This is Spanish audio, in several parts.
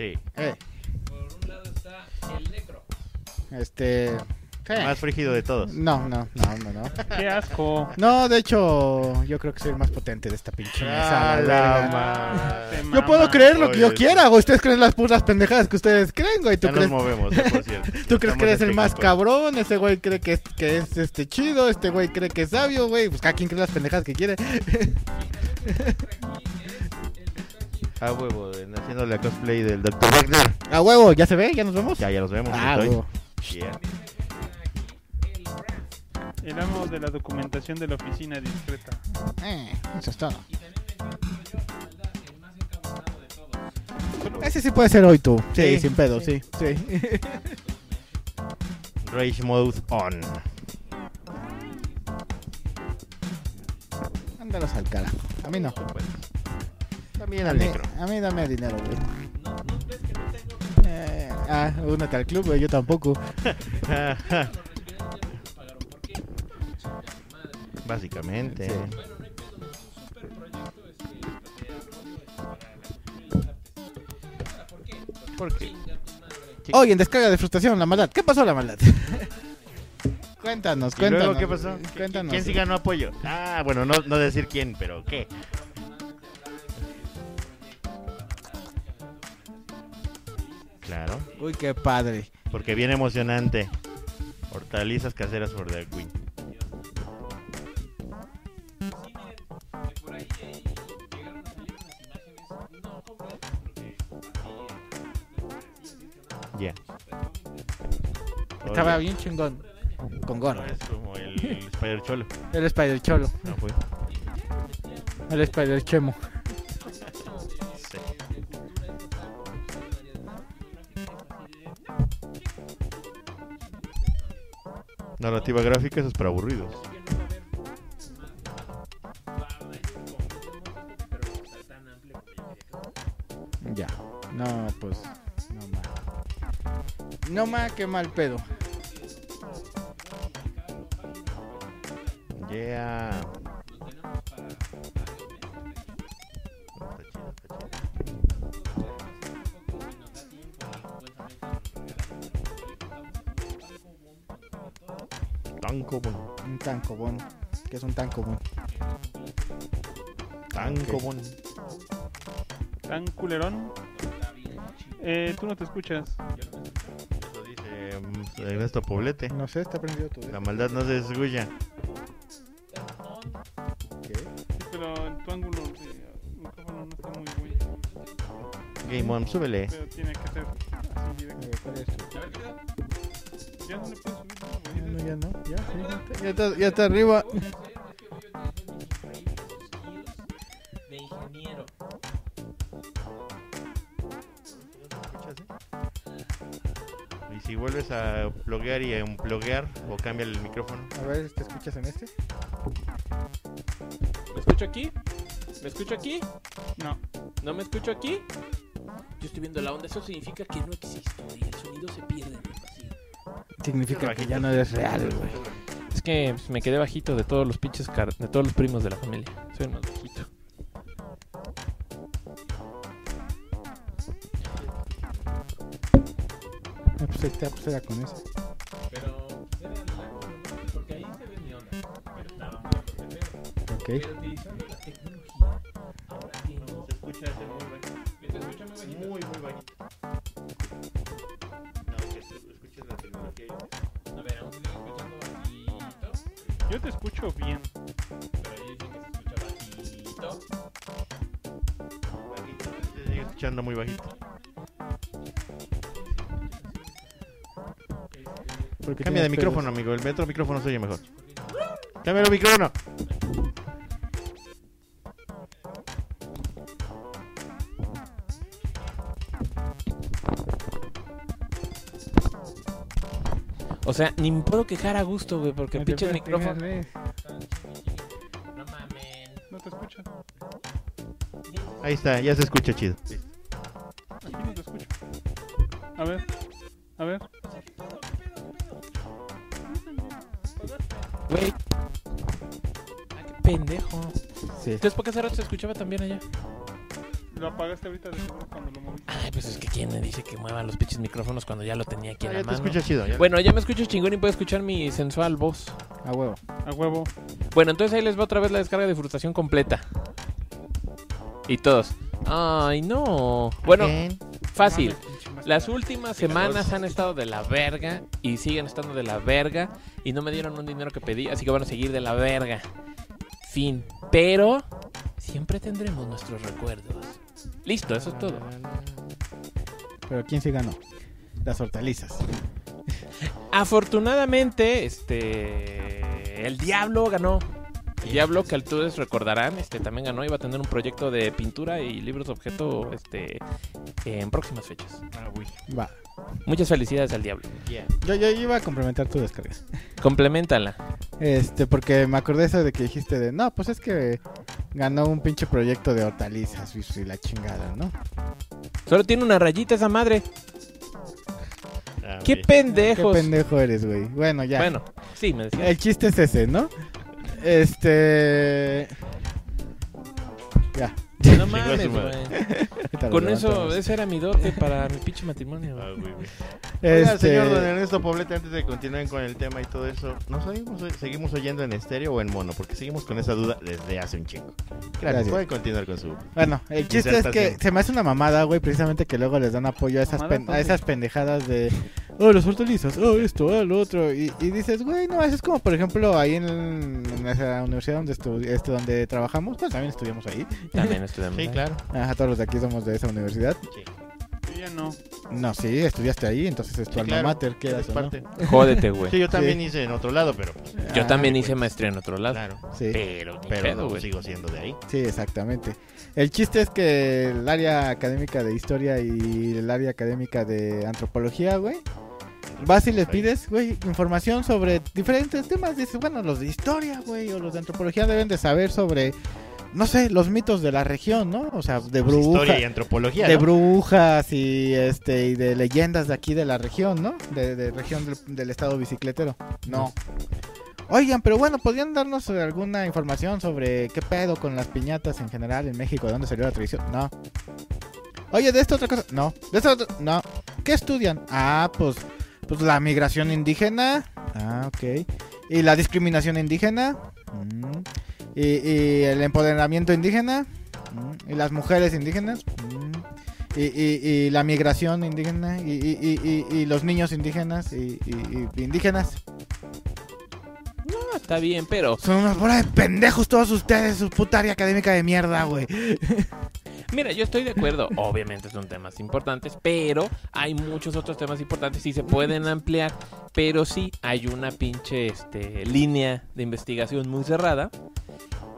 Eh. Este. sí. Ah. Más frígido de todos. No, no, no, no, no. Qué asco. No, de hecho, yo creo que soy el más potente de esta pinche mesa. Ah, la la verga. ma- Te Yo mama. puedo creer lo que yo Oye. quiera, güey. Ustedes creen las puras pendejadas que ustedes creen, güey. ¿Tú Ya nos crees, movemos, eh, por cierto. tú crees que eres el Estamos más en cabrón? Ese güey cree que es, que es este chido. Este güey cree que es sabio, güey. Pues cada quien cree las pendejadas que quiere. TikTok. Ah, huevo, en- haciendo la cosplay del Dr. Wagner. A huevo, ¿ya se ve? ¿Ya nos vemos? Ya, ya los vemos. ah, estoy. huevo. Yeah. El amo de la documentación de la oficina discreta. Eh, eso es todo. Ese sí puede ser hoy tú. Sí, Sí, sin pedo, sí. sí. Rage Mode On. Mándalos al cara. A mí no. También A al mí, negro. a mí dame dinero, güey. Eh, ah, únete al club, güey. Yo tampoco. Básicamente. ¿Por qué? Sí. Hoy en descarga de frustración, la maldad. ¿Qué pasó la maldad? cuéntanos, ¿Y cuéntanos. luego qué pasó? güey. Cuéntanos. ¿Quién sí ganó apoyo? Ah, bueno, no, no decir quién, pero ¿qué? Claro, Uy, qué padre. porque bien emocionante. Hortalizas caseras por The Queen. Ya. Estaba Oye, bien chingón. Con gorro. no es como el, el Spider Cholo. El Spider Cholo. No fue. El Spider Chemo. Sí. Narrativa gráfica, eso es para aburridos. Ya. No, pues. No más. No más, qué mal pedo. Yeah. Está chido, está chido. Tan común, Un tan cobón. Que es un tan cobón. tan Ok. común. Tan culerón. Eh, tú no te escuchas. Eso dice mm, Ernesto Poblete. No sé, está prendido tu La maldad no se desgulla. Sí, pero tu ángulo de micrófono no está muy bueno. Game on, súbele. Pero tiene que ser así directo. Ya no le puedes subir. Ya ¿no? no, ya no. Ya, sí, ya está- ya está, ya está arriba. de ingeniero. Y si vuelves a bloguear y a unpluguear o cambia el micrófono. A ver, ¿te escuchas en este? ¿Me escucho aquí? ¿Me escucho aquí? No. ¿No me escucho aquí? Yo estoy viendo la onda, eso significa que no existo y el sonido se pierde en el vacío. Significa que ya no eres real, güey. Es que pues, me quedé bajito de todos los pinches car- de todos los primos de la familia. Soy el más bajito. Ah, Pues ahí está, pues era con eso. Pero era la Se escucha ese muy bajito. muy muy bajito? No, que escuches la tecnología. Yo te escucho bien. Se sigue escuchando muy bajito. Ok. Porque Cambia de tienes pelos. micrófono, amigo. El metro micrófono se oye mejor. Cambia el micrófono. O sea, ni me puedo quejar a gusto, güey, porque No el te pinche puedes micrófono. pegarle. No mames. No te escuchas. Ahí está, ya se escucha chido. Aquí no te escucho. A ver. A ver. Güey. Ah, qué pendejo. Sí. Entonces, ¿por qué hace rato se escuchaba también allá? Lo apagaste ahorita de seguro cuando lo moviste. Ay, pues es que quién me dice que muevan los pinches micrófonos cuando ya lo tenía aquí Ah, en ya la te mano. escuchas chido. ya. Bueno, ya me escucho chingón y puedo escuchar mi sensual voz. A huevo. A huevo. Bueno, entonces ahí les va otra vez la descarga de frustración completa. Y todos. Ay, no. Bueno, Bien. fácil. Mames, pinche máscara. Las últimas semanas han estado de la verga y siguen estando de la verga y no me dieron un dinero que pedí, así que van a seguir de la verga. Fin. Pero siempre tendremos nuestros recuerdos. Listo, eso es todo. Pero ¿quién se ganó? Las hortalizas. Afortunadamente, este el diablo ganó. El diablo que ustedes recordarán, este también ganó y va a tener un proyecto de pintura y libros de objeto este en próximas fechas. Ah, güey. Va. Muchas felicidades al diablo. Yeah. Yo, yo iba a complementar tu descarga. Complementala. Este, porque me acordé eso de que dijiste de, no, pues es que ganó un pinche proyecto de hortalizas y y la chingada, ¿no? Solo tiene una rayita esa madre. Ah, ¡Qué güey. pendejos! Qué pendejo eres, güey. Bueno, ya. Bueno, sí, me decía. El chiste es ese, ¿no? Este... Ya. No Chingó a mames, su madre. güey. ahorita lo Con eso, levantamos. ese era mi dote para mi pinche matrimonio. güey. Ah, güey, güey. Oiga, Este... señor Don Ernesto Poblete, antes de que continúen con el tema y todo eso, ¿nos oímos- seguimos oyendo en estéreo o en mono? Porque seguimos con esa duda desde hace un chingo. Gracias. Gracias. Puede continuar con su. Bueno, el chiste es que Disertación. se me hace una mamada, güey, precisamente que luego les dan apoyo a esas, Mamada, pen- a ¿cómo? esas pendejadas de, oh, los hortalizas, oh, esto, oh, lo otro. Y, y dices, güey, no, eso es como, por ejemplo, ahí en, en esa universidad donde, estu- este, donde trabajamos, pues también estudiamos ahí. También estudiamos. Sí, ahí. claro. Ajá, todos los de aquí somos de esa universidad. Yo ya no. No, sí, estudiaste ahí, entonces es tu Sí, alma claro. mater, Es quieras o no. parte. Jódete, güey. Sí, yo también hice en otro lado, pero. Yo Ah, también güey. hice maestría en otro lado. Claro. Sí, Pero, ni Pero pedo, no, güey. sigo siendo de ahí. Pues sí, exactamente. El chiste es que el área académica de historia y el área académica de antropología, güey, Vas y les Ahí. pides, güey, información sobre diferentes temas. Dices, bueno, los de historia, güey, o los de antropología deben de saber sobre, no sé, los mitos de la región, ¿no? O sea, de Pues, brujas. Historia y antropología. De ¿no? brujas y este y de leyendas de aquí de la región, ¿no? De, de región del, del estado bicicletero. No. Oigan, pero bueno, ¿podrían darnos alguna información sobre qué pedo con las piñatas en general en México? ¿De dónde salió la tradición? No. Oye, de esta otra cosa. No. De esta otra. No. ¿Qué estudian? Ah, pues. Pues la migración indígena. Ah, ok. ¿Y la discriminación indígena? Mm. ¿Y, y el empoderamiento indígena? Mm. ¿Y las mujeres indígenas? Mm. ¿Y, y- y la migración indígena? ¿Y, y- y- y- y los niños indígenas? ¿Y, y- y indígenas? No, Ah, está bien, pero Son unas bolas de pendejos todos ustedes, su puta área académica de mierda, güey. Mira, yo estoy de acuerdo. Obviamente son temas importantes, pero hay muchos otros temas importantes y se pueden ampliar. Pero sí hay una pinche este, línea de investigación muy cerrada.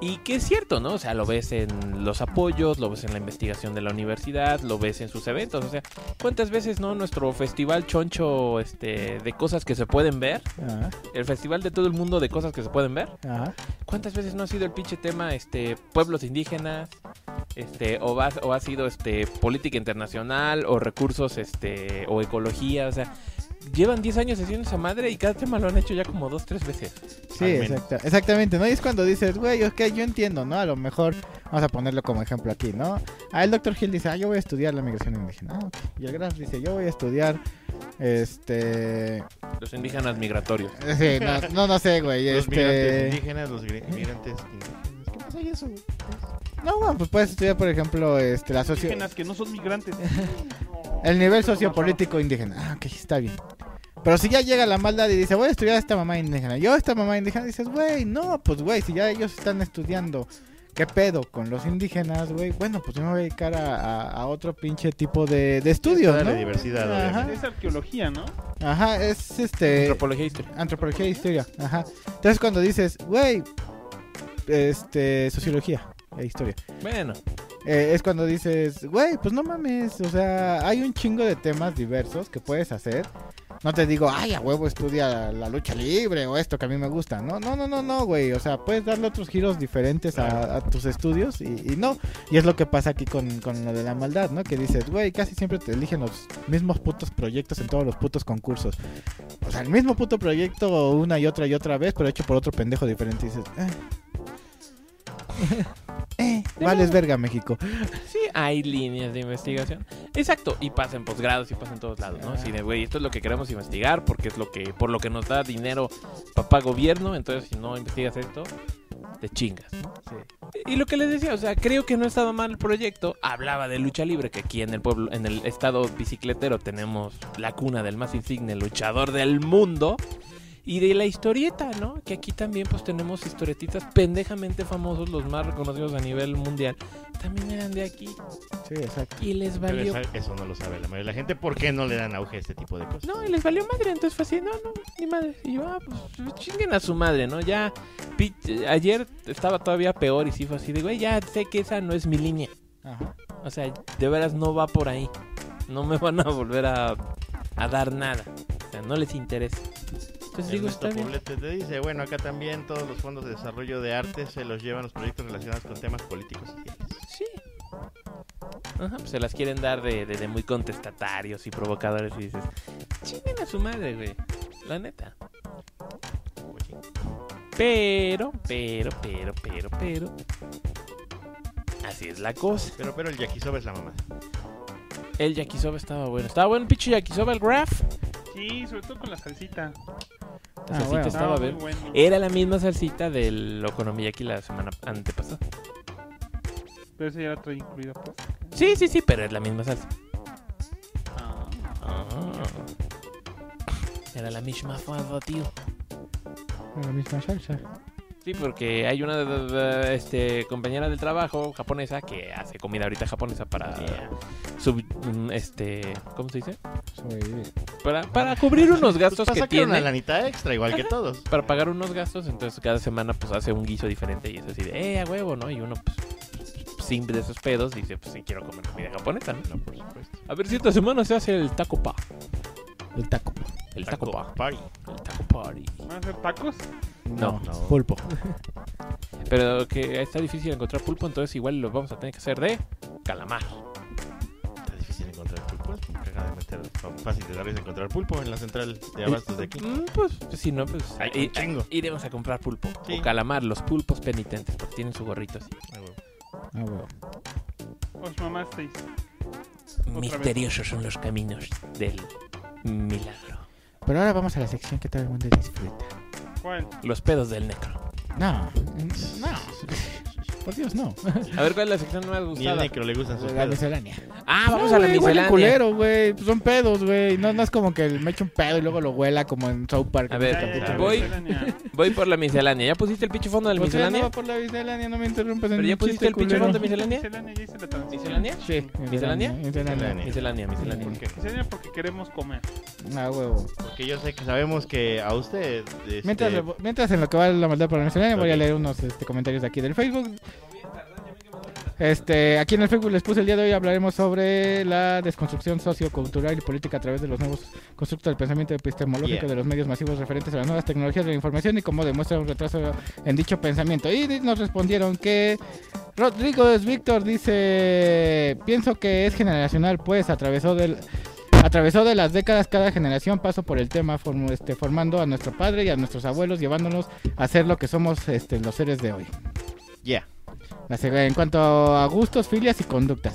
Y que es cierto, ¿no? O sea, lo ves en los apoyos, lo ves en la investigación de la universidad, lo ves en sus eventos. O sea, ¿cuántas veces, no? Nuestro festival choncho este, de cosas que se pueden ver, Ajá, el festival de todo el mundo de cosas que se pueden ver, ajá. ¿Cuántas veces no ha sido el pinche tema este pueblos indígenas? Este, o, va- o ha sido este política internacional o recursos este o ecología, o sea, llevan 10 años haciendo esa madre y cada tema lo han hecho ya como dos, tres veces. Sí, Al menos. exacta- exactamente, ¿no? Y es cuando dices, güey, ok, yo entiendo, ¿no? A lo mejor, vamos a ponerlo como ejemplo aquí, ¿no? Ah, el doctor Hill dice, ah, yo voy a estudiar la migración indígena. Ah, ok. Y el Graf dice, yo voy a estudiar, este... Los indígenas migratorios. Sí, no, no, no sé, güey, Los migrantes este... indígenas, los gri- migrantes indígenas. ¿Qué más hay eso? güey? No, bueno, pues puedes estudiar, por ejemplo, este, la socio... Indígenas que no son migrantes. El nivel Eso es lo más sociopolítico indígena. Ah, ok, está bien. Pero si ya llega la maldad y dice, voy a estudiar a esta mamá indígena. Yo a esta mamá indígena dices, güey, no, pues güey, si ya ellos están estudiando, ¿qué pedo con los indígenas, güey? Bueno, pues yo me voy a dedicar a, a- a otro pinche tipo de, de estudio, Toda ¿no? la diversidad, Ajá. obviamente. Es arqueología, ¿no? Ajá, es este... Antropología e historia. Antropología e historia. Ajá. Entonces cuando dices, güey, este, sociología e historia. Bueno, Eh, es cuando dices, güey, pues no mames, o sea, hay un chingo de temas diversos que puedes hacer. No te digo, ay, a huevo estudia la lucha libre o esto que a mí me gusta. No, no, no, no, no, güey. O sea, puedes darle otros giros diferentes a, a tus estudios y, y no. Y es lo que pasa aquí con, con lo de la maldad, ¿no? Que dices, güey, casi siempre te eligen los mismos putos proyectos en todos los putos concursos. O sea, el mismo puto proyecto una y otra y otra vez, pero hecho por otro pendejo "Ah, diferente. Y dices, eh. Eh, vales verga, México. sí, hay líneas de investigación. Exacto, y pasa en posgrados y pasa en todos lados, ¿no? Así de, güey, esto es lo que queremos investigar porque es lo que, por lo que nos da dinero papá gobierno, entonces si no investigas esto, te chingas. ¿no? Y lo que les decía, o sea, creo que no estaba mal el proyecto. Hablaba de lucha libre, que aquí en el pueblo, en el estado bicicletero tenemos la cuna del más insigne luchador del mundo. Y de la historieta, ¿no? Que aquí también pues tenemos historietitas pendejamente famosos, los más reconocidos a nivel mundial. También eran de aquí. Sí, exacto. Y les Pero valió. esa- eso no lo sabe la mayoría de la gente. ¿Por qué no le dan auge a este tipo de cosas? No, y les valió madre, entonces fue así, no, no, ni madre. Y yo, ah, pues chinguen a su madre, ¿no? Ya, pi- ayer estaba todavía peor y sí fue así de, güey, ya sé que esa no es mi línea. Ajá. O sea, de veras no va por ahí. No me van a volver a, a dar nada. O sea, no les interesa. Entonces digo, Ernesto está bien. Poblete te dice, bueno, acá también todos los fondos de desarrollo de arte se los llevan los proyectos relacionados con temas políticos y sociales. Sí. Ajá, pues se las quieren dar de, de- de muy contestatarios y provocadores y dices, chinguen a su madre, güey. La neta. Pero, pero, pero, pero, pero. Así es la cosa. Pero, pero el yakisoba es la mamá. El yakisoba estaba bueno. Estaba bueno, pinche yakisoba, el graph. Sí, sobre todo con la salsita. La Ah, salsita bueno. estaba muy bien. bueno. Era la misma salsita del Okonomiyaki la semana antepasada. Pero ese ya era todo incluido. Pues. Sí, sí, sí, pero es la misma salsa. Ah, Era la misma fava, tío. Con la misma salsa. Sí, porque hay una eh, este, compañera del trabajo japonesa que hace comida ahorita japonesa para sub- mm, este, ¿cómo se dice? Sobrevivir. Para, para cubrir unos gastos Pues pasa que que una tiene. lanita extra, igual que todos. Para pagar unos gastos, entonces cada semana pues hace un guiso diferente y es así de, eh, a huevo, ¿no? Y uno pues sin de esos pedos dice, pues sí, quiero comer comida japonesa, ¿no? No, por supuesto. A ver si esta semana se hace el taco pa. El taco. El taco pa. party. El taco party. ¿Van a ser tacos? No. No. Pulpo. Pero que está difícil encontrar pulpo, entonces igual lo vamos a tener que hacer de calamar. Está difícil encontrar pulpo. Es como cagada de meter. Fácil de darles encontrar pulpo en la central de abastos de aquí. Mm, pues, pues, si no, pues Ay, i- un chingo. iremos a comprar pulpo. Sí. O calamar, los pulpos penitentes, porque tienen su gorrito así. Ah, huevo. Ah, huevo. Os mamasteis. vez. Misteriosos son los caminos del milagro. Pero ahora vamos a la sección que todo el mundo disfruta. ¿Cuál? Los pedos del necro. No. No. Por Dios, no. A ver, ¿cuál es la sección más Ni el gustada? necro le gustan sus La pedos. miscelánea. Ah, vamos a la güey, huele miscelánea. culero, güey. Pues Son pedos, güey. No, no es como que me eche un pedo y luego lo huela como en South Park. A ver, Ya, ya, ya, voy. miscelánea. Voy por la miscelánea. ¿Ya pusiste el pinche fondo de la Pues ya no va miscelánea? por la miscelánea, no me interrumpas en ¿Pero ya mi pusiste chiste el pinche culero. fondo de miscelánea? Miscelánea, ya hice la transición. ¿Miscelánea? Sí. ¿Miscelánea? Miscelánea. Miscelánea, miscelánea. ¿Por qué? Miscelánea porque queremos comer. Ah, huevo. Porque yo sé que sabemos que a usted. este, Mientras, le- mientras en lo que va la maldad por la miscelánea, voy a Ok. leer unos este, comentarios de aquí del Facebook. Este, aquí en el Facebook les puse el día de hoy hablaremos sobre la desconstrucción sociocultural y política a través de los nuevos constructos del pensamiento epistemológico Yeah. de los medios masivos referentes a las nuevas tecnologías de la información y cómo demuestra un retraso en dicho pensamiento. Y nos respondieron que Rodrigo es Víctor dice, pienso que es generacional, pues atravesó del Atravesó de las décadas cada generación paso por el tema, form- este, formando a nuestro padre y a nuestros abuelos, llevándonos a ser lo que somos este, los seres de hoy. Ya. La se- en cuanto a gustos, filias y conductas.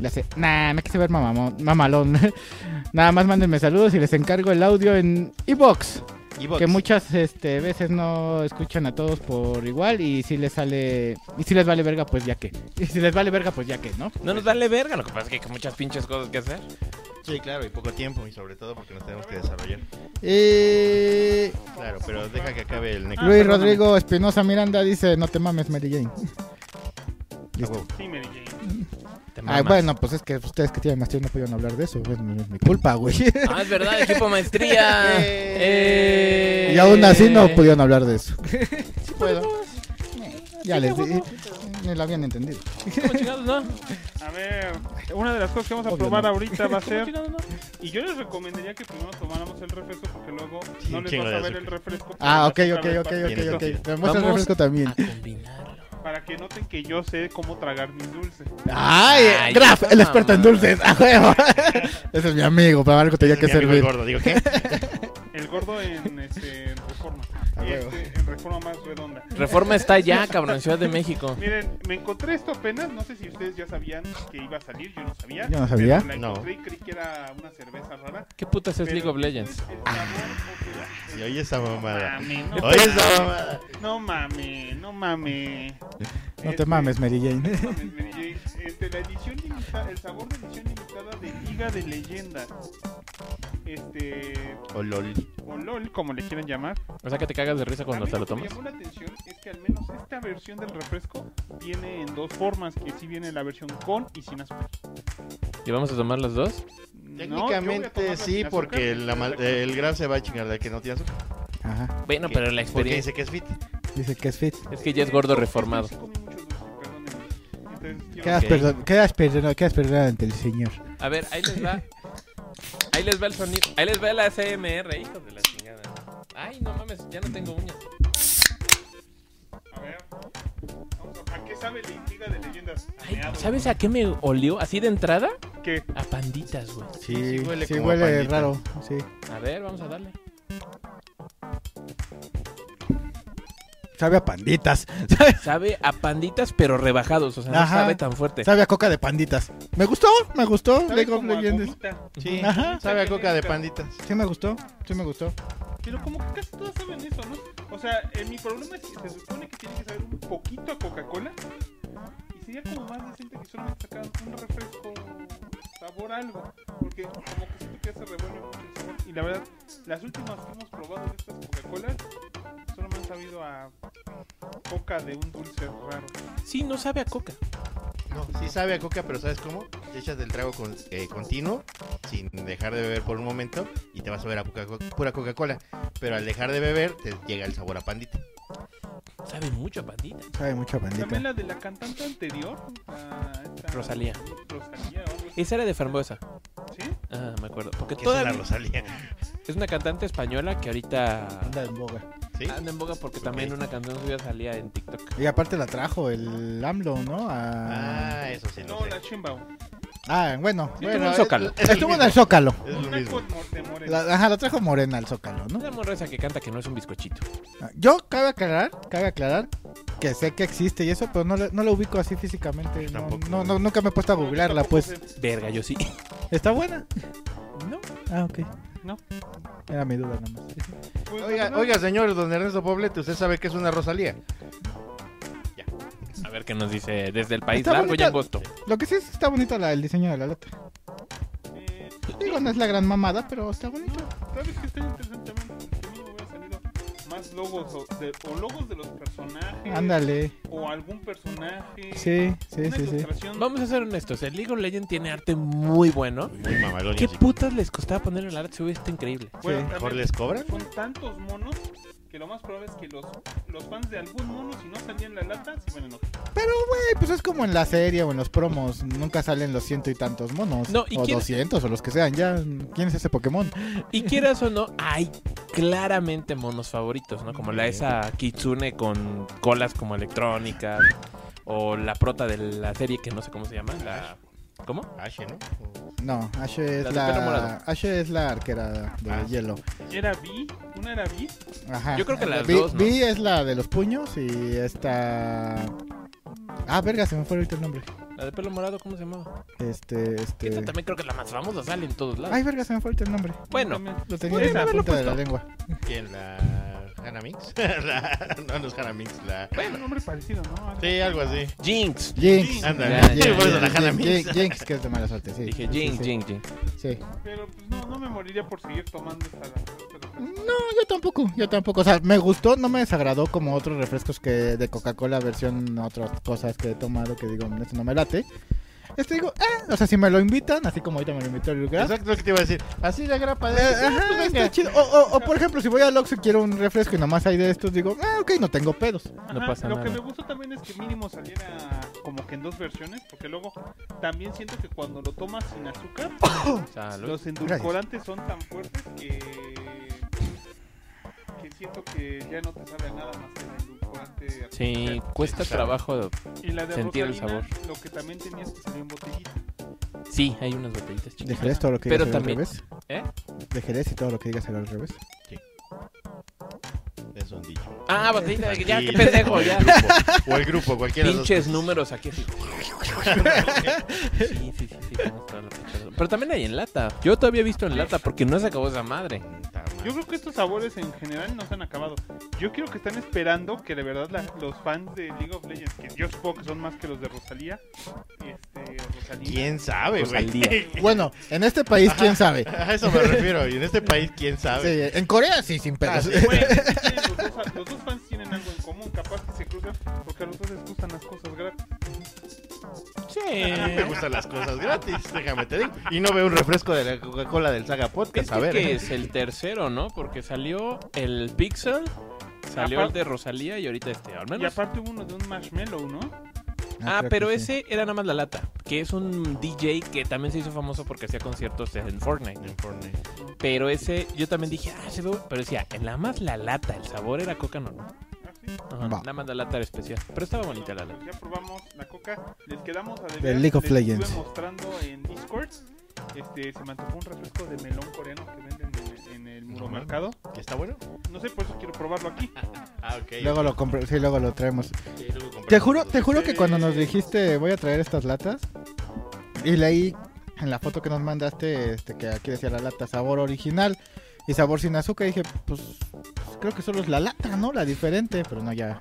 La se- nah, me quise ver mamamón- mamalón. Nada más mándenme saludos y les encargo el audio en iBox. Y Que box. muchas este, veces no escuchan a todos por igual y si les sale. Y si les vale verga, pues ya que. Y si les vale verga, pues ya que, ¿no? No nos vale verga, lo que pasa es que hay muchas pinches cosas que hacer. Sí, claro, y poco tiempo, y sobre todo porque nos tenemos que desarrollar. Y. Claro, pero deja que acabe el necro. Eh, Luis perdóname. Rodrigo Espinosa Miranda dice: No te mames, Mary Jane. Ah, huevo. Sí, Mary Jane. Te Ah, mamas. bueno, pues es que ustedes que tienen maestría no pudieron hablar de eso. Bueno, no es mi culpa, güey. Ah, es verdad, equipo maestría. Eh, Y aún así no pues, pudieron hablar de eso. Sí puedo. Ya les di. Ni lo habían entendido. ¿Cómo chingados no? A ver, una de las cosas que vamos a Obvio probar no. ahorita va a ¿Cómo ser. chingados no? Y yo les recomendaría que primero tomáramos el refresco porque luego Sí, no un les chingo vas de a ver azúcar. el refresco. Ah, ok, porque vas a ok, ok, ver ok, Tiene sentido. ok. Me muestra el Vamos refresco también. A combinarlo. Para, para que noten que yo sé cómo tragar mis dulces. Ay, Ay, Graf, esa el experto en mamada. dulces. A huevo. Ese es mi amigo, para algo tenía Es que mi amigo el servir. gordo, digo, ¿qué? El el gordo en este, reforma. A huevo. Este, en reforma más redonda. Reforma está ya, cabrón, en Ciudad de México. Miren, me encontré esto apenas, no sé si ustedes ya sabían que iba a salir, yo no sabía. Yo no sabía. pero La No. encontré y creí que era una cerveza rara. ¿Qué putas es pero League of Legends? es el sabor Y oye esa mamada. Mami, no Oye mames. esa mamada. No mames, no mames. No Este, te mames, Mary Jane. no mames, Mary Jane. Este, la edición limitada, el sabor de edición limitada de Liga de Leyenda. Este, O Oh, lol. o LOL, como le quieran llamar. O sea que te cagas de risa cuando A mí te lo lo que me tomas. llamó la atención es que al menos esta versión del refresco viene en dos formas, que sí viene la versión con y sin azúcar. ¿Y vamos a tomar las No, dos? yo voy a Técnicamente tomar la sin sí, azúcar, porque pero la mal- la- el graf se va a chingar de que no tiene azúcar. Ajá. Bueno, ¿Qué? pero la Porque experiencia dice que es fit. Dice que es fit. es que ya es gordo reformado. Sí comí mucho dulce, perdónenme. Entonces, yo- Quedas, Ok. perdon- quedas, perdonado, quedas perdonado ante el señor. A ver, ahí les va. Ahí les va el sonido. Ahí les va la CMR, hijos de la chingada. Ay, no mames, ya no tengo uñas. A ver, vamos a, ¿a qué sabe la Liga de Leyendas? A Ay, meado. ¿Sabes a qué me olió? Así de entrada, ¿Qué? a panditas, güey. Sí, sí huele sí, como a huele pandita. raro. Sí. A ver, vamos a darle. Sabe a panditas. Sabe a panditas, pero rebajados. O sea, no Ajá. sabe tan fuerte. Sabe a coca de panditas. Me gustó, me gustó. ¿Sabe League of como a Legends. gomita? Sí, Ajá. sabe a coca de panditas. Sí me gustó, sí me gustó. Pero como que casi todos saben eso, ¿no? O sea, eh, mi problema es que se supone que tiene que saber un poquito a Coca-Cola. Y sería como más decente que solamente sacaran un refresco sabor algo. Porque como que siento que ya se revuelve mucho el sabor. Y la verdad, las últimas que hemos probado de estas Coca-Colas, solo me han sabido a coca de un dulce raro. Sí, no sabe a coca. No, sí sabe a coca, pero ¿sabes cómo? Te echas del trago con- eh, continuo, sin dejar de beber por un momento, y te vas a ver a Coca- pura Coca-Cola. Pero al dejar de beber, te llega el sabor a pandita. Sabe mucho a panditas. Sabe mucho a También pandita. la de la cantante anterior. a esta- Rosalía. Rosalía, o algo así. Esa era de Farmosa. ¿sí? Ah, me acuerdo. Porque Que esa es la todavía Rosalía. es una cantante española que ahorita Anda en boga. ¿Sí? anda en boga porque Ok. también una canción suya salía en TikTok. Y aparte la trajo el AMLO, ¿no? A- Ah, eso sí, no, No, sé. la Chimbao. Ah, bueno. eh, estuvo en es- Zócalo. es lo Estuvo en mismo, el Zócalo. Es lo Una mismo. con mor- de Morena. La, ajá, la trajo Morena al Zócalo, ¿no? Una morra esa que canta que no es un bizcochito. Yo cabe aclarar, cabe aclarar que sé que existe y eso, pero no, la- no la ubico así físicamente. No, tampoco. no, no, nunca me he puesto a No, yo googlearla, tampoco pues. sé. Verga, yo sí. ¿Está buena? No. Ah, ok. No. Era mi duda nomás. Pues, Oiga, no, oiga, señor don Ernesto Poblete, ¿usted sabe qué es una Rosalía? A ver qué nos dice desde el país Está largo y bonita. angosto. Lo que sí es que está bonito la- el diseño de la lata. eh, Digo, no es la gran mamada, pero está bonito. ¿Sabes qué está interesante también? Que a mí me hubiera salido más logos o, de, o logos de los personajes. Ándale. O algún personaje. Sí, sí, Una sí, sí. ilustración. Vamos a ser honestos. El League of Legends tiene arte muy bueno. Muy mamalón. ¿Qué sí. putas les costaba poner el arte? Si hubiera está increíble. Bueno, Sí. también ¿Mejor les cobran? Son tantos monos que lo más probable es que los, los fans de algún mono, si no salían la lata, se iban a enojar. Eh, pues es como en la serie o en los promos. Nunca salen los ciento y tantos monos. No, ¿y o quién- 200 o los que sean. Ya, ¿quién es ese Pokémon? Y quieras o no, hay claramente monos favoritos, ¿no? Como la esa Kitsune con colas como electrónicas. O la prota de la serie que no sé cómo se llama. La... ¿Cómo? H, ¿no? No, Ash es La la, del pelo morado. Ash es la arquera de Ah. hielo. Era Vi, una era Vi. Ajá. Yo creo que las Vi, dos, ¿no? Vi es la de los puños y esta. Ah, verga, se me fue ahorita el nombre. La de pelo morado, ¿cómo se llamaba? Este, Que Esta este. también creo que es la más famosa, sale en todos lados. Ay, verga, se me fue ahorita el nombre. bueno, También. Lo tenía Podrían en la haberlo punta de la puesto. lengua. ¿Quién? ¿La Hannah Mix? La- No, no es Hannah Mix, la... Bueno, un nombre parecido, ¿no? Algo. Sí, algo así. Jinx. Jinx. Ándale. Ya, Sí, ya, por eso ya, la Hannah Jinx, Mix. Jinx, Jinx, que es de mala suerte, sí. Dije Sí, sí, Jinx, sí. Jinx, Jinx. Sí. Pero pues no, no me moriría por seguir tomando esta lata. este refresco. No, yo tampoco, yo tampoco. O sea, me gustó, no me desagradó como otros refrescos que de Coca-Cola versión otras cosas que he tomado que digo, esto no me late. Este digo, eh, o sea, si me lo invitan, así como ahorita me lo invitó el lugar. eh, Exacto lo que te iba a decir. Así la grapa de... Ah, Ajá, pues está venga. chido. O, o- o, por ejemplo, si voy al Oxxo y quiero un refresco y nomás hay de estos, digo, ah, ok, no tengo pedos. No Ajá, pasa lo nada. que me gustó también es que mínimo saliera como que en dos versiones, porque luego también siento que cuando lo tomas sin azúcar, Oh, Salud. los endulcorantes son tan fuertes que que siento que ya no te sabe a nada más que el endulcorante. Sí, artificial. cuesta trabajo. y la de sentir el Rosalina, Lo que también tenías que salir en botellita. Sí, hay unas botellitas chicas. ¿Dejarías todo lo que Pero yo soy al también- revés? ¿Eh? de Jerez y todo lo que digas será al revés. Es un dicho. Ah, botellita de ya, Sí, qué pendejo, o el ya. grupo, O el grupo, cualquiera de los Pinches números aquí así. Sí, sí, sí, sí, vamos a dar la pinche- Pero también hay en lata. Yo todavía he visto en lata porque no se acabó esa madre. Yo creo que estos sabores en general no se han acabado. Yo creo que están esperando que de verdad la- los fans de League of Legends, que yo supongo que son más que los de Rosalía, este, Rosalía. ¿Quién sabe, Pues al güey? día. Bueno, en este país, quién sabe. A eso me refiero. Y en este país, ¿quién sabe? Sí, en Corea sí, sin Ah, pedos. Güey, tienen los, dos, los dos fans tienen algo en común, capaz que se cruzan, porque a los dos les gustan las cosas gratis. Sí. A mí me gustan las cosas gratis, déjame te digo. Y no veo un refresco de la Coca-Cola del Saga Podcast, a Este ver. que ¿eh? es el tercero, ¿no? Porque salió el Pixel, salió el Aparte- de Rosalía y ahorita este, al Y menos. aparte hubo uno de un marshmallow, ¿no? Ah, creo pero que sí. ese era nada más la lata, que es un DJ que también se hizo famoso porque hacía conciertos en Fortnite. En Fortnite. Pero ese, yo también dije, ah, se ve, bu-". pero decía, en la más la lata, el sabor era coca normal. Ah, sí. Ajá, Va. Nada más la lata era especial, pero estaba bonita la lata. Ya probamos la coca, les quedamos a deber. De League of les Legends. Estuve mostrando en Discord. Este, se me antojó un refresco de melón coreano que venden en, en el muro mercado. ¿Que ¿Está bueno? No sé, por eso quiero probarlo aquí. Ah, ok. Luego lo compro, sí, luego lo traemos. Sí, luego compramos Te juro, los te juro que cuando nos Sí. dijiste voy a traer estas latas y leí en la foto que nos mandaste este, que aquí decía la lata sabor original y sabor sin azúcar, dije, pues, pues, creo que solo es la lata, ¿no? La diferente, pero no, ya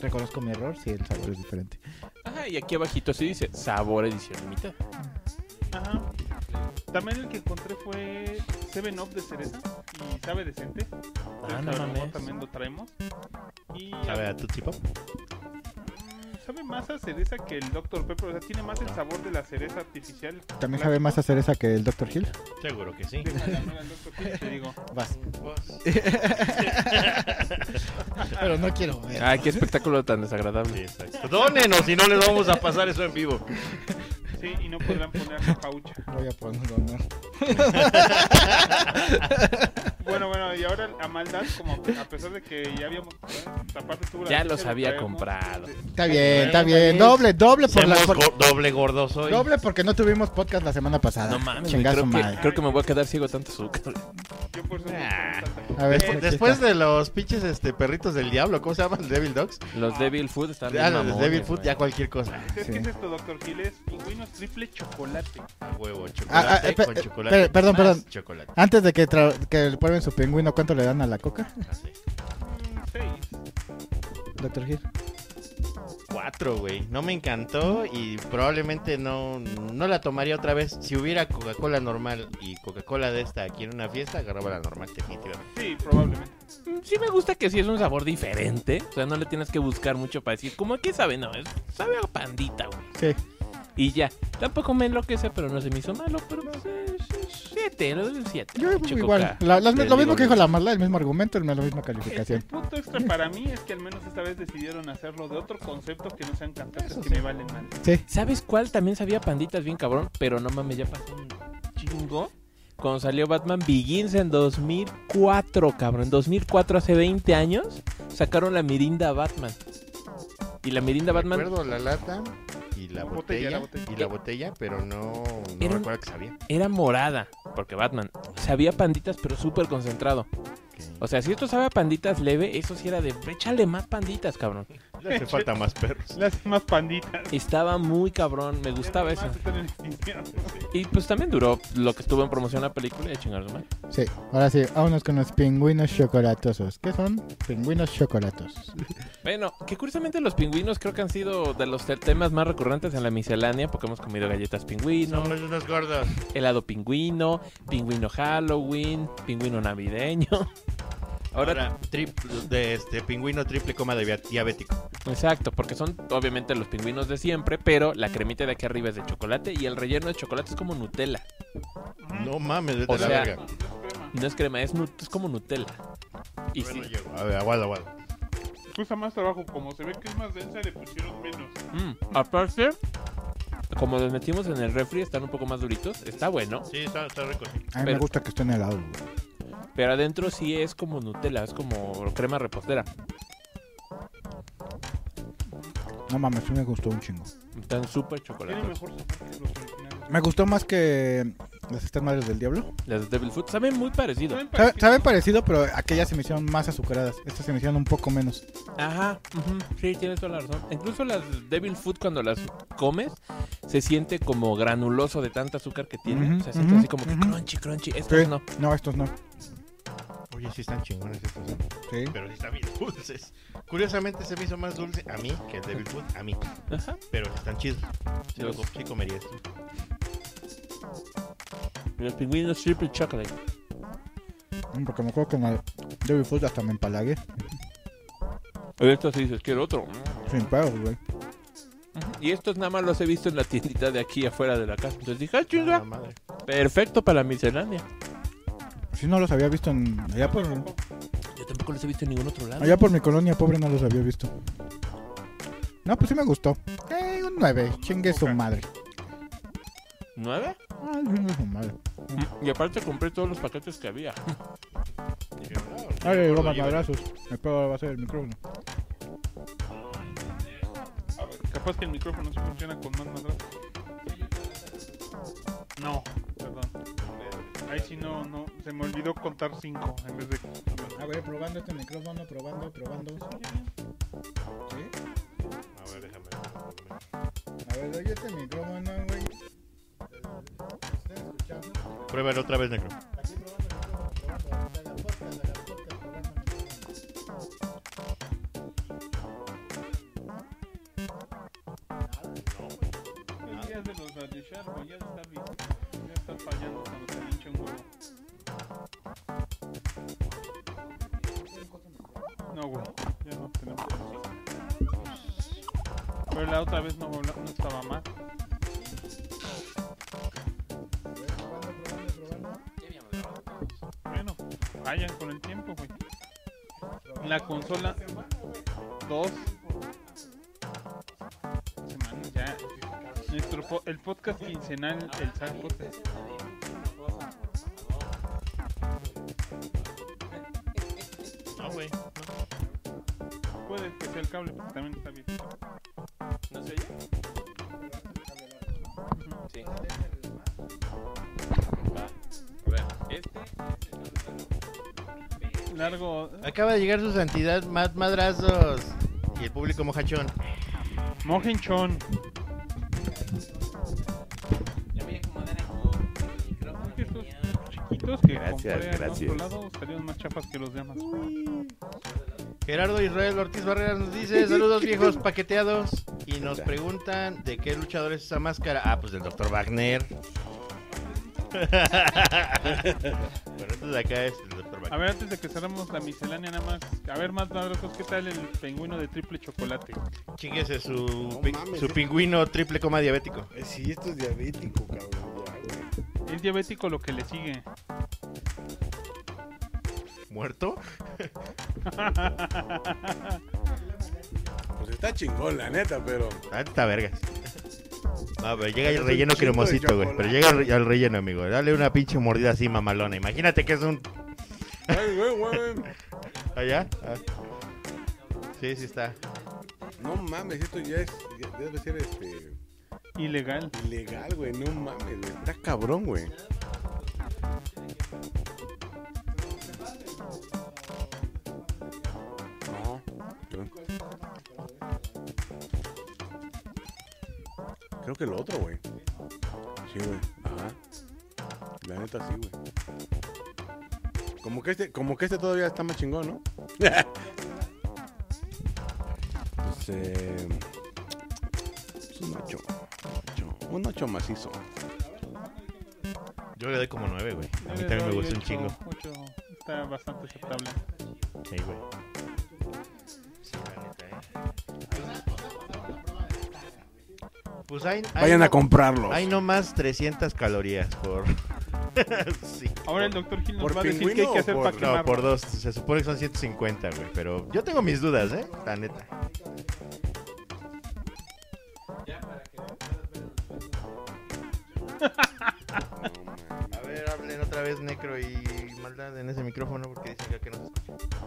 reconozco mi error, sí, el sabor es diferente. Ajá, y aquí abajito sí dice, sabor edición limitada. Ajá. También el que encontré fue Seven Up de cereza y sabe decente. Entonces, no a lo mejor mames. También lo traemos. Y dos. A ver, ¿a tu tipo? mm, sabe más a cereza que el Dr. Pepper. O sea, tiene más el sabor de la cereza artificial. También sabe más hacer esa que el Dr. Hill. Seguro que sí. Déjala, mira, el Dr. Pepper, te digo. Vas. Pero no quiero ver. Ay, qué espectáculo tan desagradable. Sí, exacto. Dónenos, si no les vamos a pasar eso en vivo. Sí, y no podrán poner la paucha. Voy a ponerlo, ¿no? Bueno, bueno, y ahora a maldad, como a pesar de que ya habíamos. esta parte tuvo la Ya dicha los de había traernos- comprado. Está bien, está bien. Doble, doble por la... Somos por- go- doble gordos hoy. Doble porque no tuvimos podcast la semana Ah, pasada. No mames, güey, Chingazo creo que, madre. creo que me voy a quedar ciego de tanto azúcar. Yo por eso. no Ah. como tanta cosa. A ver, pues, Eh, aquí después está. de los pinches este, perritos del diablo, ¿cómo se llaman? Devil Dogs. Los Devil Food están bien Ya, los mamones, Devil Food, güey. ya cualquier cosa. ¿Sabes Sí. qué es esto, Dr. Giles? Pingüinos triple chocolate. A huevo, Ah, ah, chocolate eh, pe- con eh, chocolate. pe- perdón, más perdón. Chocolate. Antes de que, tra- que le prueben su pingüino, ¿cuánto le dan a la coca? Así. Seis. Doctor Gil. Cuatro, güey. No me encantó y probablemente no, no la tomaría otra vez. Si hubiera Coca-Cola normal y Coca-Cola de esta aquí en una fiesta, agarraba la normal, definitivamente. Sí, probablemente. Mm, Sí me gusta que sí es un sabor diferente. O sea, no le tienes que buscar mucho para decir, ¿cómo que sabe? No, es- sabe a pandita, güey. Sí. Y ya. Tampoco me enloquece, pero no se me hizo malo. Pero pues, eh, siete, le doy un siete. Yo Pinche igual. coca. La- las- Les lo mismo digo que dijo yo. la mala, el mismo argumento, la misma El, el calificación. punto extra para mí es que al menos esta vez decidieron hacerlo de otro concepto que no sean cantantes que me valen mal. Sí. ¿Sabes cuál? También sabía panditas bien cabrón, pero no mames, ya pasó un chingo. Cuando salió Batman Begins en 2004, cabrón. En 2004, hace 20 años, sacaron la mirinda Batman. Y la mirinda Batman Recuerdo la lata y la, La botella, botella, la botella. y la botella, pero no, no Era un- recuerdo que sabía. era morada, porque Batman sabía panditas, pero súper concentrado. O sea, si esto sabe a panditas leve, eso sí era de échale más panditas, cabrón. Le hace falta más perros. Las más panditas. Estaba muy cabrón, me gustaba eso. Yo Y pues también duró lo que estuvo en promoción la película y a chingar su madre. Sí. Ahora sí, vámonos con los pingüinos chocolatosos. ¿Qué son? Pingüinos chocolatosos. Bueno, que curiosamente los pingüinos creo que han sido de los te- temas más recurrentes en la miscelánea, porque hemos comido galletas pingüino, Somos unos gordos. helado pingüino, pingüino Halloween, pingüino navideño. Ahora, Ahora trip- de este pingüino triple coma de bia- diabético. Exacto, porque son obviamente los pingüinos de siempre, pero la cremita de aquí arriba es de chocolate y el relleno de chocolate es como Nutella. No mames, vete O a la sea, verga. No es crema, es, nu- es como Nutella. Y sí, Bueno, llego. A ver, aguado, aguado. Cuesta más trabajo, como se ve que es más densa, le pusieron menos. mm, aparte, como los metimos en el refri, están un poco más duritos, está bueno, Sí, está, está rico. sí. A mí me Pero- gusta que estén helados. güey. pero adentro sí es como Nutella, es como crema repostera. No mames, sí me gustó un chingo. Están súper Tiene chocolatosos. mejor sabor que los originales. Me gustó más que Las Estas Madres del Diablo. Las de Devil Food saben muy parecido. Saben Saben, parecido. saben parecido, pero aquellas se me hicieron más azucaradas. Estas se me hicieron un poco menos. Ajá, ujú, sí, tienes toda la razón. Incluso las Devil Food cuando las comes se siente como granuloso de tanta azúcar que tiene. Ujú, se siente así ujú, como que ujú. crunchy, crunchy. Esto Sí. no. No, estos no. Oye, sí están chingones estos, ¿eh? Sí. pero sí están bien dulces. Curiosamente se me hizo más dulce a mí que el Devil Food, a mí, Ajá. pero sí están chidos. Sí, lo Los- com- sí comería esto. Los pingüinos triple chocolate. Mm, Porque me acuerdo que en la Devil Food hasta me empalagué. Esto sí dices, quiero otro. Sin pedos, güey. Y estos nada más los he visto en la tiendita de aquí afuera de la casa. Entonces dije, ah, Ah, la chinga, madre. perfecto para la miscelánea. Si Pues no los había visto en, allá por Yo tampoco los he visto en ningún otro lado. allá por mi colonia pobre no los había visto. No, pues sí me gustó. Eh, un 9, chingue su madre. ¿Nueve? Ah, chingue su madre. Y aparte compré todos los paquetes que había. Dije, no, no Ahora me le acuerdo, digo más lleva- madrazos. Me pego la base del micrófono. A ver, capaz que el micrófono sí funciona con más madrazos. No, perdón. Eh, Ahí sí no, no. Se me olvidó contar cinco en vez de. A ver, probando este micrófono, probando, probando. ¿Sí? A ver, déjame. déjame. A ver, oye este micrófono, güey. ¿Estás escuchando? Pruébalo otra vez, negro. Aquí probando el micrófono, probando. Haga podcast, haga podcast, probando el micrófono. El día de los Radio Shark, güey, ya está bien. Ya está fallando cuando se hincha un huevo. No, güey, ya no tenemos así. Pero la otra vez no, habla- no estaba mal. Bueno, vayan con el tiempo, güey. En La consola 2 semanas ya. Nuestro po- el podcast quincenal, el Sad Podcast. No, güey. Puede que sea el cable, porque también está bien. ¿No se oye? Sí. A ver, este. Largo. Acaba de llegar su santidad, más madrazos. Y el público mojachón. Mojenchón. Ya voy a acomodar aquí el micrófono. ¿Qué estos genial. chiquitos que Gracias, compré al gracias. otro lado salieron más chapas que los de Amazon. Gerardo Israel Ortiz Barreras nos dice: Saludos, viejos paqueteados. Y nos preguntan: ¿de qué luchador es esa máscara? Ah, pues del Dr. Wagner. bueno, entonces acá es el Dr. A Wagner. ver, antes de que cerramos la miscelánea, nada más. A ver, más madrazos, ¿qué tal el pingüino de triple chocolate? Chíguese su, No pi- mames, su eh. pingüino triple coma diabético. Eh, Sí, esto es diabético, cabrón. Ya, güey. Es diabético lo que le sigue. ¿Muerto? Pues está chingón, la neta, pero. Ah, está vergas. No, pero llega Es el un relleno chingo de cremosito, güey. Pero chocolate. llega al al relleno, amigo. Dale una pinche mordida así mamalona. Imagínate que es un Ay, güey, güey. ¿Allá? Ah. Sí, sí está. No mames, esto ya es. ya debe ser este. Ilegal. Ilegal, güey. No mames, güey. Está cabrón, güey. No. Creo, creo que lo otro, güey. Sí, güey. Ajá. La neta sí, güey. Como que este, como que este todavía está más chingón, ¿no? pues eh. pues un 8. Un 8 macizo. Yo le doy como nueve, güey. A mí también me gustó un chingo. Ocho, Está bastante aceptable. Sí, güey. Sí, la neta, eh. Pues hay, hay Vayan a no- comprarlo. Hay nomás 300 calorías por. sí. Ahora el doctor Gil nos ¿Por va a decir qué hay pingüino que o hacer por- para no, No, quemarlo. por dos. Se supone que son 150, güey. Pero yo tengo mis dudas, ¿eh? La neta. A ver, hablen otra vez, Necro y Maldad, en ese micrófono porque dicen que acá no se escucha.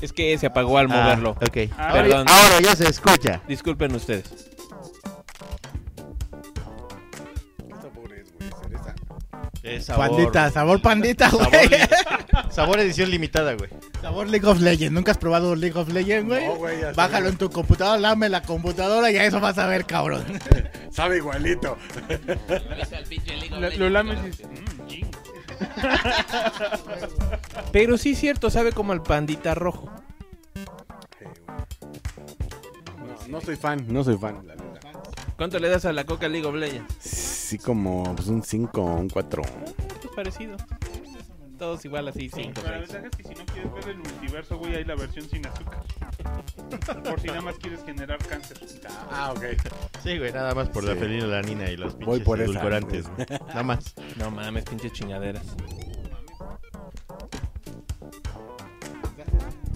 Es que se apagó al moverlo. Ah, ok. Ah, Ahora- perdón. Ahora ya se escucha. Disculpen ustedes. ¿Qué sabor es, güey? ¿Cereza? ¿Eh? sabor. pandita, sabor pandita, güey. Sabor, li- sabor edición limitada, güey. Sabor League of Legends. ¿Nunca has probado League of Legends, güey? No, güey, ya Bájalo en tu computadora, lame la computadora y a eso vas a ver, cabrón. Sabe igualito. Lo, lo lames y dices, "Mm, jing". Pero sí es cierto, sabe como al pandita rojo. Sí, güey. No, no soy fan, no soy fan, la neta. ¿Cuánto le das a la Coca League of Legends? Sí, como pues, un 5 un 4. Pues parecido. Todos igual así, cinco. Pero la ventaja es que si no quieres ver el multiverso, güey, hay la versión sin azúcar. Por si nada más quieres generar cáncer. Ah, ok. Sí, güey, nada más por la Sí. felina, la nina y los pinches Voy por esa, edulcorantes, güey. güey. Nada más. No mames, pinches chingaderas.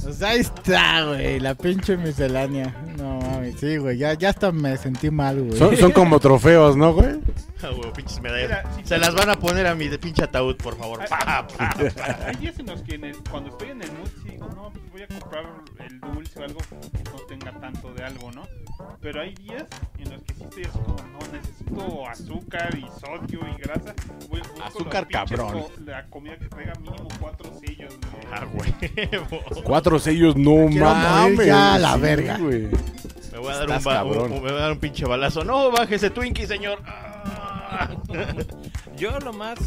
Pues ahí está, güey. La pinche miscelánea. No mami, sí, güey. Ya, ya hasta me sentí mal, güey. Son, son como trofeos, ¿no, güey? Ah, güey, pinches medallas. Mira, si- Se las van a poner a mi de pinche ataúd, por favor. Ah, Pa, pa. Ah, Hay días en los que en el- cuando estoy en el mood sí digo, no, pues voy a comprar el dulce o algo que no tenga tanto de algo, ¿no? Pero hay días en los que sí estoy así como, no, necesito azúcar y sodio y grasa. Voy, busco los Azúcar pinches cabrón. co- la comida que traiga mínimo cuatro sellos, güey. Ah, huevo. Cuatro sellos, no quiero mames. morir ya a la verga. güey. Me voy a dar un, Estás ba- cabrón. un- me voy a dar un pinche balazo. No, bájese Twinkie, señor. Ah. Yo lo más.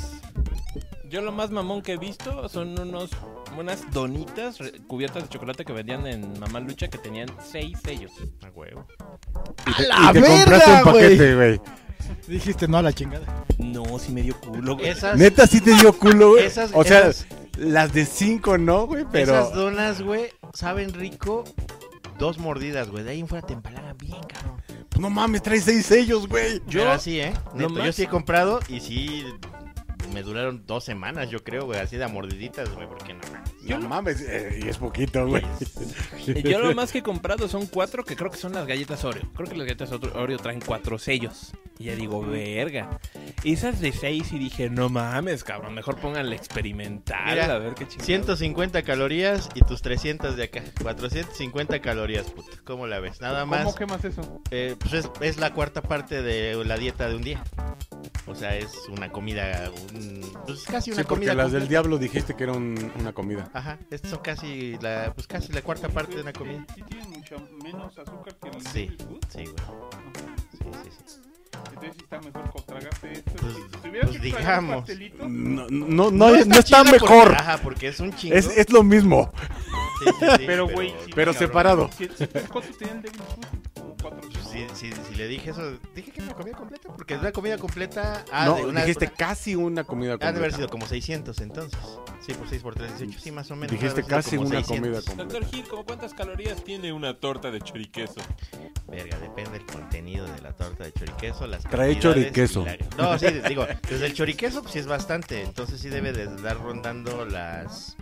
Yo lo más mamón que he visto son unos unas donitas re- cubiertas de chocolate que vendían en Mamá Lucha que tenían seis sellos. Ah, huevo. Y te, ¡A la y te compraste verga, un paquete, güey. Dijiste no a la chingada. No, sí me dio culo, güey. Esas, Neta, sí te dio culo, güey. Esas- o sea, esas- las de cinco no, güey, pero. esas donas, güey, saben rico. Dos mordidas, güey. De ahí en fuera te empalagan bien, cabrón. No mames, trae seis sellos, güey. Yo- Pero así, ¿eh? lo Neto, Yo más- sí he comprado y sí me duraron dos semanas, yo creo, güey. Así de a mordiditas, güey. Porque no mames. No mames, eh, y es poquito, güey. Yo lo más que he comprado son cuatro que creo que son las galletas Oreo. Creo que las galletas Oreo traen cuatro sellos. Y ya digo, verga. Esas de seis y dije, no mames, cabrón, mejor pónganle experimental Mira, a ver qué chingados. 150 calorías y tus 300 de acá. 450 calorías, puta. ¿Cómo la ves? Nada ¿Cómo más. quemas eso? eh, pues es, es la cuarta parte de la dieta de un día. O sea, es una comida. un- pues es casi una Sí, porque comida. las del completa. diablo dijiste que era un- una comida. Ajá, estos son casi la, pues casi la cuarta parte de una comida. Sí, sí tienen mucho menos azúcar que el Sí. Little Food. Sí, güey. Sí, sí, sí. Entonces sí está mejor con tragarte esto. Pues- si tuvieras pues que tragar un digamos. Mm, pastelito, No, no, no, no está, chida porque- mejor. ajá, porque es un chingo. Es, es lo mismo, Sí, sí, sí, Pero, güey, sí, pero cabrón. separado. Si, si el Costco tenía el Devil Food, como cuatro Pues Sí, sí, sí, le dije eso. Dije que era una comida completa. Porque es una comida completa. Ah, no, de una, dijiste una- Ah, casi una comida Ha de haber completa. sido como 600 entonces. Sí, por 6 por 3, 18. Sí, más o menos. ha de Dijiste haber sido casi como una 600. comida completa. Gil, ¿cómo cuántas calorías tiene una torta de choriqueso? Verga, depende del contenido de la torta de choriqueso. Las Trae cantidades choriqueso. y la- No, sí, digo, desde el choriqueso pues sí es bastante. Entonces sí debe de estar rondando las...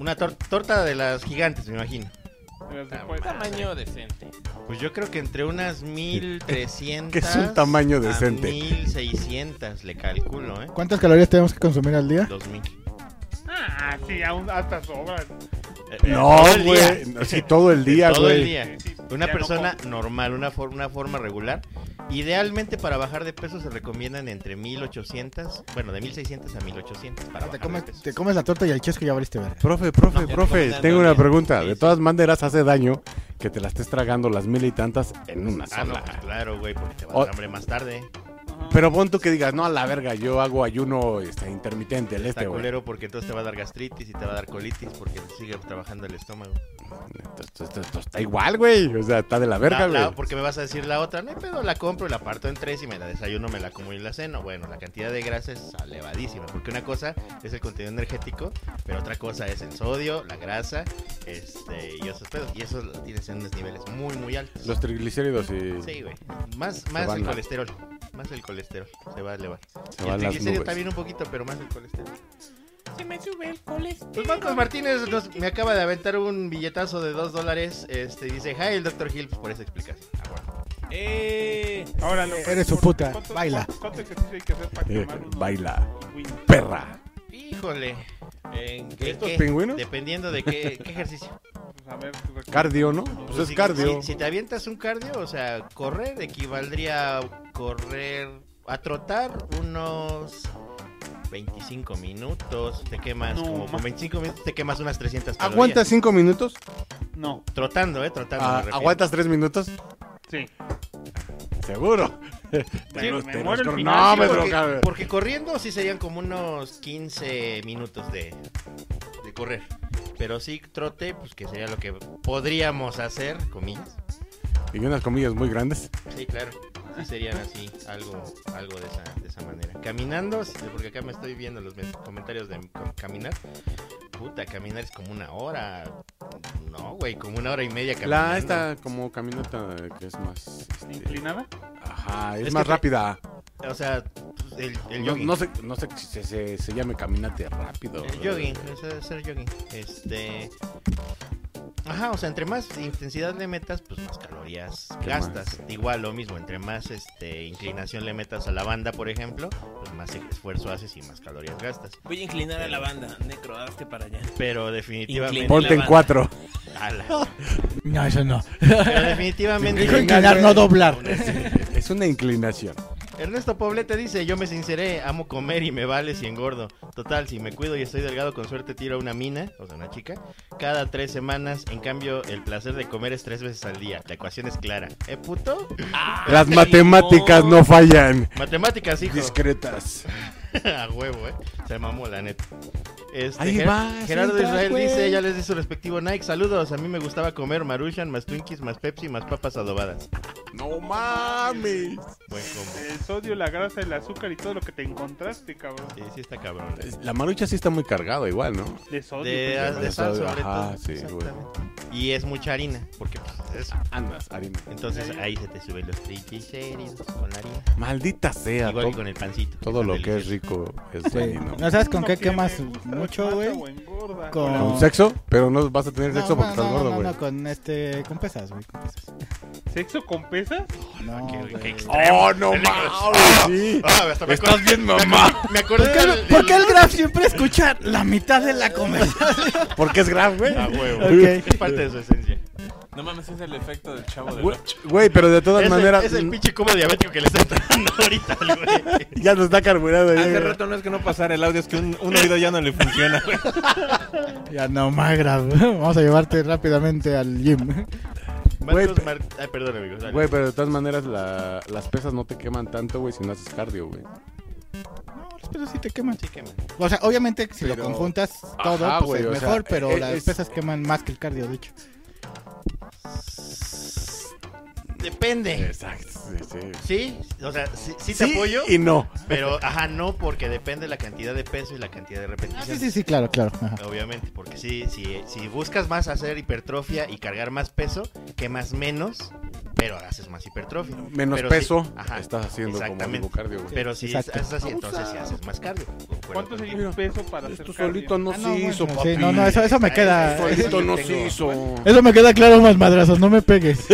Una tor- torta de las gigantes, me imagino. de las de Ah, fuera. Tamaño decente. Pues yo creo que entre unas 1300... Que es un tamaño decente. A 1600 le calculo, ¿eh? ¿Cuántas calorías tenemos que consumir al día? 2000. Ah, sí, aún hasta sobras. Eh, No, todo el día. güey. no, Sí, todo el día, Todo el güey. día. Sí, sí, Una ya no persona normal, una, for- una forma regular. Idealmente para bajar de peso se recomiendan entre 1800, bueno, de 1600 a 1800 para Te bajar comes, de peso. te comes la torta y el chesco y ya valiste verga. Profe, profe, No, ya profe, comiendo tengo el una día. pregunta. Sí, De sí. todas maneras hace daño que te la estés tragando las mil y tantas en una Ah, no, sola. pues claro, güey, porque te va a O- dar hambre más tarde. como. Ajá. Pero pon tú que digas, no, a la verga, yo hago ayuno este, intermitente, el Está este, güey. culero porque entonces te va a dar gastritis y te va a dar colitis porque te sigue trabajando el estómago. Esto- esto- esto Está igual, güey. O sea, está de la verga, La- la- güey. porque me vas a decir la otra, no hay pedo, la compro y la parto en tres y me la desayuno, me la como y la ceno. Bueno, la cantidad de grasa es elevadísima, porque una cosa es el contenido energético, pero otra cosa es el sodio, la grasa, este, y esos pedos. Y eso lo tienes en unos niveles muy, muy altos. Los triglicéridos y Sí, güey. Más, más van el la- colesterol. Más el colesterol. Se va a elevar. se y el van las triglicérido nubes. también un poquito, pero más el colesterol. Se me sube el colesterol. Pues Marcos Martínez nos- me acaba de aventar un billetazo de dos dólares. Este, dice, hi, el Dr. Hill, pues, por esa explicación. Ah, bueno. Eh, Ahora, lo- Eres su puta, ¿cuánto- baila. ¿Cuánto ejercicio hay que hacer para Eh, quemar unos baila. pingüinos? Perra. Híjole. ¿En qué- ¿Estos qué? pingüinos? Dependiendo de qué, qué ejercicio. Pues, a ver, tú recuerdas. Cardio, ¿no? Pues es si, cardio. Si, si te avientas un cardio, o sea, correr equivaldría a correr, a trotar unos 25 minutos, te quemas No, como con ma- 25 minutos te quemas unas 300 calorías. ¿Aguantas cinco minutos? No, Trotando, eh, trotando. Ah, me refiero. ¿Aguantas tres minutos? sí. Seguro. este me Pero te muero los al final, Sí, cronómetros, porque, cabrón. porque corriendo sí serían como unos 15 minutos de, de correr. Pero sí trote, pues que sería lo que podríamos hacer, comillas. Y unas comillas muy grandes. Sí, claro. Sí serían así, algo, algo de esa, de esa manera. Caminando, sí, porque acá me estoy viendo los men- comentarios de cam- caminar. Puta, caminar es como una hora. No, güey, como una hora y media caminando. La esta como caminata que es más... este, ¿Inclinada? Ajá, es, Es más que- rápida. O sea, pues, el, el No, jogging. no sé, no sé si se, se- se llame caminate rápido. El jogging, o sea, hacer jogging. Este. Ajá, o sea, entre más intensidad le metas, pues más calorías ¿Qué gastas. más? Igual lo mismo, entre más este inclinación le metas a la banda, por ejemplo, pues más esfuerzo haces y más calorías gastas. Voy a inclinar a la banda. Necro, hazte para allá. Pero definitivamente. Inclin- Ponte en La- cuatro. Ala. No, eso no. Pero definitivamente. Dijo inclinar, no doblar. Es una inclinación. Ernesto Poblete dice, yo me sinceré, amo comer y me vale si engordo. Total, si me cuido y estoy delgado, con suerte tiro a una mina, o sea, una chica, cada tres semanas. En cambio, el placer de comer es tres veces al día. La ecuación es clara. ¿Eh, puto? Las matemáticas no fallan. Matemáticas, hijo. Discretas. a huevo, eh. Se mamó, la neta. Este, Ahí Ger- vas, Gerardo entras, Israel güey. dice, ya les di su respectivo Nike. Saludos, a mí me gustaba comer maruchan, más Twinkies, más Pepsi, más papas adobadas. No mames. Buen combo. El sodio, la grasa, el azúcar y todo lo que te encontraste, cabrón. Sí, sí está cabrón. eh. La marucha sí está muy cargada igual, ¿no? De sodio. De, pues, as- de de sal sodio, sobre ajá, todo. sí, exactamente. Y es mucha harina, porque pues, es eso. Andas, harina. Entonces Ya, ya. ahí se te suben los triglicéridos con la harina. Maldita sea. Igual to- que con el pancito. Todo está lo que es delicioso. rico es dañino. ¿No sabes con uno qué que quemas me gusta, mucho, mata güey? o engorda. Con- Con- ¿Con sexo? Pero no vas a tener No, sexo porque bueno, estás no, gordo, no, güey. no, con este, con pesas, güey, con pesas. ¿Sexo con pesas? Ah, No, qué- güey. qué extra- ¡Oh, no mames! Sí. Ah, hasta me Estás acordé- bien mamá. Me acordé del- ¿Por del- qué el Graf siempre escucha la mitad de la comedia? ¿Por qué es grave, güey? Ah, huevo. Ok. Es parte de su esencia. No mames, es el efecto del chavo del Güey- Ocho. Güey, pero de todas Es el, maneras, mm, es el pinche cubo diabético que le está entrando ahorita, al güey. ya nos está carburado. ya, Hace güey. rato no es que no pasara el audio, es que un, un oído ya no le funciona. güey. Ya no más, Graf. Vamos a llevarte rápidamente al gym. Güey, Marcos pe- Mar- Ay, perdón, amigos. dale. Güey, pero de todas maneras, la- las pesas no te queman tanto, güey, si no haces cardio, güey. No, los pesas sí te queman. Sí, qué mal. O sea, obviamente si lo Pero- conjuntas todo, Ajá, pues güey, es o sea, mejor, pero es- las es- pesas queman más que el cardio, de hecho. Depende. Exacto. Sí, sí. Sí, o sea, sí, sí te Sí apoyo, Y no. pero ajá, no, porque depende la cantidad de peso y la cantidad de Ah, repeticiones. sí, sí, sí, claro, claro. ajá. Obviamente, porque si, si, si buscas más hacer hipertrofia y cargar más peso, quemas menos, pero haces más hipertrofia. Menos Pero si- peso ajá, estás haciendo como exactamente. tipo cardio, güey. Pero si Exacto. haces así, entonces sí haces más cardio. Concuerdo ¿Cuánto contigo. sería un peso para hacer Esto cardio? solito no Ah, se bueno, hizo, sí, papi. no, no, eso, eso me Ahí queda. está, ahí está. Solito no Tengo- se hizo. Eso me queda claro, más madrazos, no me pegues.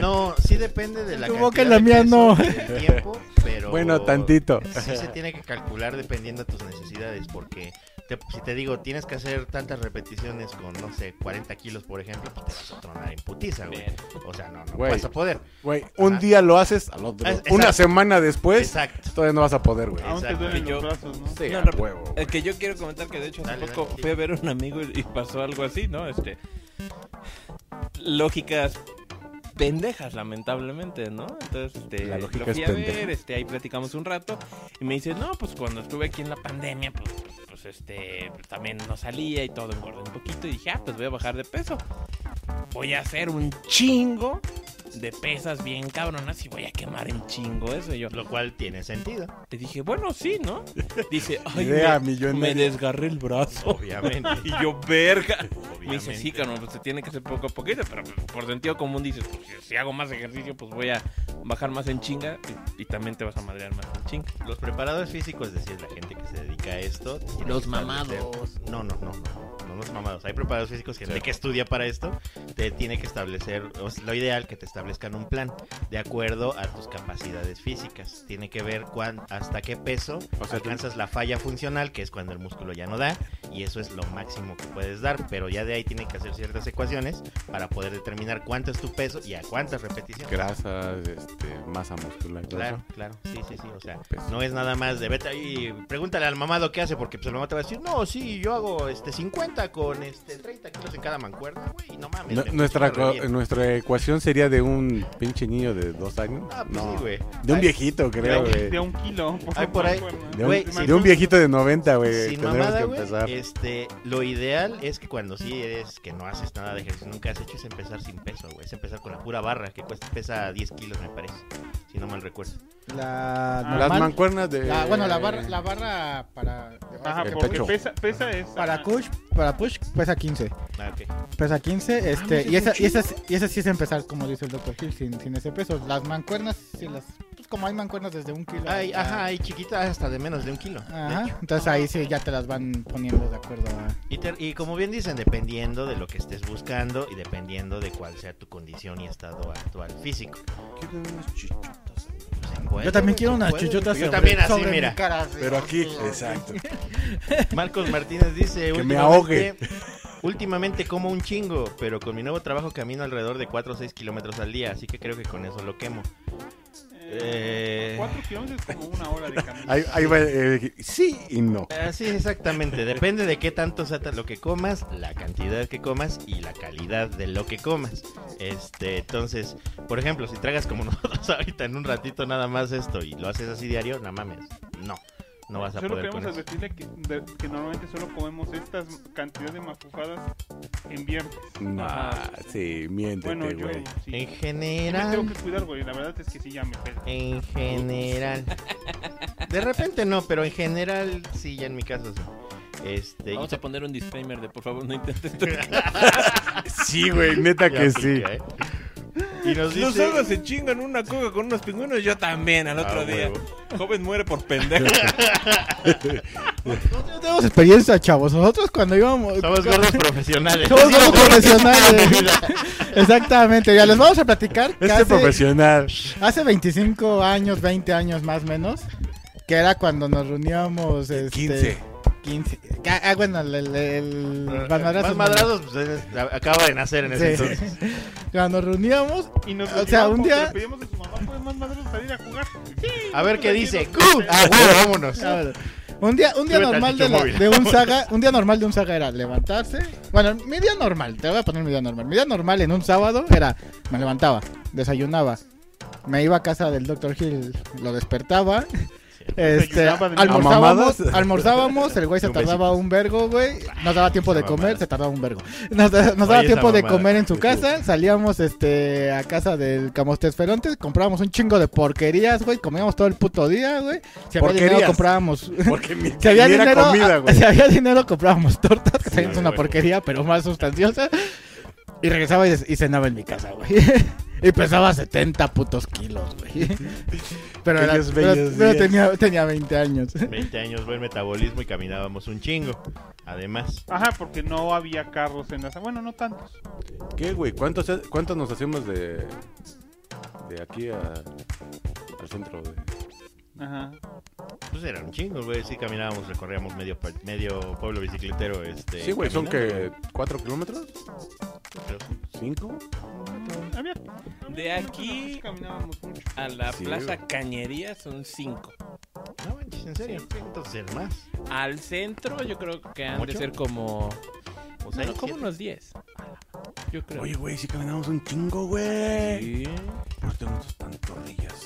No, sí depende de la Tu cantidad boca y la de mía peso no. y del tiempo, pero... Bueno, tantito. Sí se tiene que calcular dependiendo de tus necesidades, porque te- si te digo, tienes que hacer tantas repeticiones con, no sé, 40 kilos, por ejemplo, pues te vas a tronar en putiza, güey. O sea, no, no Güey. vas a poder. Güey, un día lo haces, al otro. Ah, exacto. Una semana después, Exacto. Ah, todavía no vas a poder, güey. Aún te Exacto. duelen Yo- los brazos, ¿no? Sí, No, a no, pero- huevo, güey. El Eh, que yo quiero comentar que de hecho hace Dale, poco dale, sí. fui a ver a un amigo y y pasó algo así, ¿no? Este lógicas pendejas lamentablemente, ¿no? Entonces, este, La lógica lo fui es a ver, pendeja. este, ahí platicamos un rato y me dice, "No, pues cuando estuve aquí en la pandemia, pues pues, pues, este pues, también no salía y todo engordé un poquito y dije, "Ah, pues voy a bajar de peso. Voy a hacer un chingo de pesas bien cabronas y voy a quemar un chingo eso." Y yo, Lo cual tiene sentido, le dije, bueno, sí, ¿no? Dice, ay, Idea me, me millonaria. desgarré el brazo. obviamente. Y yo, verga. obviamente. Me dice, sí, cabrón, pues se tiene que hacer poco a poquito, pero pues, por sentido común dices, pues si- si hago más ejercicio, pues voy a bajar más en chinga y, y también te vas a madrear más en chinga. Los preparadores físicos, es decir, la gente que se dedica a esto. tiene que establecer- No, no, no, no. No los mamados. Hay preparadores físicos, gente que estudia para esto, te tiene que establecer, o sea, lo ideal que te establezcan un plan de acuerdo a tus capacidades físicas. Tiene que ver cuán, hasta qué peso O sea, alcanzas la falla funcional, que es cuando el músculo ya no da, y y eso es lo máximo que puedes dar, pero ya de ahí tienen que hacer ciertas ecuaciones para poder determinar cuánto es tu peso y a cuántas repeticiones. Grasas, este, masa muscular. todo Claro, eso. pues, claro, sí, sí, sí, o sea, Peso. no es nada más de vete ahí, pregúntale al mamado qué hace, porque pues el mamado te va a decir, no, sí, yo hago este 50 con este 30 kilos en cada mancuerna, güey, no mames. Nu- te nuestra, funciona co- re bien. nuestra ecuación sería de un pinche niño de dos años. Ah, pues no, sí, güey. de un Ay, viejito, creo, güey. De un kilo. Ay, por ahí. De un, Güey, de sí. un viejito de 90, güey. Sin Tendremos mamada, que güey, empezar. este, lo ideal es que cuando sí eres que no haces nada de ejercicio, nunca has hecho, es empezar sin peso, güey. Es empezar con la pura barra, que cuesta, pesa 10 kilos, me parece, si no mal recuerdo. La Ah, Las normal- mancuernas de. la- bueno, la barra, la barra para. este, Ajá, El porque pecho. pesa, pesa es. Para ajá, push, para push pesa 15. Ah, ok. Pesa 15, este, y, esa, y, esa, y esa sí es empezar, como dice el Dr. Hill, sin, sin ese peso. Las mancuernas, sí las, pues como hay mancuernas desde un kilo. Ay, hasta- ajá, y chiquita hasta de menos de un kilo. de Ajá, hecho. entonces ahí sí ya te las van poniendo de acuerdo a... Y, te- y como bien dicen, dependiendo de lo que estés buscando y dependiendo de cuál sea tu condición y estado actual físico. Pues, se puede, Yo también güey, quiero se unas puede. chuchotas Yo sobre- también así, sobre mi mira. cara, así. Pero aquí, exacto. Marcos Martínez dice: Que me "Últimamente- ahogue". Últimamente como un chingo, pero con mi nuevo trabajo camino alrededor de 4 o 6 kilómetros al día, así que creo que con eso lo quemo. eh, Eh. Cuatro kilómetros es como una hora de camino. Ahí, ahí va. eh, sí y no. Así exactamente, depende de qué tanto sea lo que comas, la cantidad que comas y la calidad de lo que comas. Este, entonces, por ejemplo, si tragas como nosotros ahorita en un ratito nada más esto y lo haces así diario, no mames, no, no vas a Solo poder. queremos con eso. advertirle que, de- que normalmente solo comemos estas cantidades de mafufadas en viernes. Nah, Ah, sí, miéntete, Bueno, güey. yo En sí. Sí me tengo general, que cuidar, güey. La verdad es que sí, ya me pesa. en general. De repente no, pero en general sí, ya en mi caso sí. Este, y Vamos a poner un disclaimer de por favor no intentes tu Sí, güey, neta Ya que aplica, sí. ¿eh? Y nos dice... Los ojos se chingan una coca con unos pingüinos, yo también al otro Ah, día. huevo. Joven muere por pendejo. No tenemos experiencia, chavos. Nosotros cuando íbamos... Somos gordos profesionales. Somos gordos profesionales. Exactamente, ya les vamos a platicar que Este hace, profesional. hace 25 años, 20 años más o menos, que era cuando nos reuníamos... Este, 15. 15. Ah, ah, bueno, el, el, el Más madrazo- madrazos, pues, es- acaba de nacer en ese Sí. entonces. Cuando nos reuníamos, Y nos O sea, un día- Le pedíamos a su mamá, pues más madre salir a jugar. Sí, A ver qué aquí dice. nos- ¡Cu! Ah, güey, vámonos. Ah, bueno. Un día, un Súbete día al normal de, chicho la- móvil. de un saga, un día normal de un saga era levantarse. Bueno, mi día normal, te voy a poner mi día normal. Mi día normal en un sábado era, me levantaba, desayunaba, me iba a casa del Dr. Hill, lo despertaba, este, Desayunaba de- ¿A almorzábamos, mamadas? almorzábamos, el güey se Un tardaba un vergo, güey, nos daba tiempo de Esa comer, mamada. se tardaba un vergo, nos, da- nos daba Oye, esa tiempo de mamada. comer en su casa, salíamos, este, a casa del Camostes Ferontes, comprábamos un chingo de porquerías, güey, comíamos todo el puto día, güey, si había dinero Porquerías. comprábamos Porque mi si había, era dinero, comida, ah, güey. si había dinero, comprábamos tortas, que es una güey. porquería, pero más sustanciosa. Y regresaba y, y cenaba en mi casa, güey. Y pesaba 70 putos kilos, güey. Pero, era- Aquellos pero- bellos pero días. tenía, tenía 20 años. 20 años, buen metabolismo y caminábamos un chingo. Además, Ajá, porque no había carros en la sa- Bueno, no tantos. ¿Qué, güey? ¿Cuántos, ¿Cuántos nos hacemos de. de aquí a, al centro? De... Ajá. pues era un chingo, güey. Sí, caminábamos, recorríamos medio, pa- medio pueblo bicicletero. Este, Sí, güey, son que. caminando, ¿Cuatro kilómetros? güey. ¿Cinco? Había. De aquí- Caminábamos mucho. A la Sí, Plaza güey. Cañería son cinco. No manches, en serio. Entonces, ser más. Al centro yo creo que han de ¿Ocho? ser como... O No, sea, no, como siete. unos diez. Yo creo. Oye, güey, sí caminamos un chingo, güey. Sí. Por tenemos pantorrillas.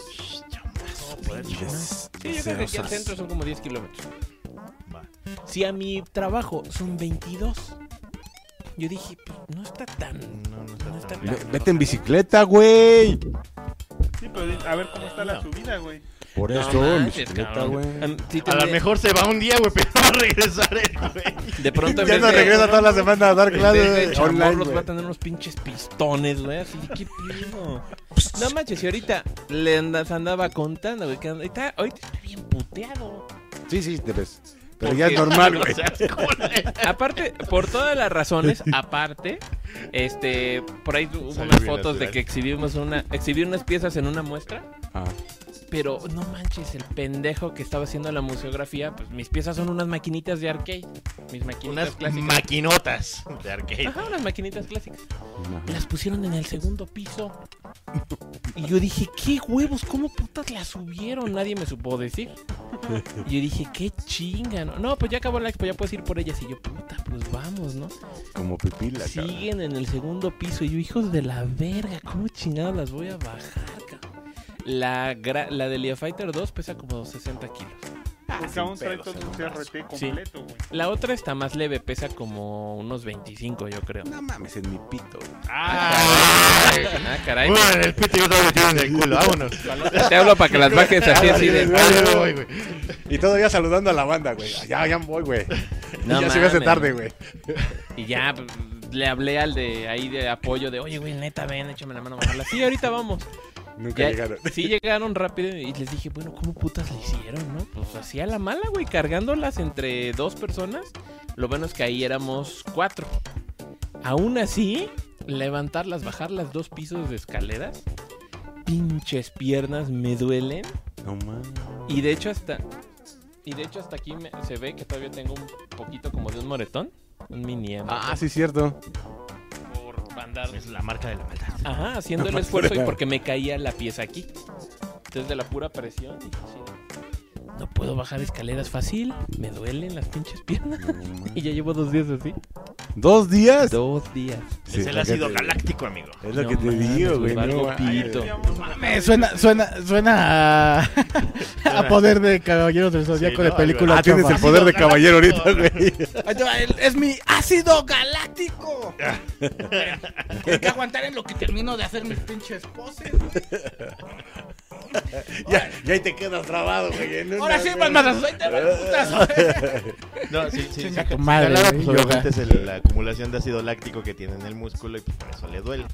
Yes, Sí, yo creo que aquí al deseosas. centro son como 10 kilómetros. Va. Si a mi trabajo son 22. Yo dije, pues no está tan... No, no está No está tan Ve- mal. Vete en bicicleta, güey. Sí, pero a ver cómo está la subida, güey. Por No eso, en manches, bicicleta, cabrón. güey. Am- sí, A lo también- mejor se va un día, güey, pero va a regresar el güey. De pronto en Ya vez no de- regresa toda la semana a dar Desde clases online, chamorros güey. va a tener unos pinches pistones, güey. Así que, ¿qué pido? No manches, y ahorita le andas, andaba contando, güey. que and- ahorita, ahorita estoy bien puteado. Sí, sí, te ves. Pero ¿Por ya es qué? normal, güey. Aparte, por todas las razones, aparte, este, por ahí hubo Salió unas bien fotos de natural. que exhibimos una, exhibí unas piezas en una muestra. Ah, Pero no manches, el pendejo que estaba haciendo la museografía, pues mis piezas son unas maquinitas de arcade. Mis maquinitas Unas clásicas. maquinotas de arcade. Ajá, unas maquinitas clásicas. Las pusieron en el segundo piso. Y yo dije, ¿qué huevos? ¿Cómo putas las subieron? Nadie me supo decir. Y yo dije, qué chinga, ¿no? No, pues ya acabó la expo, ya puedes ir por ellas. Y yo, puta, pues vamos, ¿no? Como pipila, cabrón. Siguen en el segundo piso. Y yo, hijos de la verga, ¿cómo chingadas las voy a bajar, cabrón? La, gra- la de Lea Fighter 2 pesa como 60 kilos. Porque aún trae todo un CRT completo, güey. La otra está más leve, pesa como unos 25, yo creo. No mames, en mi pito. Ah, caray. Bueno, el pito yo estaba metido en el culo, vámonos. Te hablo para que las bajes así, así de. Ah, yo me voy, güey. Y todavía saludando a la banda, güey. Ya, ya voy, güey. No ya se me hace mames. tarde, güey. Y ya pues, le hablé al de ahí de apoyo de, oye, güey, neta, ven, échame la mano a bajarla. Sí, ahorita vamos. Nunca Ya- llegaron. Sí, llegaron rápido y les dije, bueno, ¿cómo putas le hicieron, no? Pues así a la mala, güey, cargándolas entre dos personas. Lo bueno es que ahí éramos cuatro. Aún así, levantarlas, bajarlas dos pisos de escaleras. Pinches piernas me duelen. No mames. Y de hecho hasta y de hecho hasta aquí me- se ve que todavía tengo un poquito como de un moretón, un mini emo, Ah, sí, cierto. por andar Es la marca de la maldad. ajá, haciendo el esfuerzo y porque me caía la pieza aquí. Entonces de la pura presión dije, "Sí, no puedo bajar escaleras fácil, me duelen las pinches piernas. Y ya llevo dos días así. ¿Dos días? Dos días. Sí, es el lo que ácido te- galáctico, amigo. Es lo No que te mames, digo, güey, güey. valgo No, ay, pito. Eh, suena, suena, suena a, a poder de Caballeros del Zodíaco Sí, de no, película Ah, tienes chafa. el poder de Ácido caballero galáctico. ahorita, güey. Ay, no, el- Es mi ácido galáctico. Hay que aguantar en lo que termino de hacer mis pinches poses. Ya, ya ahí te quedas trabado, güey. en una, Ahora sí, güey. más más ahí te va el putazo. No, sí, sí. sí. Chinga tu madre, Jalada, güey, pues, yoga. obviamente es el- la acumulación de ácido láctico que tiene en el músculo y pues, por eso le duele.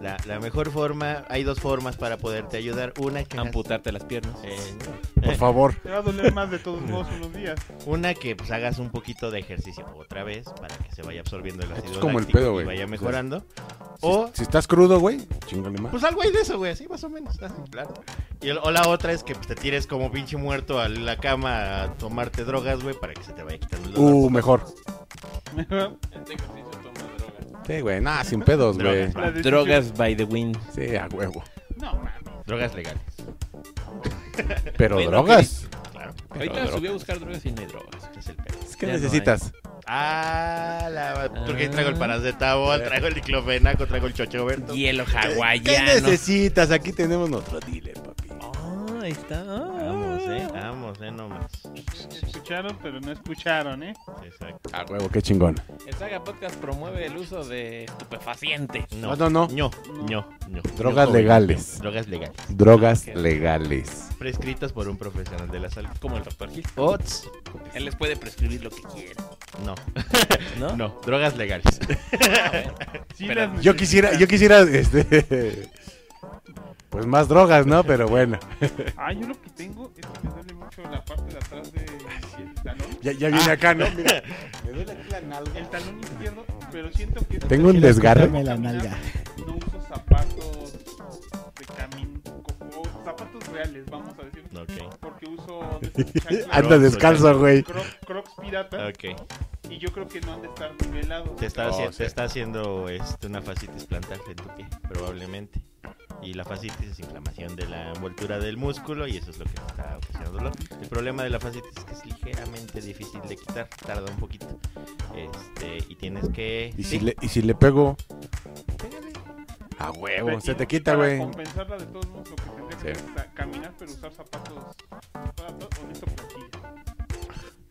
La, la mejor forma, hay dos formas para poderte ayudar. Una que... Amputarte las piernas. Eh, Por favor. Te va a doler más de todos modos unos días. una que pues, hagas un poquito de ejercicio otra vez para que se vaya absorbiendo el Esto es ácido como el láctico pedo, y güey. vaya O sea, mejorando. O Si estás crudo, güey, chingale más. Pues algo hay de eso, güey, así más o menos. así, claro. Y el- o la otra es que pues, te tires como pinche muerto a la cama a tomarte drogas, güey, para que se te vaya quitando el dolor. Uh, mejor. La Sí, güey, nada, sin pedos, güey. Drogas, va. decisión- Drogas by the wind. Sí, a huevo. No, mames. Drogas legales, Pero Bueno, drogas. claro. Ahorita subí a buscar drogas y no hay drogas. ese Es el pedo. ¿Qué Ya no necesitas? Ah, la porque Ah. traigo el paracetamol, traigo el diclofenaco, traigo el chochoberto. Hielo ¿Qué hawaiano. necesitas? Aquí tenemos nuestro dealer, papi. Ah, ahí está. Vamos, eh, vamos, eh, nomás. Escucharon, pero no escucharon, ¿eh? Exacto. A huevo, qué chingón. El Saga Podcast promueve el uso de estupefacientes. Ah, No, no, no. No, no, no. Drogas No, legales. Drogas legales. Drogas legales. Prescritas por un profesional de la salud. Como el doctor Gil. Ots. Él les puede prescribir lo que quiera. No, ¿No? no. Drogas legales. Sí Pero las Yo quisiera, yo quisiera, este. Pues más drogas, ¿no? Pero bueno. necesitas. Ah, yo lo que tengo es que me duele mucho la parte de atrás del talón. Ya, ya viene acá, ¿no? Mira. El talón izquierdo, pero siento que... Tengo un desgarre. Dame la nalga. No uso zapatos de camino, como zapatos reales, vamos a decir. ok, Porque uso... de esas chanclas, Anda descalzo, güey. Croc- Crocs pirata ok. y yo creo que no han de estar nivelados. Te está, Oh, haci- sí. te está haciendo este, una fascitis plantar en tu pie, probablemente. Y la fascitis es inflamación de la envoltura del músculo y eso es lo que te está ocasionando dolor. El problema de la fascitis es que es ligeramente difícil de quitar, tarda un poquito. Este, y tienes que... ¿Y sí, si le, y si le pego? pégale. A Pe- huevo, y se te quita, para güey. compensarla de todos modos, lo que tendría que Sí. hacer es a- caminar, pero usar zapatos baratos o de esto platilla.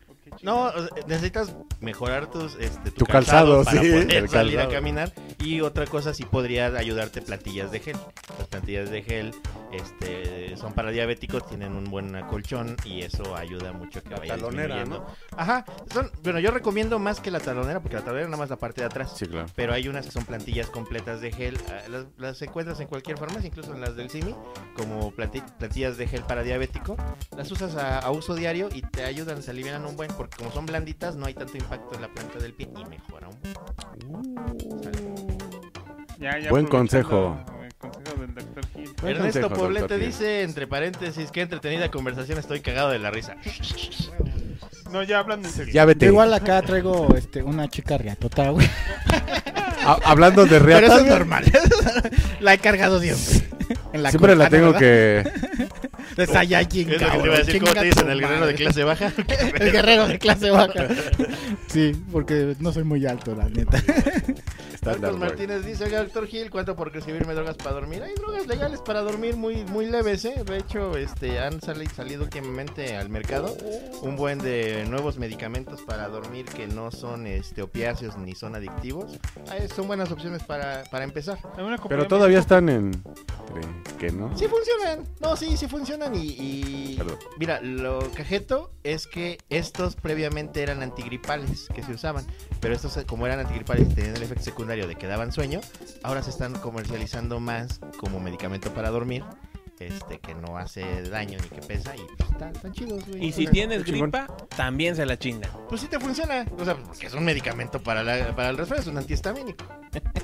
Ok, chingada. No, o sea, necesitas mejorar tus, este, Tu calzado, para sí, poder el salir calzado. a caminar. Y otra cosa, sí podría ayudarte plantillas de gel. Las plantillas de gel este, son para diabéticos, tienen un buen colchón y eso ayuda mucho a que La vaya talonera, disminuyendo. Ajá, son, bueno, yo recomiendo más que la talonera porque la talonera nada más la parte de atrás. Sí, claro. Pero hay unas que son plantillas completas de gel. ah, Las, las encuentras en cualquier farmacia, incluso en las del CIMI, como planti- plantillas de gel para diabético. Las usas a, a uso diario y te ayudan, se alivian un buen, porque como son blanditas, no hay tanto impacto en la planta del pie y mejora un buen. Ya, ya Buen aprovechando, consejo. eh, consejo de en Dr. Hill. Buen Ernesto consejo, Poblete doctor Gil. dice, entre paréntesis, que entretenida conversación, estoy cagado de la risa. No, ya hablan en serio. Ya Yo vete. igual acá traigo este, una chica riatota, güey. Ha- hablando de Pero eso reatas, es normal. la he cargado siempre. En siempre la colgada, tengo ¿verdad? que. De Saiyajin, Es lo que te iba cabrón, a decir, ¿cómo chinga te dicen? ¿El tu guerrero de madre. clase baja? El guerrero de clase baja. Sí, porque no soy muy alto, la neta. Estándar, Marcos güey. Martínez dice, oiga, doctor Gil, ¿cuánto por recibirme drogas para dormir? Hay drogas legales para dormir muy, muy leves, ¿eh? De hecho, este, han sali- salido últimamente al mercado un buen de nuevos medicamentos para dormir que no son este, opiáceos ni son adictivos. Ah, eh, son buenas opciones para, para empezar. Hay una compañía Pero todavía en México- están en. Cre- ¿Qué no? Sí funcionan. No, sí, sí funcionan y... y- Perdón. Mira, lo cajeto es que estos previamente eran antigripales que se usaban, pero estos como eran antigripales y tenían el efecto secundario de que daban sueño, ahora se están comercializando más como medicamento para dormir, este que no hace daño ni que pesa y pues, están, están chidos, güey. Y O si sea, tienes qué chingón. gripa, también se la chinga. Pues sí te funciona, o sea, porque es un medicamento para, la- para el resfriado, es un antihistamínico.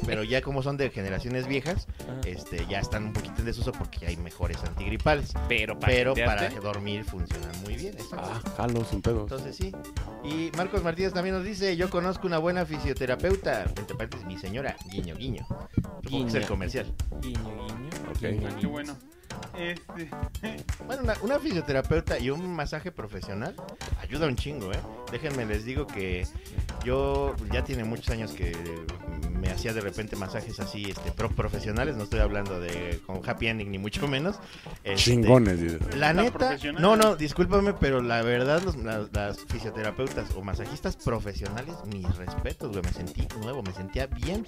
Pero ya como son de generaciones viejas, este ya están un poquito en desuso porque ya hay mejores antigripales, Pero para pero para gentearte, dormir funcionan muy bien. exacto. Ah, jalo, sin pedos. Entonces sí. Y Marcos Martínez también nos dice, yo conozco una buena fisioterapeuta, entre partes, mi señora, guiño, guiño. Supongo que es el Guiño. comercial. guiño, guiño. Ok. Ah, Qué bueno. Este, Bueno, una, una fisioterapeuta y un masaje profesional ayuda un chingo, ¿eh? Déjenme les digo que yo ya tiene muchos años que me hacía de repente masajes así, este, pro profesionales, no estoy hablando de con happy ending ni mucho menos. Este, Chingones, dices. La Las neta, profesionales. no, no, discúlpame, pero la verdad, los- las, las fisioterapeutas o masajistas profesionales, mis respetos, güey, me sentí nuevo, me sentía bien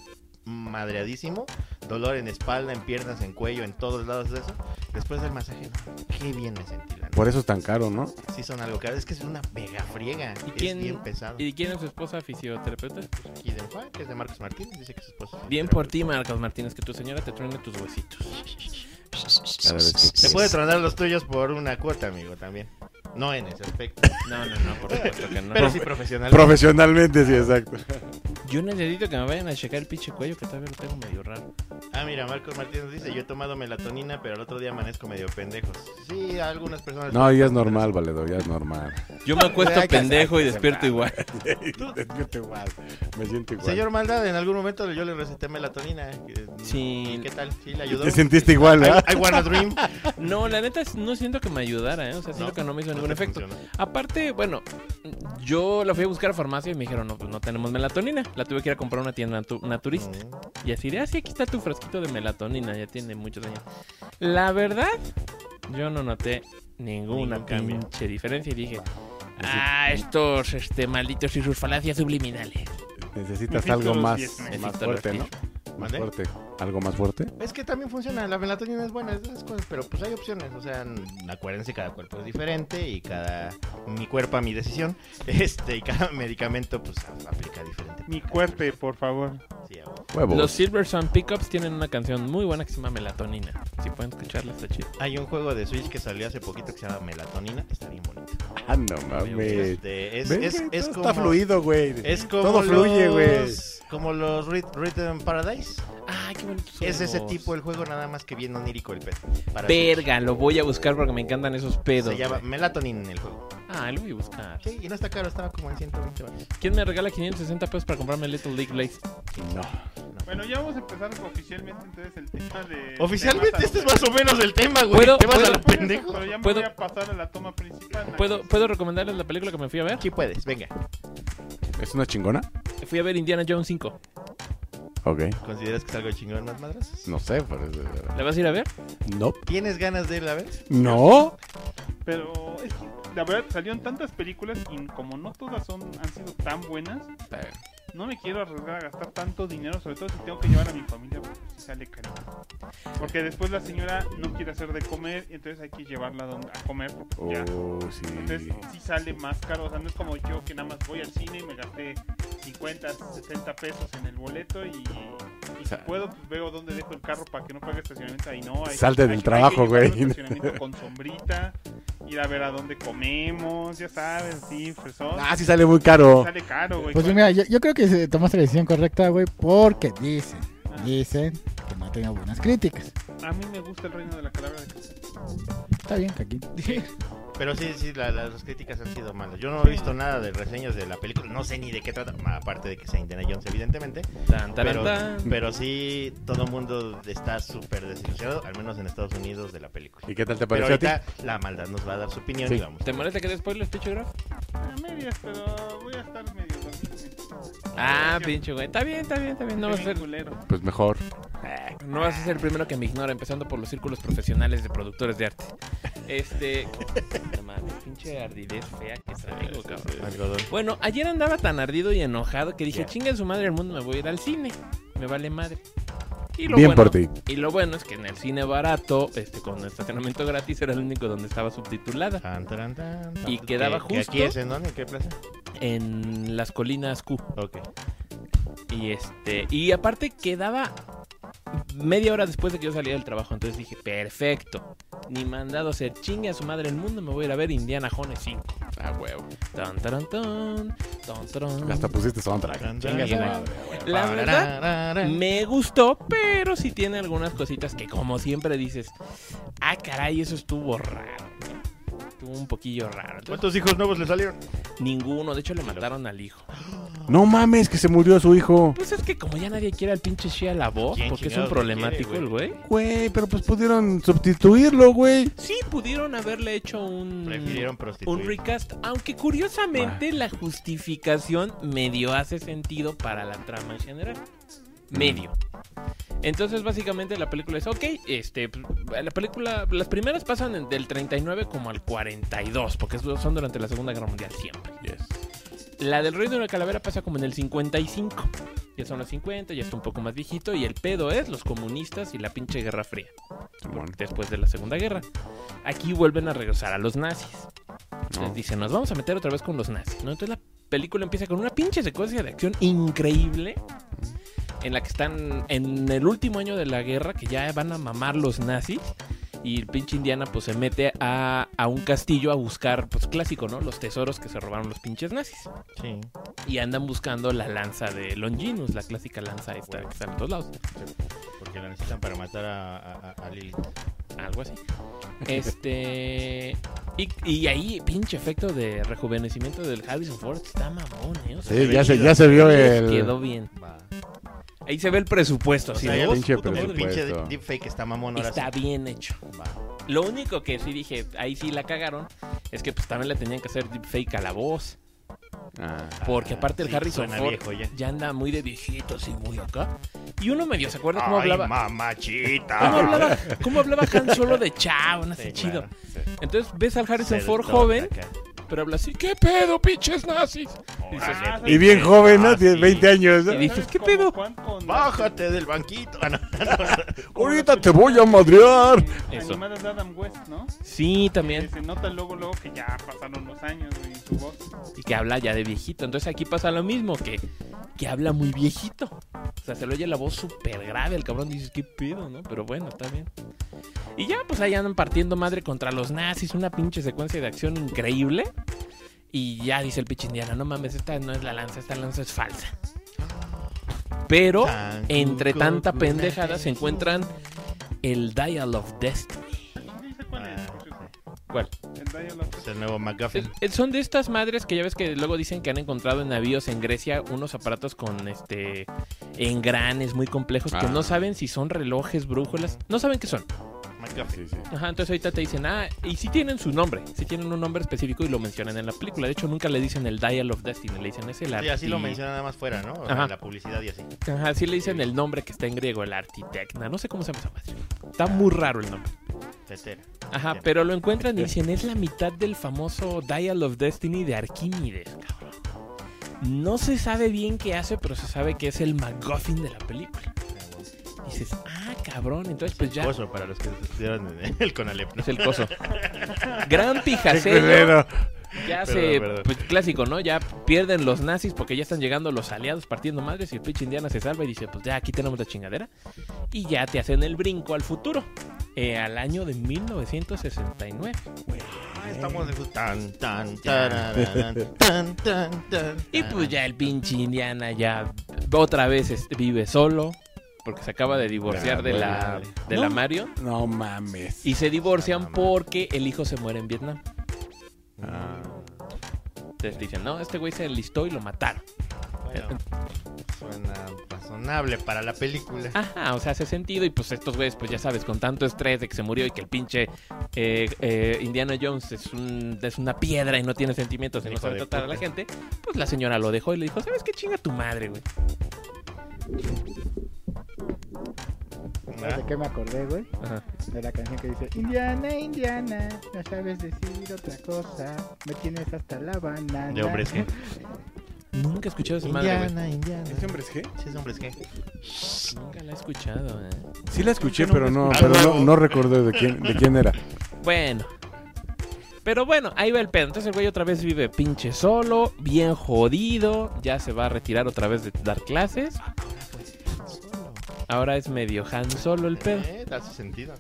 madreadísimo, dolor en espalda, en piernas, en cuello, en todos lados de eso. Después del masaje, no, qué bien me sentí, la neta. Por eso es tan caro, ¿no? Sí son algo caro, es que es una mega friega, ¿Y es quién- bien pesado. ¿Y quién es su esposa fisioterapeuta? Aquí de Juan, que es de Marcos Martínez, dice que su esposo es Bien por ti, Marcos Martínez, que tu señora te truene tus huesitos. Cada vez que Se quieras. puede tronar los tuyos por una cuota, amigo, también. No en ese aspecto, No, no, no, por supuesto que no. pero sí profesional. Profesionalmente, sí, exacto. Yo necesito que me vayan a checar el pinche cuello, que todavía lo tengo medio raro. Ah, mira, Marcos Martínez dice, yo he tomado melatonina, pero al otro día amanezco medio pendejos. Sí, a algunas personas... No, ya es normal, valedor, ya es normal. Yo me acuesto Hay que pendejo y despierto igual. Despierto igual. Me siento igual. Señor Maldad, en algún momento yo le receté melatonina. eh, Sí. ¿y ¿Qué tal? Sí, le Y ayudó. te sentiste igual, ¿verdad? I, I wanna dream. No, la neta es- no siento que me ayudara, ¿eh? O sea, siento No, que no me hizo no ningún te efecto. funcionó. Aparte, bueno, yo la fui a buscar a farmacia y me dijeron, no, pues no tenemos melatonina. La tuve que ir a comprar a una tienda natu- naturista. Y así de, ah, sí, aquí está tu frasquito de melatonina, ya tiene muchos años. La verdad, yo no noté ninguna Ningún cambio. pinche diferencia y dije, ah, estos este, malditos y sus falacias subliminales. Necesitas Necesito algo los más, 10 meses. más Necesito fuerte, ¿no? los Más ¿Mande? fuerte. ¿Algo más fuerte? Es que también funciona, la melatonina es buena, es de esas cosas, pero pues hay opciones, o sea, n- acuérdense, cada cuerpo es diferente y cada, mi cuerpo a mi decisión, este, y cada medicamento pues a- aplica diferente. mi cuerpo, por favor. Sí, a huevo. Huevos. Los Silver Sun Pickups tienen una canción muy buena que se llama Melatonina. Si pueden escucharla, está chido. Hay un juego de Switch que salió hace poquito que se llama Melatonina, está bien bonito. Ah, no mames. Este, es, Ven, es, güey, es todo como, Está fluido, güey. Es como Todo fluye, los- güey. Como los Rit- Rhythm Paradise. Ay, qué bonito. Es ese tipo el juego, nada más que bien onírico el pedo. Para Verga, lo voy a buscar porque me encantan esos Switch. pedos. Se llama güey. Melatonin el juego. Ah, lo voy a buscar. Sí, y no está caro, estaba como en 120 baros. ¿Quién me regala 560 pesos para comprarme Little League Blaze? No. Bueno, ya vamos a empezar oficialmente entonces el tema de... Oficialmente este es más o menos el tema, güey. ¿Puedo- ¿Te vas puedo- a lo pendejo? Pero ya me ¿Puedo- voy a pasar a la toma principal. ¿Puedo, ¿Puedo recomendarles la película que me fui a ver? Sí puedes, venga. ¿Es una chingona? Fui a ver Indiana Jones 5. Ok. ¿Consideras que es algo chingón más madras? No sé, pero... es- ¿La vas a ir a ver? No. ¿Tienes ganas de ir a ver? No. Pero es que, la verdad, salieron tantas películas y como no todas son, han sido tan buenas, no me quiero arriesgar a gastar tanto dinero, sobre todo si tengo que llevar a mi familia, pues, porque si sale caro. Porque después la señora no quiere hacer de comer, entonces hay que llevarla donde- a comer. porque ya. Oh, sí. Entonces sí sale más caro, o sea, no es como yo que nada más voy al cine y me gasté 50, 70 pesos en el boleto y, y si Sa- puedo, pues veo dónde dejo el carro para que no pague estacionamiento ahí, no. Hay, Salte del hay- hay que trabajo, llevar un güey. estacionamiento con sombrita, ir a ver a dónde comemos, ya sabes, sí, fresón. Ah, sí sale muy caro. Sale caro, güey. Pues con- mira, yo, yo creo que se- tomaste la decisión correcta, güey, porque dicen, Ah. dicen que no ha tenido buenas críticas. a mí me gusta el reino de la calavera de Quesada. Está bien, Caquín. Pero sí, sí, la- la- las críticas han sido malas. Yo no Sí. he visto nada de reseñas de la película, no sé ni de qué trata, aparte de que sea Indiana Jones, evidentemente. Tan, tan, Pero, tan. pero sí, todo el mundo está súper desilusionado, al menos en Estados Unidos, de la película. ¿Y qué tal te Pero pareció a ti? ahorita la maldad nos va a dar su opinión Sí. y vamos. ¿Te molesta que des spoilers, pinche Graf? A medias, pero voy a estar medio dormido. Ah, pinche güey. Está bien, está bien, está bien. No vas a ser, culero. Pues mejor. no vas a ser el primero que me ignora, empezando por los círculos profesionales de productores de arte. Este. No mames, pinche ardidez fea que traigo, cabrón. Algodón. Bueno, ayer andaba tan ardido y enojado que dije, chinga su madre el mundo, me voy a ir al cine. Me vale madre. Y lo Bien bueno- por ti. Y lo bueno es que en el cine barato, este, con estacionamiento gratis, era el único donde estaba subtitulada. Tan, taran, tan, tan. Y quedaba ¿Qué- qué justo- ¿Aquí es en dónde? ¿En qué plaza? En las colinas Q. Ok. Y este. Y aparte quedaba media hora después de que yo salía del trabajo. Entonces dije, perfecto. Ni mandado a ser chingue a su madre el mundo, me voy a ir a ver Indiana Jones 5. A huevo. Tan, taran, tan, tan, taran. Hasta pusiste soundtrack. Tan, Chinga tan, su tan. madre, La verdad, Parararara. Me gustó, pero sí tiene algunas cositas que como siempre dices, ah, caray, eso estuvo raro. Estuvo un poquillo raro. Entonces, ¿Cuántos hijos nuevos le salieron? Mm, ninguno, de hecho le mataron al hijo. No mames, que se murió su hijo. Pues es que como ya nadie quiere al pinche Shia la voz, ¿Quién porque es chingado un lo problemático quiere, el güey. Güey, pero pues pudieron sustituirlo, güey. Sí, pudieron haberle hecho un... Prefirieron Un prostituir. recast, aunque curiosamente la justificación medio hace sentido para la trama en general. Medio. Entonces, básicamente la película es, ok, este, pues, la película, las primeras pasan en- del 39 como al 42, porque eso son durante la Segunda Guerra Mundial siempre. La del Reino de la Calavera pasa como en el 55. Ya son los 50, ya está un poco más viejito, y el pedo es los comunistas y la pinche Guerra Fría Simón. después de la Segunda Guerra. Aquí vuelven a regresar a los nazis. Les dicen, nos vamos a meter otra vez con los nazis, ¿no? Entonces la película empieza con una pinche secuencia de acción increíble en la que están en el último año de la guerra, que ya van a mamar los nazis. Y el pinche Indiana pues se mete a, a un castillo a buscar, pues clásico, ¿no? Los tesoros que se robaron los pinches nazis Sí. y andan buscando la lanza de Longinus, la clásica lanza esta que está en todos lados, Porque la necesitan para matar a, a, a- a Lilith. algo así. Este. Y, y ahí, pinche efecto de rejuvenecimiento del Harrison Ford está mamón, ¿eh? O sea, Sí, ya se, ya se vio el. quedó bien. Va. Ahí se ve el presupuesto, O así sea, de, ya "Oh, pinche puta El madre". presupuesto. pinche de- deepfake está mamón ahora Está bien hecho. sí. Va. Lo único que sí dije, ahí sí la cagaron, es que pues también le tenían que hacer fake a la voz. Ah. Porque aparte el sí, Harrison suena Ford viejo ya. anda muy de viejito, así muy acá. Y uno medio, ¿se acuerda cómo hablaba? mamachita. ¿Cómo hablaba, cómo hablaba Han Solo de chavo? No sé, Sí, chido. claro. Entonces ves al Harrison Se Ford nota joven, acá. pero habla así, ¿qué pedo, pinches nazis? Órale. pues, Ah, Y bien joven, ¿no? Ah, Tiene sí. 20 años. ¿no? Y dices, ¿qué pedo? Bájate del banquito. Ah, no. Ahorita te voy a madrear. Eso. Eso. Animadas de Adam West, ¿no? Sí, Que también. se nota luego, luego que ya pasaron los años güey, en su voz. Y que habla ya de viejito. Entonces aquí pasa lo mismo, que, que habla muy viejito. O sea, se le oye la voz súper grave al cabrón. Dices, ¿qué pedo, no? Pero bueno, está bien. Y ya, pues ahí andan partiendo madre contra los nazis. Una pinche secuencia de acción increíble. Y ya dice el pinche indiana, no mames, esta no es la lanza, esta lanza es falsa. Pero... Tan entre cucu, tanta cucu, pendejada cucu. se encuentran el Dial of Destiny. ¿Y dice cuál es? por cierto? ¿Cuál? El Dial of Es el nuevo McGuffin. Es- es- son de estas madres que ya ves que luego dicen que han encontrado en navíos en Grecia unos aparatos con este engranes muy complejos que Ah. no saben si son relojes, brújulas, no saben qué son. McGuffin. Sí, sí. Ajá, entonces ahorita te dicen, ah, y sí tienen su nombre, sí tienen un nombre específico y lo mencionan en la película. De hecho, nunca le dicen el Dial of Destiny, le dicen es el Sí, así lo arti- menciona nada más fuera, ¿no? O sea, Ajá. la publicidad y así. Ajá, sí le dicen el nombre que está en griego, el Artitecna, no sé cómo se llama esa madre. Está muy raro el nombre. Tetera. Ajá, Bien. pero lo encuentran y dicen, es la mitad del famoso Dial of Destiny de Arquímedes, cabrón. No se sabe bien qué hace, pero se sabe que es el MacGuffin de la película. Dices, ah, cabrón, entonces pues ya Coso para los que estudiaron en el Conalep, ¿no? es el coso. Gran Qué pijacero, culero. ya se, Perdón, perdón. pues, clásico, ¿no? Ya pierden los nazis porque ya están llegando los aliados partiendo madres y el pinche indiana se salva y dice, pues ya aquí tenemos la chingadera. Y ya te hacen el brinco al futuro, eh, al año de 1969. Ah, estamos en su tan tan tarararán, tan tan tan. pues Y pues ya el pinche Indiana ya otra vez este, vive solo, porque se acaba de Ah, divorciar de la, de la No. Marion. No mames. Y se divorcian mamá. porque el hijo se muere en Vietnam. Ah, Entonces dicen, no, este güey se enlistó y lo mataron. Bueno, suena razonable para la película. Ajá, o sea, hace sentido. Y pues estos güeyes, pues ya sabes, con tanto estrés de que se murió y que el pinche eh, eh, Indiana Jones es, un, es una piedra y no tiene sentimientos y no Hijo sabe de tratar a la puta. gente, pues la señora lo dejó y le dijo, ¿sabes qué chinga tu madre, güey? ¿Sabes ¿verdad? ¿De qué me acordé, güey? Ajá. De la canción que dice Indiana, Indiana, no sabes decir otra cosa, me tienes hasta la banana. De hombres G. Nunca he escuchado esa madre, güey. Indiana, Indiana. ¿Ese hombre es G? Sí, es hombres G. Nunca la he escuchado, eh. Sí la escuché, pero no, escuché. pero no, no recordé de quién, de quién era. Bueno. Pero bueno, ahí va el pedo. Entonces el güey otra vez vive pinche solo, bien jodido. Ya se va a retirar otra vez de dar clases. Ahora es medio Han solo el pedo. Eh, da su sentido.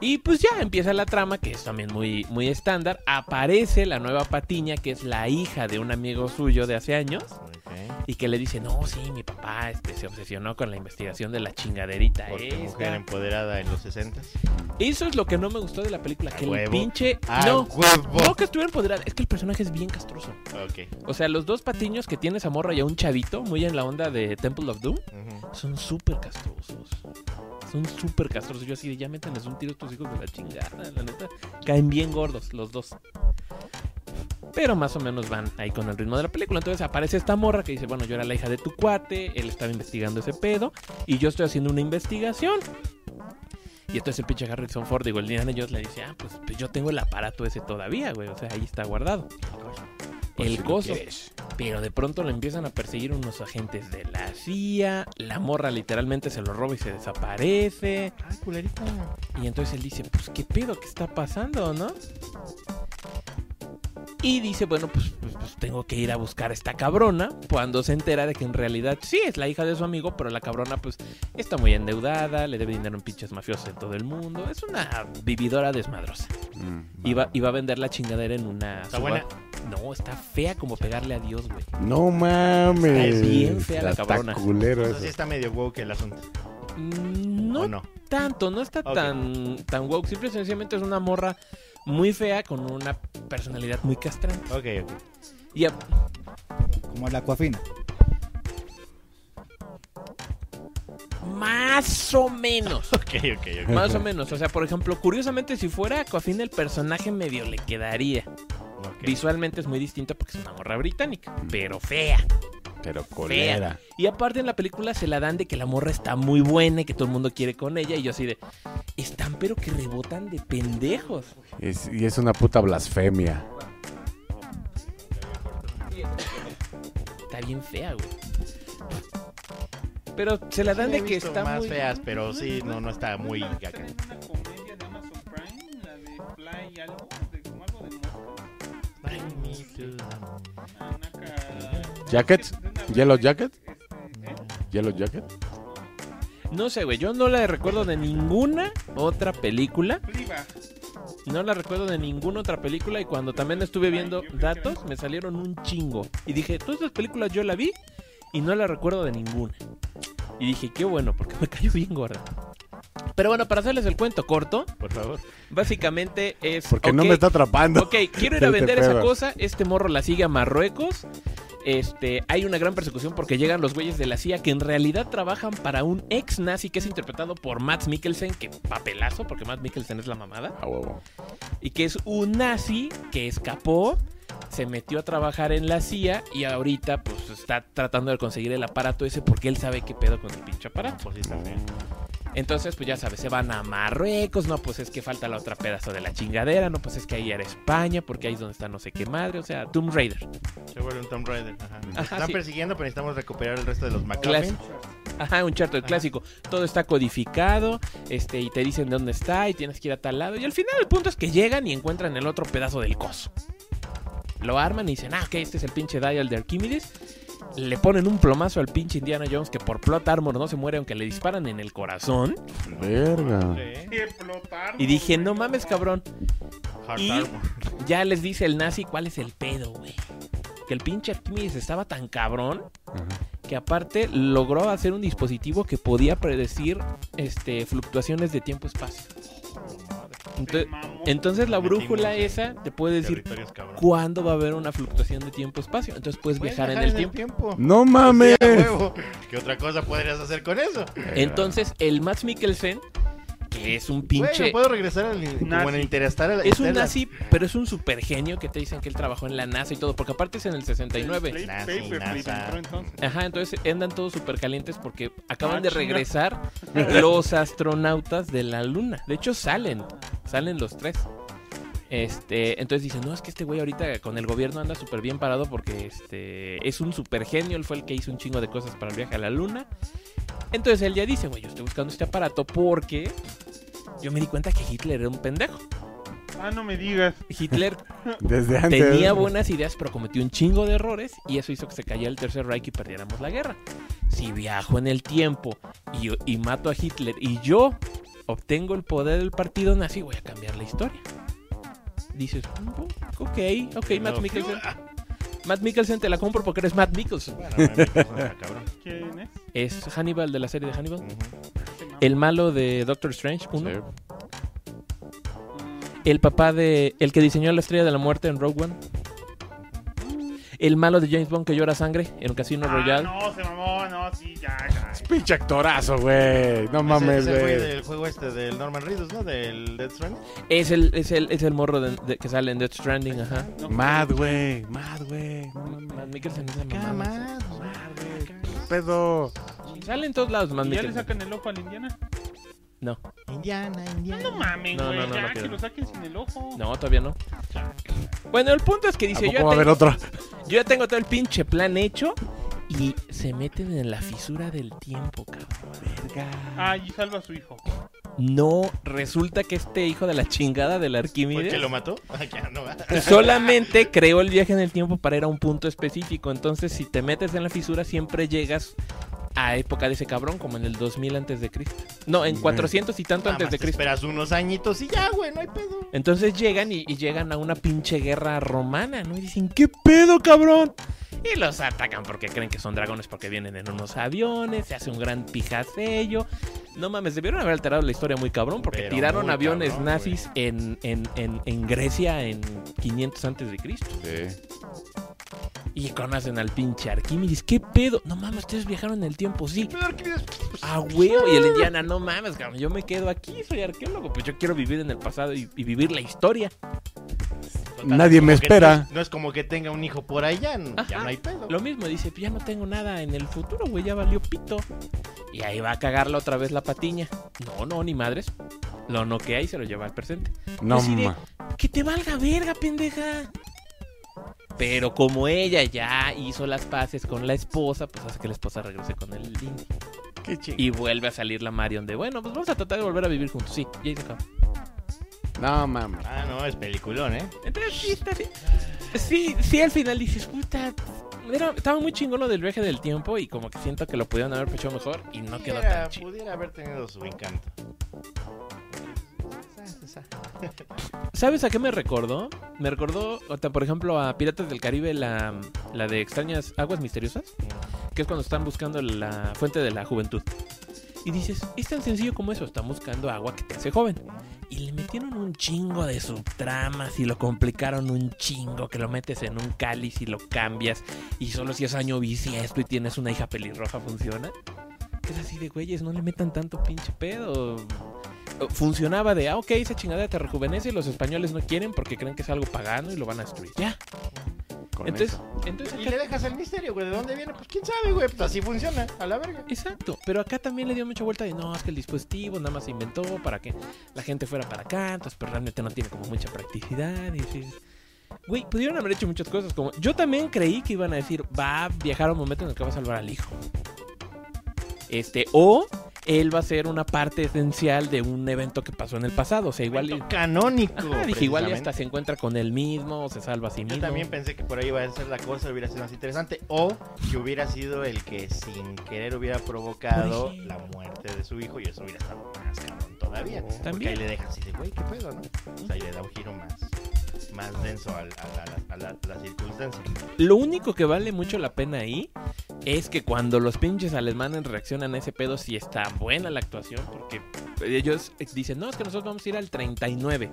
Y pues ya empieza la trama, que es también muy, muy estándar. Aparece la nueva Patiña, que es la hija de un amigo suyo de hace años. Y que le dice, no, sí, mi papá este, se obsesionó con la investigación de la chingaderita Porque esta". mujer empoderada en los 60 Eso es lo que no me gustó de la película, A que el huevo. pinche... ¡A no, huevo! no que estuviera empoderada, es que el personaje es bien castroso. Ok. O sea, los dos patiños que tiene esa morra y a un chavito, muy en la onda de Temple of Doom, ujú. son súper castrosos. Son súper castrosos. Yo así de, ya métanles un tiro a tus hijos de la chingada, la neta. Caen bien gordos los dos. Pero más o menos van ahí con el ritmo de la película. Entonces aparece esta morra que dice, bueno, yo era la hija de tu cuate, él estaba investigando ese pedo y yo estoy haciendo una investigación. Y entonces el pinche Harrison Ford, digo, el Indiana Jones le dice, ah, pues, pues yo tengo el aparato ese todavía, güey. O sea, ahí está guardado. Por el si lo coso. quieres. Pero de pronto lo empiezan a perseguir unos agentes de la CIA. La morra literalmente se lo roba y se desaparece. Ay, culerita. Y entonces él dice, pues qué pedo, qué está pasando, ¿no? Y dice, bueno, pues, pues, pues, tengo que ir a buscar a esta cabrona. Cuando se entera de que en realidad sí es la hija de su amigo, pero la cabrona pues está muy endeudada, le debe dinero en pinches mafiosos en todo el mundo. Es una vividora desmadrosa. Mm. Y va, y va a vender la chingadera en una... ¿Está suba- buena? No, está fea como pegarle a Dios, güey. No mames. Está bien fea la Está cabrona. culero Entonces sí eso. está medio woke el asunto. Mm, No ¿O no? tanto, no está Ok. tan, tan woke. Simple y sencillamente es una morra muy fea con una personalidad muy castrante. Ok, ok. Y a- Como la coafina. más o menos. Ok, ok, ok. Más o menos, o sea, por ejemplo, curiosamente si fuera Coafín el personaje medio le quedaría. Ok. Visualmente es muy distinto porque es una morra británica, Mm. pero fea. Pero culera. Y aparte en la película se la dan de que la morra está muy buena y que todo el mundo quiere con ella y yo así de, están pero que rebotan de pendejos. Es- y es una puta blasfemia. Está bien fea, güey. Pero se la dan de que está más muy... feas, pero sí, no, no está muy ¿No es la que gaca. está en una comedia de Amazon Prime, la de Fly algo, de como algo de mosca. Anaka- Jackets, de una Yellow vez, Jacket. este, ¿eh? Yellow Jacket. No sé, güey. Yo no la recuerdo de ninguna otra película. Fleabag. No la recuerdo de ninguna otra película. Y cuando también estuve viendo datos, me salieron un chingo. Y dije, todas estas películas yo la vi y no la recuerdo de ninguna. Y dije, qué bueno, porque me cayó bien gorda. Pero bueno, para hacerles el cuento corto, Por favor. básicamente es... Porque no ok, me está atrapando. Ok, quiero ir a Este vender esa pedo. cosa. Este morro la sigue a Marruecos. Este, hay una gran persecución porque llegan los güeyes de la CIA que en realidad trabajan para un ex nazi que es interpretado por Matt Mikkelsen, que papelazo, porque Matt Mikkelsen es la mamada, A huevo. y que es un nazi que escapó, se metió a trabajar en la CIA y ahorita pues está tratando de conseguir el aparato ese porque él sabe qué pedo con el pinche aparato. Pues sí, está fea. Entonces, pues ya sabes, se van a Marruecos, no, pues es que falta la otra pedazo de la chingadera, no, pues es que ahí era España, porque ahí es donde está no sé qué madre, o sea, Tomb Raider. Se vuelve un Tomb Raider. Ajá. Nos Ajá, están sí. persiguiendo, pero necesitamos recuperar el resto de los Clas- McLaren. Ajá, un charto Ajá. clásico. Todo está codificado, este, y te dicen dónde está, y tienes que ir a tal lado. Y al final el punto es que llegan y encuentran el otro pedazo del coso. Lo arman y dicen, ah, ok, este es el pinche dial de Arquímedes. Le ponen un plomazo al pinche Indiana Jones que por plot armor no se muere aunque le disparan en el corazón. Verga. Que explotar, Y dije, güey, no mames, cabrón. Hard Y- Armor. Ya les dice el nazi cuál es el pedo, güey. Que el pinche Arquímedes estaba tan cabrón Ajá. que aparte logró hacer un dispositivo que podía predecir este, fluctuaciones de tiempo-espacio. Ento- entonces la Metimos brújula en esa te puede decir Territorios cabrón. cuándo va a haber una fluctuación de tiempo-espacio. Entonces puedes Puedes viajar en el tiempo. ¡No mames! Sí, a huevo. ¿Qué otra cosa podrías hacer con eso? Entonces el Max Mikkelsen, que es un Güey, pinche... no puedo regresar al como en Nazi. el Interestelar. Es un Interestelar. nazi, pero es un supergenio que te dicen que él trabajó en la NASA y todo, porque aparte es en el 69. Play- Nazi, paperclip NASA. entró entonces. Ajá, entonces andan todos súper calientes porque acaban Ah, de chinga. regresar los astronautas de la luna. De hecho, salen, salen los tres. Este, entonces dicen, no, es que este güey ahorita con el gobierno anda súper bien parado porque este es un super genio, él fue el que hizo un chingo de cosas para el viaje a la luna. Entonces él ya dice, güey, yo estoy buscando este aparato porque yo me di cuenta que Hitler era un pendejo. Ah, no me digas. Hitler Desde antes. Tenía buenas ideas, pero cometió un chingo de errores y eso hizo que se cayera el Tercer Reich y perdiéramos la guerra. Si viajo en el tiempo y, y mato a Hitler y yo obtengo el poder del partido nazi, voy a cambiar la historia. Dices, "Mm, ok, ok, Pero- Matt Mikkelsen. Matt Mikkelsen te la compro porque eres Matt Mikkelsen. Bueno, me meto con la cabrón. ¿Quién es? Es Hannibal de la serie de Hannibal. Ujú. Este mamá. El malo de Doctor Strange, uno. Sí. El papá de. El que diseñó la estrella de la muerte en Rogue One. El malo de James Bond que llora sangre en un casino Ah, royal. no, se mamó, no, sí, ya, ya. Pinche actorazo, güey. No mames, Ese- ese fue güey. del juego este del Norman Reedus, ¿no? Del Death Stranding. Es el, es el, es el morro de- de- que sale en Death Stranding, ajá. No, Mad, güey. Mad, güey. No mames. Matt Mikkelsen es la Acá, mamada. más, más, güey, acá. Pedo. Sale en todos lados, Matt ¿Y ya le Mikkelsen. sacan el ojo a la indiana? No, Indiana, Indiana. No mamen, No, güey, no, no, ya, no que queda. lo saquen sin el ojo. no, todavía no. Bueno, el punto es que ¿A dice, yo poco ya, va a haber tengo, otro? yo ya tengo todo el pinche plan hecho y se meten en la fisura del tiempo, cabrón. Ah, y salva a su hijo. No, resulta que este hijo de la chingada del ¿Por Arquímedes qué lo mató? Ah, ya no va. solamente creó el viaje en el tiempo para ir a un punto específico. Entonces, si te metes en la fisura, siempre llegas a época de ese cabrón, como en el 2000 antes de Cristo. No, en Mm. 400 y tanto Nada antes más de te Cristo. esperas unos añitos y ya, güey, no hay pedo. Entonces llegan y, y llegan a una pinche guerra romana, ¿no? Y dicen, ¿qué pedo, cabrón? Y los atacan porque creen que son dragones porque vienen en unos aviones, se hace un gran pijacello. No mames, debieron haber alterado la historia muy cabrón porque Pero tiraron muy aviones cabrón, nazis en, en, en, en Grecia en 500 antes de Cristo. Y conocen al pinche Arquímedes. ¿Qué pedo? No mames, ustedes viajaron en el tiempo, sí. Pero Arquímedes, A huevo. Y el Indiana, no mames, cabrón. Yo me quedo aquí, soy arqueólogo. Pues yo quiero vivir en el pasado y, y vivir la historia. total, Nadie no es como me que- espera. No es como que tenga un hijo por allá, n- Ajá. ya no hay pedo. Lo mismo, dice, "Pues ya no tengo nada en el futuro, güey, ya valió pito. Y ahí va a cagarla otra vez la patiña. No, no, ni madres. Lo noquea y se lo lleva al presente. No Así de- mames. Que te valga verga, pendeja. Pero como ella ya hizo las paces con la esposa, pues hace que la esposa regrese con el indio. Qué chingón. Y vuelve a salir la Marion de, bueno, pues vamos a tratar de volver a vivir juntos. Sí, y ahí se acaba. No mames. Ah, no, es peliculón, ¿eh? Entonces, sí, está bien. Sí, sí, al final dices, puta. era- estaba muy chingón lo del viaje del tiempo y como que siento que lo pudieron haber hecho mejor y no quedó tan Pudiera, chido. pudiera haber tenido su encanto. ¿Sabes a qué me recordó? Me recordó, o sea, por ejemplo, a Piratas del Caribe, la, la de Extrañas Aguas Misteriosas, que es cuando están buscando la fuente de la juventud. Y dices, es tan sencillo como eso, están buscando agua que te hace joven. Y le metieron un chingo de subtramas y lo complicaron un chingo, que lo metes en un cáliz y lo cambias, y solo si es año bisiesto y tienes una hija pelirroja funciona. Que Es así de güeyes, no le metan tanto pinche pedo funcionaba de, ah, ok, esa chingada te rejuvenece y los españoles no quieren porque creen que es algo pagano y lo van a destruir. Ya. Con Entonces, eso. entonces Y acá- le dejas el misterio, güey. ¿De dónde viene? Pues quién sabe, güey. Pues así funciona, a la verga. Exacto, pero acá también le dio mucha vuelta de no, es que el dispositivo nada más se inventó para que la gente fuera para acá, entonces pero realmente no tiene como mucha practicidad. Y dices, güey, pudieron haber hecho muchas cosas como. Yo también creí que iban a decir, va a viajar a un momento en el que va a salvar al hijo. Este, o él va a ser una parte esencial de un evento que pasó en el pasado, o sea, igual. Momento canónico. Ajá, dije, igual y hasta precisamente. se encuentra con él mismo, o se salva a sí mismo. Yo también pensé que por ahí iba a ser la cosa, hubiera sido más interesante. O que hubiera sido el que sin querer hubiera provocado Por ejemplo. la muerte de su hijo y eso hubiera estado más cabrón todavía. Porque También. ahí le deja así de, güey, qué pedo, ¿no? O sea, ahí le da un giro más, más denso al- a, la, a la- a la- la circunstancia. Lo único que vale mucho la pena ahí es que cuando los pinches alemanes reaccionan a ese pedo, si está buena la actuación, porque ellos dicen, no, es que nosotros vamos a ir al 39,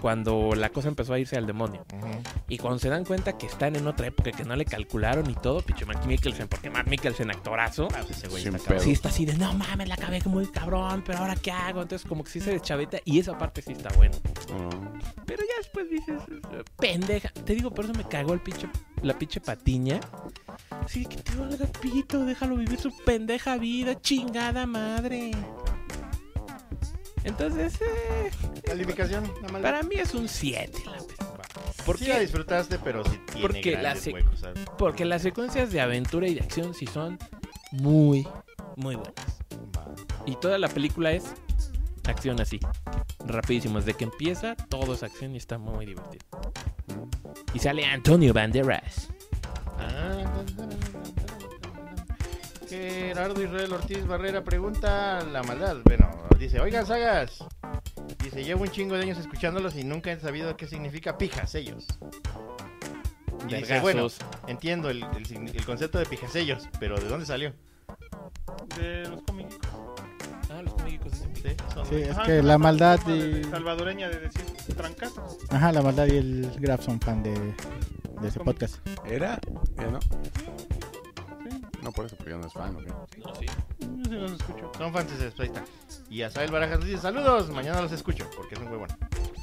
cuando la cosa empezó a irse al demonio. Y cuando se dan cuenta que están en otra época, que no le calcularon y todo, pinche Matt Mikkelsen, porque Matt Mikkelsen, actorazo, Ah, pues ese güey Sin está cabrón. pedo. sí está así de, no mames, la acabé muy cabrón, pero ahora qué hago. Entonces, como que sí se deschaveta y esa parte sí está buena. Ah, Pero ya después dices, pendeja. Te digo, por eso me cagó el pinche, la pinche patiña. Sí, que te valga pito, déjalo vivir su pendeja vida, chingada madre. Entonces, eh, Calificación, nada más. para mí es un 7. ¿Por Porque, qué la disfrutaste, pero sí tiene Porque la grandes se- huecos, ¿sabes? porque las secuencias de aventura y de acción sí son muy, muy buenas. Y toda la película es acción así. Rapidísimo, desde que empieza todo es acción y está muy divertido. Y sale Antonio Banderas. Ah, Gerardo Israel Ortiz Barrera pregunta la maldad. Bueno, dice, oigan sagas. Dice, llevo un chingo de años escuchándolos y nunca he sabido qué significa pijas ellos. Y dice, bueno, Vergazos. entiendo el, el signi- el concepto de pijas ellos, pero ¿de dónde salió? De los cómics. Ah, los cómicos dicen Sí, son- Sí, es Ajá, que es la una maldad forma de- y... Salvadoreña de decir trancazo. Ajá, la maldad y el Graf son fan de, de Ah, ese podcast. ¿Era? Ya no. Sí, No, por eso, porque ya no es fan, ¿ok? No, sí. yo sí los escucho. Son fans de ahí está. Y Azael Barajas dice, saludos, mañana los escucho, porque es un huevón.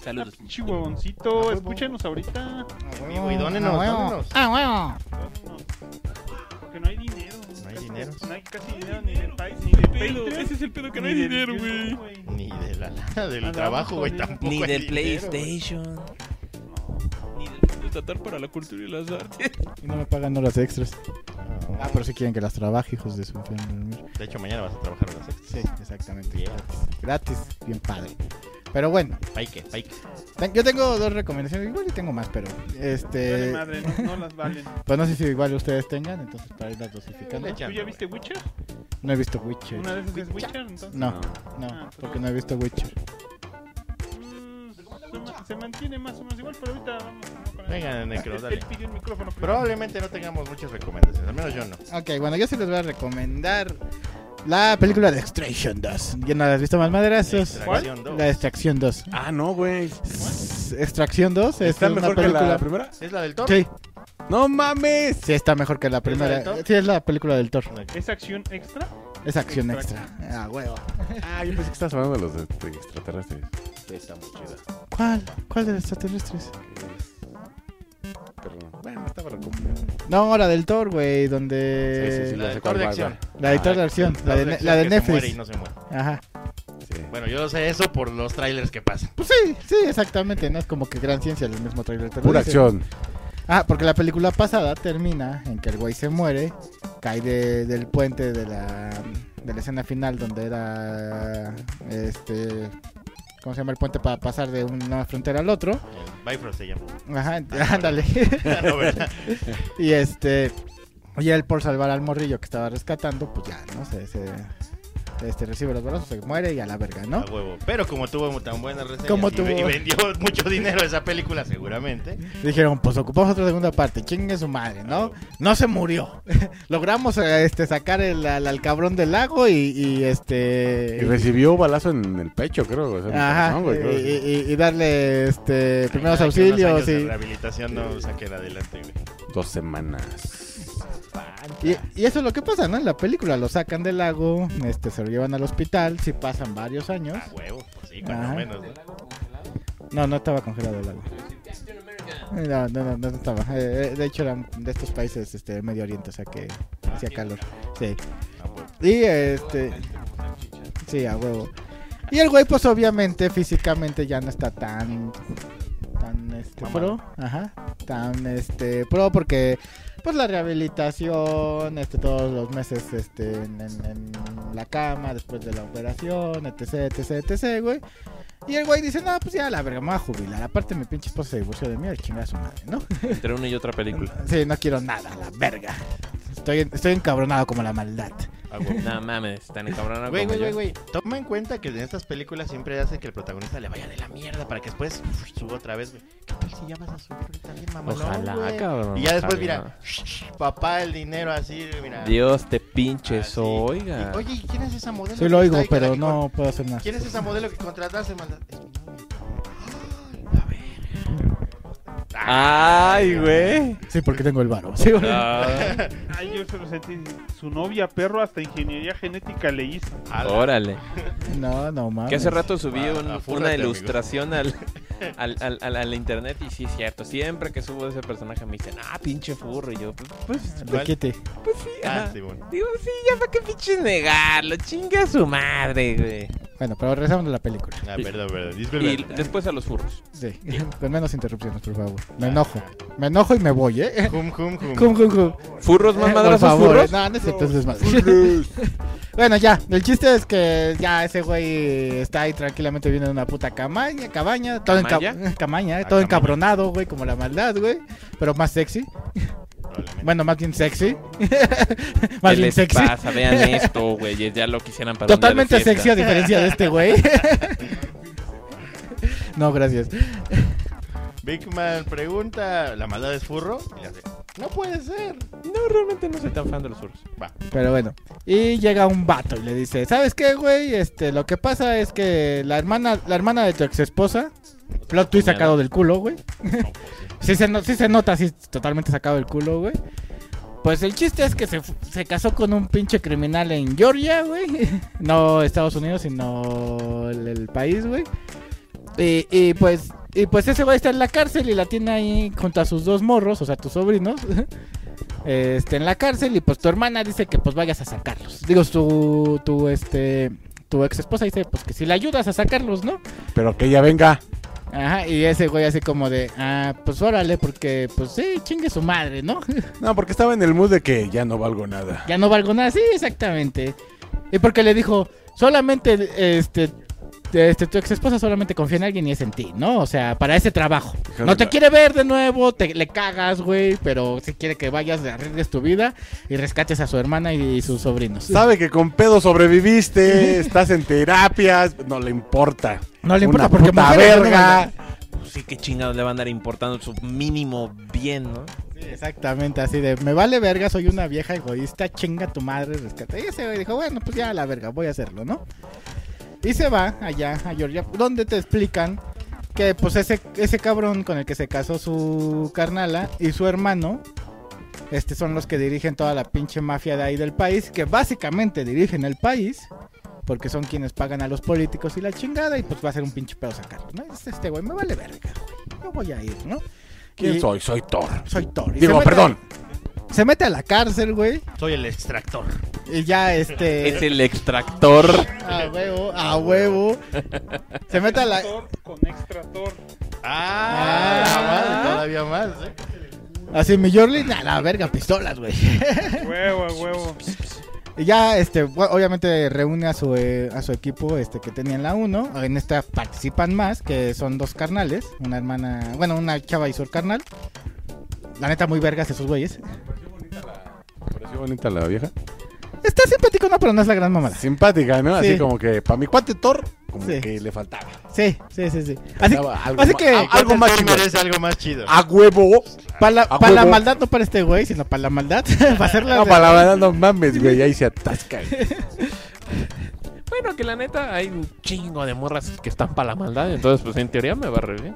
Saludos. Chihuahoncito, escúchenos ahorita. En vivo, y dónenos, Ah, huevo. dónenos. Ah, huevo. Porque no hay dinero. No hay casi- dinero. No hay casi dinero ni de Pais, ni de Pero Patreon. ese es el pedo que no ni hay del dinero, güey. YouTube, Ni de la lana del Andamos trabajo, güey, jodidos. tampoco. Ni hay del dinero, güey. PlayStation. Ni del Fondo Estatal para la Cultura y las Artes. Y no me pagan horas extras. No. Ah, pero si quieren que las trabaje, hijos de su enferma. De hecho, mañana vas a trabajar horas extras. Sí, exactamente. Bien. Gratis. Gratis, bien padre. Pero bueno, Paike, paike. ten- yo tengo dos recomendaciones. Igual yo tengo más, pero Vale este. madre, no, no las valen. Pues no sé si igual ustedes tengan, entonces para irlas dosificando. Eh, ¿Tú ya güey. viste Witcher? No he visto Witcher. ¿Una de esas es Witcher? Entonces, No, no, Ah, porque no he visto Witcher. mm, se ma- se mantiene más o menos igual, pero ahorita vamos a poner- Venga, Necro, Él- dale. Él pidió el micrófono. pero- Probablemente no tengamos muchas recomendaciones, al menos yo no. Ok, bueno, yo sí les voy a recomendar la película de Extraction 2. ¿Ya no la has visto más madrazos? Extracción dos. La de Extracción 2. Ah, no, güey. S- Extracción 2 es ¿Está una mejor que película. la primera? ¿Es la del Thor? Sí, ¡No mames! sí está mejor que la la del primera. Thor? Sí, es la película del Thor. ¿Es acción extra? Es acción extra. Ah, huevo. Ah, yo pensé que estabas hablando de los de- de extraterrestres. Está muy chida. ¿Cuál? ¿Cuál de los extraterrestres? Pero no. Bueno, estaba recomendada. No, la del Thor, güey, donde... Sí, sí, sí. Eh, La sé del cuál Thor de va, acción. La de Thor de Ah, acción, Thor la de, ne- acción la de que se muere Netflix. y no se muere. Ajá. Sí. Bueno, yo sé eso por los trailers que pasan. Pues sí, sí, exactamente, no es como que gran ciencia el mismo trailer. te lo Pura dice. acción. Ah, porque la película pasada termina en que el güey se muere, cae de- del puente de la, de la escena final donde era... Este... ¿Cómo se llama el puente para pasar de una frontera al otro? El Bifrost se llama. Ajá, Ah, ándale. Ah, no, ¿verdad? Y este. Y él por salvar al morrillo que estaba rescatando, pues ya, ¿no? Se, se- este, recibe los brazos, se muere y a la verga, ¿no? A huevo. Pero como tuvo tan buenas reseñas Como y, ve- tuvo- y vendió mucho dinero esa película, seguramente. Dijeron, pues ocupamos otra segunda parte, chingue su madre, ¿no? No se murió. Logramos eh, este, sacar el, al, al cabrón del lago y, y, este. Y recibió balazo en el pecho, creo. O sea, en el Ajá, corazón, güey, creo. y, y- y darle este primeros Ay, nada, que unos años auxilios de y, rehabilitación no saquen adelante, güey. Dos semanas. Y, y eso es lo que pasa, ¿no? En la película lo sacan del lago, este, se lo llevan al hospital, si pasan varios años. A huevo, pues sí, cuando Ajá. menos, ¿no? No, no estaba congelado el agua. No, no, no, no estaba. Eh, eh, de hecho, eran de estos países este, del Medio Oriente, o sea que hacía calor. Sí. A huevo. Y este. Sí, a huevo. Y el güey, pues obviamente, físicamente ya no está tan. tan este, Mamado. pro. Ajá. Tan este. pro porque. Pues la rehabilitación, este, todos los meses, este, en, en- en la cama, después de la operación, etc, etc, etc, güey. Y el güey dice, no, pues ya la verga, me voy a jubilar. Aparte mi pinche esposa se divorció de mí, al chingar a su madre, ¿no? Entre una y otra película. Sí, no quiero nada, la verga. Estoy, estoy encabronado como la maldad. Ah, A A huevo. No mames, tan encabronado Güey, como güey, yo. güey, güey. Toma en cuenta que en estas películas siempre hacen que el protagonista le vaya de la mierda para que después uf, suba otra vez, güey. ¿Qué tal si ya vas a subir ahorita bien, mamalón, Ojalá, güey? cabrón. Y ya después, ojalá. mira, shh, papá, el dinero así, mira. Dios te Ah, pinches, así. oiga. Y, Oye, ¿y quién es esa modelo? Sí que lo oigo, está ahí, pero la que no puedo hacer nada. ¿Quién es esa modelo que contrataste, maldad? Es mi novia. Ah, A ver. Ay, güey. Sí, porque tengo el varo. Sí, güey. Ah. Ay, yo solo sentí. Su novia, perro, hasta ingeniería genética le hizo. Ala. Órale. No, no mames. Que hace rato subí Va, un- afúrrate, una amigo. ilustración al, al, al, al- al internet y sí es cierto. Siempre que subo ese personaje me dicen, ah, pinche furro. Y yo, pues, pues, De quite. pues sí. Ah, ajá. Simón. Digo, sí, ya para qué pinches negarlo. Chinga su madre, güey. Bueno, pero regresamos a la película. Ah, perdón, perdón. Y Disculpe. después a los furros. Sí. Con menos interrupciones, por favor. Ah. Me enojo. Me enojo y me voy, ¿eh? Hum, hum, hum. Cum, cum, cum. ¿Furros más Eh, madrazos furros? No, no es cierto, eso es más. bueno, ya, el chiste es que ya ese güey está ahí tranquilamente viendo en una puta camaña, cabaña, todo, enca- ¿Camaña? camaña, eh, Ah, todo camaña. encabronado, güey, como la maldad, güey, pero más sexy. Probablemente. Bueno, más bien sexy. ¿Qué más bien les sexy. pasa? Vean esto, güey. Ya lo quisieran para un día de Totalmente fiesta. sexy a diferencia de este güey. no, gracias. Big Man pregunta, ¿la maldad es furro? Y le hace, no puede ser. No, realmente no soy tan fan de los furros. Va. Pero bueno, y llega un vato y le dice, ¿sabes qué, güey? Este, lo que pasa es que la hermana, la hermana de tu ex esposa, plot twist Cuñada. sacado del culo, güey. No, pues sí. Sí se, no- sí se nota, así totalmente sacado del culo, güey. Pues el chiste es que se, fu- se casó con un pinche criminal en Georgia, güey. No Estados Unidos, sino el, el país, güey. Y, y pues y pues ese güey está en la cárcel y la tiene ahí junto a sus dos morros, o sea, tus sobrinos. Este, en la cárcel y pues tu hermana dice que pues vayas a sacarlos. Digo, tu, tu, este, tu ex esposa dice pues que si le ayudas a sacarlos, ¿no? Pero que ella venga. Ajá, y ese güey así como de, ah, pues órale, porque, pues sí, chingue su madre, ¿no? No, porque estaba en el mood de que ya no valgo nada. ya no valgo nada, sí, exactamente. Y porque le dijo, solamente, este, este, tu ex esposa solamente confía en alguien y es en ti, ¿no? O sea, para ese trabajo. Hija No de te la- quiere ver de nuevo, te, le cagas, güey, pero sí quiere que vayas, arriesgues tu vida y rescates a su hermana y, y sus sobrinos. Sabe que con pedo sobreviviste, estás en terapias, no le importa. No le importa Una porque puta mujeres no verga. Pues sí, qué chingados le van a andar importando su mínimo bien, ¿no? Sí, exactamente, así de, me vale verga, soy una vieja egoísta, chinga tu madre, rescata. Y ese güey dijo, bueno, pues ya a la verga, voy a hacerlo, ¿no? Y se va allá a Georgia, donde te explican que pues ese, ese cabrón con el que se casó su carnala y su hermano, este son los que dirigen toda la pinche mafia de ahí del país, que básicamente dirigen el país. Porque son quienes pagan a los políticos y la chingada, y pues va a ser un pinche pedo sacarlos, ¿no? Este, este güey me vale verga, güey. Yo voy a ir, ¿no? ¿Quién Y- soy? Soy Thor. Soy Thor. Y se Digo, mete- perdón. se mete a la cárcel, güey. Soy el extractor. Y ya Es este. el extractor. A huevo, a huevo. Se mete a la. Tor con extrator. Ah, Ah. la madre, todavía más. ¿eh? Así mi Jorlin a la verga, pistolas, güey. Huevo, a huevo. Y ya, este, bu- obviamente reúne a su, eh, a su equipo este, que tenía en la 1. En esta participan más, que son dos carnales. Una hermana, bueno, una chava y su carnal. La neta, muy vergas esos güeyes. Pareció bonita la vieja. Está simpático, no, pero no es la gran mamada. Simpática, ¿no? Sí. Así como que para mi cuate Thor, como Sí. que le faltaba. Sí, sí, sí, sí. Así, Faltaba algo así ma- que. a- Algo Entonces, más Thor chingón. merece algo más Ah, chido. A huevo. Para la, A pa' la huevo. maldad, no para este güey, sino para la maldad. Para hacerla. No, de- para la verdad, no mames, güey. Ahí se atasca. Bueno, que la neta hay un chingo de morras que están para la maldad. Entonces, pues en teoría me va re bien.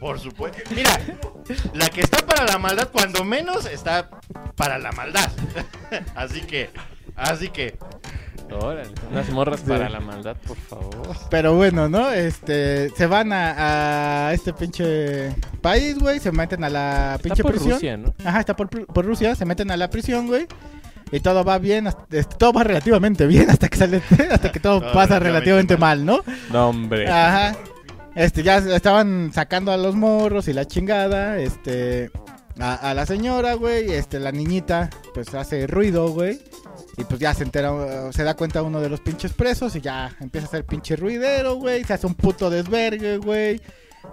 Por supuesto. Mira, la que está para la maldad, cuando menos, está para la maldad. así que, así que, Órale, unas morras para la maldad, por favor. Pero bueno, ¿no? Este, se van a, a este pinche país, güey. Se meten a la Está pinche por prisión. Rusia, ¿no? Ajá, está por, pr- por Rusia. Se meten a la prisión, güey. Y todo va bien, hasta- este, todo va relativamente bien hasta que sale, hasta que todo Todo pasa relativamente relativamente mal, ¿no? No, hombre. Ajá. Este, ya estaban sacando a los morros y la chingada, este, a, a la señora, güey, este, la niñita, pues hace ruido, güey, y pues ya se entera, uh, se da cuenta uno de los pinches presos y ya empieza a hacer pinche ruidero, güey, se hace un puto desvergue, güey,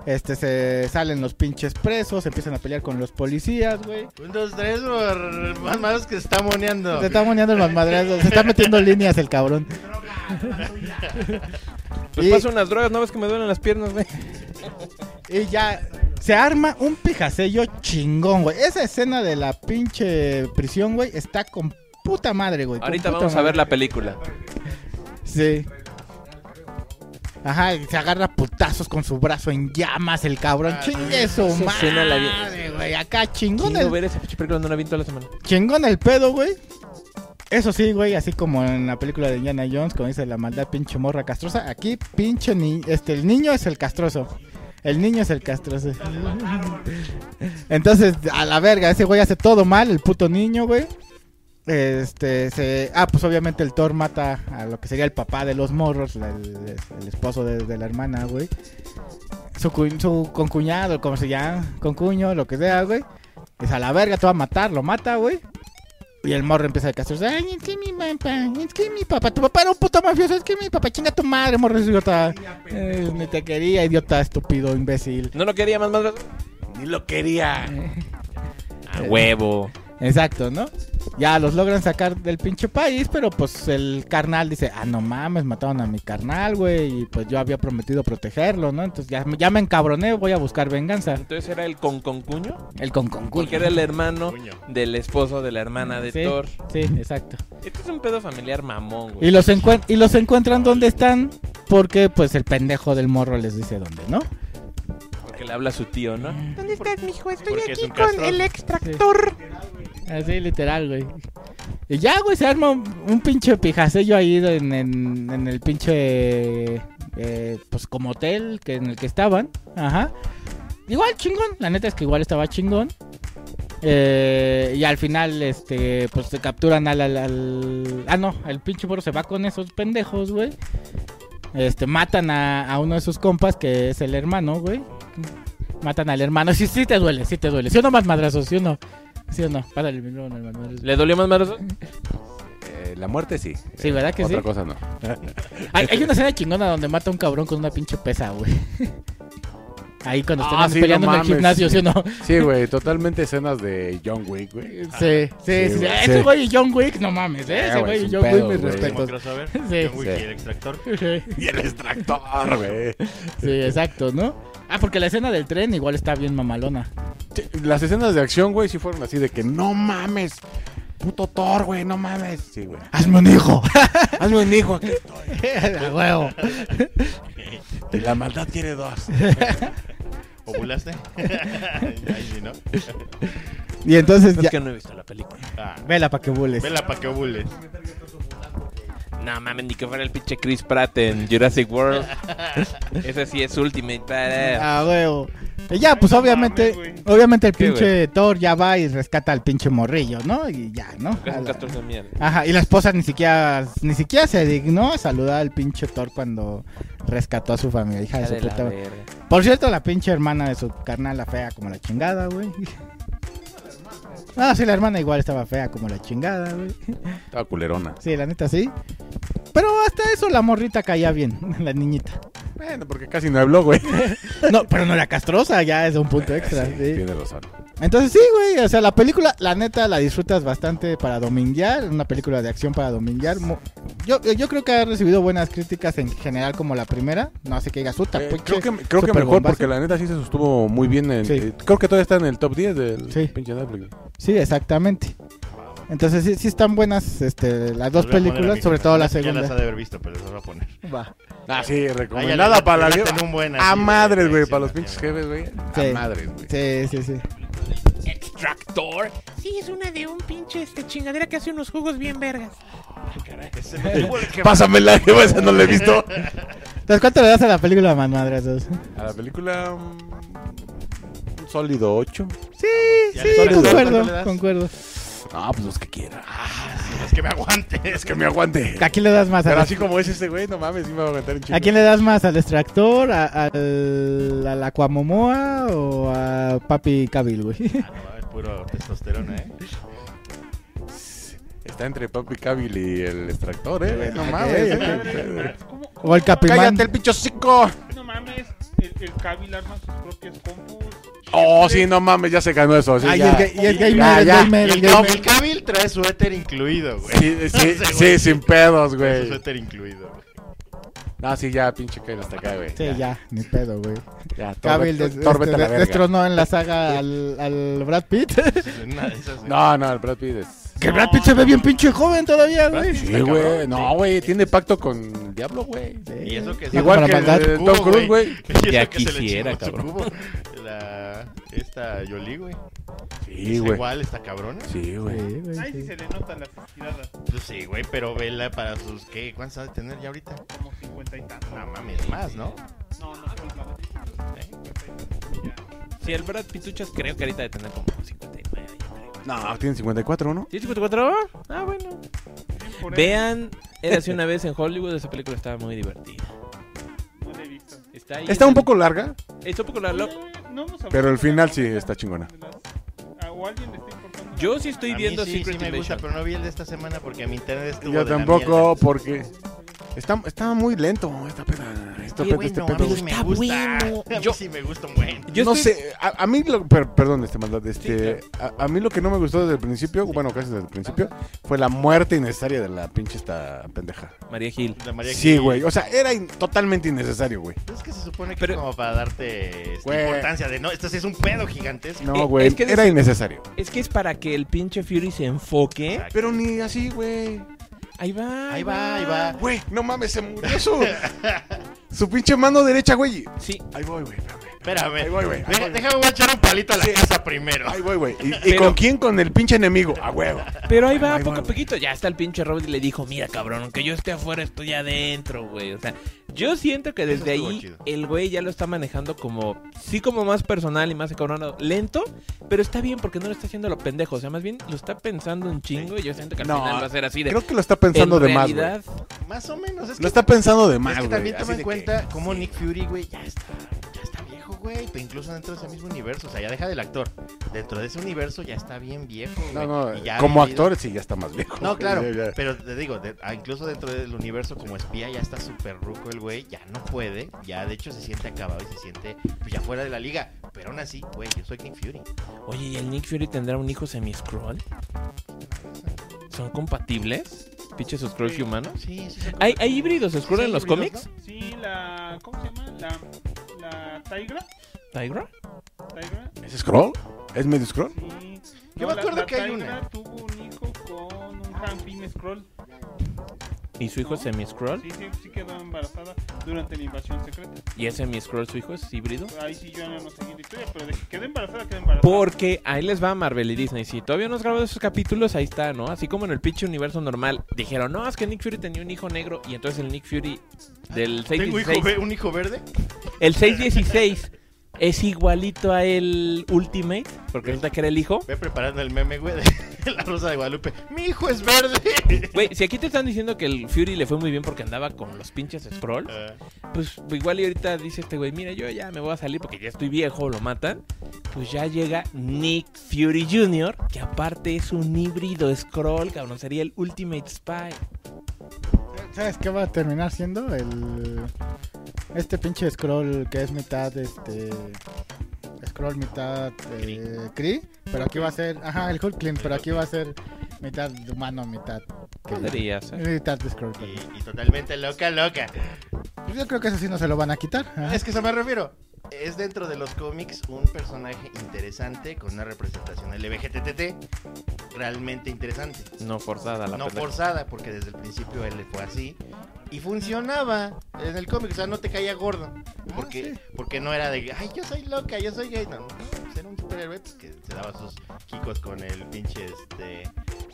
Este, se salen los pinches presos, se empiezan a pelear con los policías, güey. Un, dos, tres, por más más que se está moneando. Se está moneando el malmadrazo, se está metiendo líneas el cabrón. Pues Y- paso unas drogas, no ves que me duelen las piernas, güey. Y ya se arma un pijasello chingón, güey. Esa escena de la pinche prisión, güey, está con puta madre, güey. con Ahorita puta vamos a ver madre. la película. Sí. Ajá, y se agarra a putazos con su brazo en llamas el cabrón. Ah, Chingue su esa escena la vi- madre, güey. Acá chingón Quiero el ver esa pinche película, no la vi en toda la semana. Chingón el pedo, güey. Eso sí, güey, así como en la película de Indiana Jones, como dice la maldad pinche morra castrosa, aquí pinche ni este el niño es el castroso. El niño es el castroso. Entonces, a la verga, ese güey hace todo mal, el puto niño, güey. Este, se... Ah, pues obviamente el Thor mata a lo que sería el papá de los morros, la- el, el esposo de, de la hermana, güey. Su, cu- su concuñado, como se llama, concuño, lo que sea, güey. Es a la verga, te va a matar, lo mata, güey. Y el morro empieza a casarse. Ay, es que mi papá, es que mi papá, tu papá era un puto mafioso, es que mi papá, chinga tu madre, morro, es idiota. Eh, ni te quería, idiota, estúpido, imbécil. No lo quería más más. Ni lo quería. A huevo. Exacto, ¿no? Ya los logran sacar del pinche país, pero pues el carnal dice, ah, no mames, mataron a mi carnal, güey, y pues yo había prometido protegerlo, ¿no? Entonces ya, ya me encabroné, voy a buscar venganza. Entonces era el conconcuño, El conconcuño. porque era el hermano Puño. del esposo de la hermana de Sí. Thor. Sí, exacto. Este es un pedo familiar mamón, Y güey. los, encuen- y los encuentran donde están porque pues el pendejo del morro les dice dónde, ¿no? Porque le habla a su tío, ¿no? ¿Dónde estás, mijo? Estoy Porque es aquí un con castroso. el extractor. Así literal, güey. Y ya, güey, se arma un, un pinche pijasello ahí en, en- en el pinche... eh, pues como hotel que, en el que estaban. Ajá. Igual chingón, la neta es que igual estaba chingón. Eh, y al final, este, pues te capturan al, al, al- Ah, no, el pinche burro se va con esos pendejos, güey. Este, matan a, a uno de sus compas, que es el hermano, güey. Matan al hermano. Sí, sí te duele, sí te duele. ¿Sí o no más madrazos? ¿Sí o no? ¿Sí o no? Pásale el micrófono al madrazo. ¿Le dolió más más? Eh, la muerte sí. Eh, Sí, ¿verdad que Otra sí? cosa no. Hay, hay una escena chingona donde mata a un cabrón con una pinche pesa, güey. Ahí cuando están Ah, sí, no peleando en el mames. gimnasio, ¿sí o no? Sí, güey, totalmente escenas de John Wick, güey. Ah, Sí, sí, sí. güey, Ese sí. güey y John Wick, no mames, ¿eh? Eh, Ese güey, güey es y un John pedo, Wick, mis güey. Como respetos. crossover. pues. Sí. John Wick Sí. y el extractor. Y el extractor, güey. Sí, exacto, ¿no? Ah, porque la escena del tren igual está bien mamalona. Sí, Las escenas de acción, güey, sí fueron así de que no mames. Puto Thor, güey, no mames. Sí, güey. ¡Hazme un hijo! Hazme un hijo aquí. ¡A huevo! Y la maldad tiene dos. ¿Ovulaste? Ay, sí, ¿no? Y entonces Es ya... que no he visto la película. Ah, Vela para que bules. vela para que ovules. No mames, ni que fuera el pinche Chris Pratt en Jurassic World. Ese sí es Ultimate Badass. ¡A huevo! Y ya, pues Ay, no obviamente... mames, güey. obviamente el ¿Qué, pinche Thor ya va y rescata al pinche morrillo, ¿no? Y ya, ¿no? Que es un A la- castor de mierda. Ajá, y la esposa ni siquiera ni siquiera se dignó a saludar al pinche Thor cuando rescató a su familia, hija de su de la puta madre. verga. Por cierto, la pinche hermana de su carnal, la fea como la chingada, güey. Ah, sí, la hermana igual estaba fea como la chingada, güey. Estaba culerona. Sí, la neta sí. Pero hasta eso la morrita caía bien, la niñita. Bueno, porque casi no habló, güey. No, pero no era castrosa, ya es un punto extra, Sí, sí. Tiene razón. Entonces sí, güey, o sea, la película, la neta, la disfrutas bastante para dominguear, una película de acción para dominguear. Mo- Yo, yo creo que ha recibido buenas críticas en general como la primera, no sé qué digas, puta, Eh, pinche creo que, creo que super mejor bombazo. porque la neta sí se sostuvo muy bien. en- Sí. eh, creo que todavía está en el top 10 del Sí. pinche Netflix. Sí, exactamente. Entonces sí, sí están buenas este, las dos películas, sobre todo Ya la las ha segunda. de haber visto, pero se las va a poner. Va. Ah, sí, Ah, ya recomendada le- para le la laten un buen así, A de- madres, de güey, acción, para los así, pinches güey. jefes, güey. Sí. A madres, güey. Sí, sí, sí. Extractor. Sí, es una de un pinche este chingadera que hace unos jugos bien vergas. Ese no te huele que- Pásame la jeva, esa no la he visto. Entonces, ¿cuánto le das a la película más madrazos? A la película. mm, Un sólido 8. Sí, Ya sí, le- ¿cuánto le das? ¿Cuánto le concuerdo, das? concuerdo. Ah, pues los que quiera. Es Ah, que me aguante. Es Que me aguante. ¿A quién le das más? ¿A Pero la- así como es este güey, no mames, sí me va a aguantar un chingo. ¿A quién le das más? ¿Al extractor? ¿A- ¿Al a la Cuamomoa o a Papi Cabil, güey? Es puro testosterona, ¿eh? Está entre Papi Cabil y el extractor, eh. No Ok, mames. ok. eh. ¿Cómo- cómo O el no va- Capimán. pincho hocico! No mames, el, el Cabil arma sus propias compus. Oh, sí, no mames, ya se ganó eso. Sí, Ay, ya. y es ga- y es gamer, Ya, es ya. gamer, Y es el, gamer. el Cabil trae suéter incluido, güey. Sí, sí, No sé, sí, güey. sin pedos, Trae su güey. suéter incluido, güey. No, Ah, sí, ya, pinche Kyle hasta acá, güey. Sí, ya, ni pedo, güey. Ya, Thor, Cavill vete- des- Thor, este, vete a la de- verga. destronó en la saga al, al Brad Pitt. Una de esas, güey. No, no, el Brad Pitt es... que Brad Pitt se ve bien pinche joven todavía, güey. Sí, güey. No, güey, tiene pacto con el diablo, güey. Y eso que se Igual Para que maldad. eh, Tom Cruise, güey. Ya Ya quisiera, quisiera, cabrón. cabrón. La... Esta Yoli, güey. Sí, Está güey. Igual, está cabrona. Sí, güey. Sí, güey, Ay, sí sí. se le notan las estiradas. Pues sí, güey, pero vela para sus... ¿Qué? ¿Cuántas ha de tener ya ahorita? Como 50 y tantos. No mames, más, ¿no? No, no, pues, la verdad, ¿Eh? Si el Brad Pituchas creo que ahorita de tener como 59. yo creo. No, tiene 54, ¿no? ¿Tiene 54? Ah, bueno. por ahí Vean, érase una vez en Hollywood, esa película estaba muy divertida. No la he visto. Está ahí. Está un poco larga. Está un poco la lo- Oye, no hemos hablado Pero de el la final sí novela. está chingona. ¿A o alguien le está importando? Yo sí estoy A mí viendo sí, Secret sí me gusta, Invasion. pero no vi el de esta semana porque mi internet estuvo Yo de la mierda. tampoco, porque... Está, está muy lento esta peda. Esta Qué peda, este bueno, a pedo. mí sí me Está gusta. bueno. A mí Yo- sí me gusta un buen. Yo no estoy- sé, a, a mí, lo, per- perdón, este maldad, este, a, a mí lo que no me gustó desde el principio, bueno, casi desde el principio, fue la muerte innecesaria de la pinche esta pendeja. María Gil. La María Sí, Gil. güey, o sea, era in- totalmente innecesario, güey. Es que se supone que Pero- es como para darte esta Güey. importancia de no, esto sí es un pedo gigantesco. No, Eh, güey, es que era desde- innecesario. Es que es para que el pinche Fury se enfoque. Exacto. Pero ni así, güey. Ahí va. Ahí va, ahí va. Güey, no mames, se murió su, su pinche mano derecha, güey. Sí. Ahí voy, güey, espérame. Espérame. Ahí voy, güey, ahí Ve- voy. Déjame voy a echar un palito a la Sí. casa primero. Ahí voy, güey. ¿Y, y Pero- con quién? Con el pinche enemigo. A huevo. Pero ahí va, Ahí va, poco a güey. poquito. Ya está el pinche Robert y le dijo, mira cabrón, aunque yo esté afuera, estoy adentro, güey. O sea, yo siento que Eso desde estuvo ahí chido. el güey ya lo está manejando como, sí como más personal y más cabrón, lento, pero está bien porque no lo está haciendo lo pendejo. O sea, más bien lo está pensando un chingo y yo siento que al No, final va a ser así de... Creo que lo está pensando en de más, güey. realidad, Más o menos. Es que, Lo está pensando de es más, que güey. también así toma en de cuenta cómo Nick Fury, güey, ya está, ya está viejo, güey. Pero incluso dentro de ese mismo universo. O sea, ya deja del actor. Dentro de ese universo ya está bien viejo, que- güey. No, no, Y ya ha como vivido- actor sí ya está más viejo. No, güey, claro, ya, ya. pero te digo, de- ah, incluso dentro del universo como espía ya está súper ruco el güey, ya no puede, ya de hecho se siente acabado y se siente pues, ya fuera de la liga, pero aún así, güey, yo soy Nick Fury. Oye, ¿y el Nick Fury tendrá un hijo semi-scroll? ¿Son compatibles? ¿Piches scrolls Sí. humanos? Sí, sí, soy ¿Hay, Nick hay Fury. híbridos scroll Sí, en los híbridos, cómics? Sí, la. ¿Cómo se llama? La. La Tigra. ¿Tigra? Tigra. ¿Es scroll? ¿Es medio scroll? Sí. Yo No, me la- acuerdo la que hay Tigra una. tuvo un hijo con un Hanpin Scroll. ¿Y su hijo es semi-scroll? Sí, sí, sí quedó embarazada durante la invasión secreta. ¿Y es semi-scroll su hijo? ¿Es híbrido? Ahí sí yo no seguí la historia, pero de que quedó embarazada, quedó embarazada. Porque ahí les va Marvel y Disney. Si todavía no has grabado esos capítulos, ahí está, ¿no? Así como en el pinche universo normal. Dijeron, no, es que Nick Fury tenía un hijo negro. Y entonces el Nick Fury del ¿Tengo hijo 616. ve- un hijo verde? El 616 es igualito a el Ultimate. Porque resulta que era el hijo. Ve preparando el meme, güey, de la Rosa de Guadalupe. ¡Mi hijo es verde! Güey, si aquí te están diciendo que el Fury le fue muy bien porque andaba con los pinches scrolls. Ah, pues igual y ahorita dice este güey, mira, yo ya me voy a salir porque ya estoy viejo, lo matan. Pues ya llega Nick Fury Jr., que aparte es un híbrido scroll, cabrón, sería el Ultimate Spy. ¿Sabes qué va a terminar siendo? El... Este pinche scroll que es mitad, este... Scroll mitad eh, Cree, pero aquí va a ser, ajá, el Hulkling, pero aquí va a ser mitad humano, mitad Kree. Podría ser. Mitad de scroll. perdón. y, y totalmente loca, loca. Pues Yo creo que eso sí no se lo van a quitar. ajá. Es que eso me refiero. Es dentro de los cómics un personaje interesante con una representación LBGTTT realmente interesante. No forzada la no pendeja. forzada, porque desde el principio él le fue así. Y funcionaba en el cómic, o sea, no te caía gordo. Porque, porque no era de, ay, yo soy loca, yo soy gay. No, no, pues era un superhéroe pues, que se daba sus kikos con el pinche este.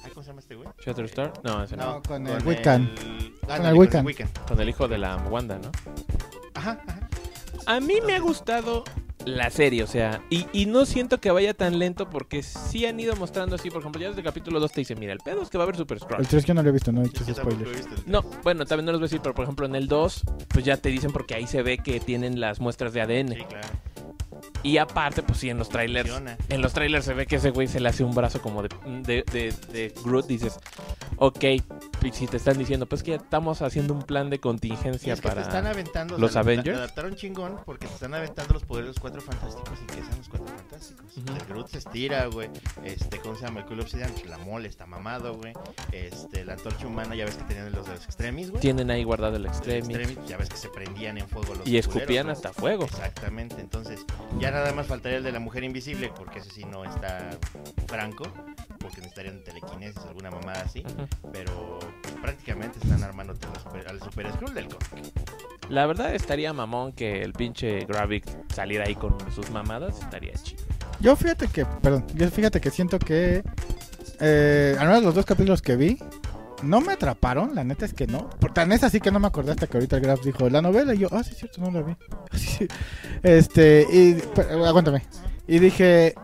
ay, ¿Cómo se llama este güey? Shatterstar? No, ese no. No, con el Wiccan. ándale, el con el Wiccan. Wiccan. Con el hijo de la Wanda, ¿no? Ajá, ajá. A mí me ha gustado la serie, o sea, y, y no siento que vaya tan lento porque sí han ido mostrando así. Por ejemplo, ya desde el capítulo 2 te dicen, mira, el pedo es que va a haber Super Scroll. El 3 que no lo he visto, no he hecho Yo tampoco spoilers. he visto el- No, bueno, también no los voy a decir, pero por ejemplo en el 2, pues ya te dicen porque ahí se ve que tienen las muestras de ADN. Sí, claro. Y aparte, pues sí, en los trailers. Funciona. En los trailers se ve que ese güey se le hace un brazo como de, de, de- de Groot. Dices, ok, y si te están diciendo, pues que ya estamos haciendo un plan de Y contingencia es que para... te están aventando. los se adapta- Avengers. se adaptaron chingón porque te están aventando los poderes de los cuatro fantásticos y que sean los cuatro fantásticos. Ujú. El Groot se estira, güey. Este, ¿cómo se llama? El Cool Obsidian, pues, la mole está mamado, güey. Este, la antorcha humana, ya ves que tenían los de los extremis, güey. Tienen ahí guardado el Los de los extremo Extremis, ya ves que se prendían en fuego los y escupían culeros, hasta fuego. güey. Exactamente, entonces ya nada más faltaría el de la mujer invisible, porque ese sí no está franco, porque necesitarían telequinesis, alguna mamada así, Ujú. pero pues, prácticamente están armando al Super Skrull del cómic. La verdad estaría mamón que el pinche Gravik saliera ahí con sus mamadas, estaría chido. Yo fíjate que, perdón, yo fíjate que siento que eh, al menos los dos capítulos que vi no me atraparon, la neta es que no. Por, tan es así que no me acordé hasta que ahorita el Graf dijo la novela y yo, ah, sí, es cierto, no la vi. Sí, sí. Este, y pero, aguántame. Y dije,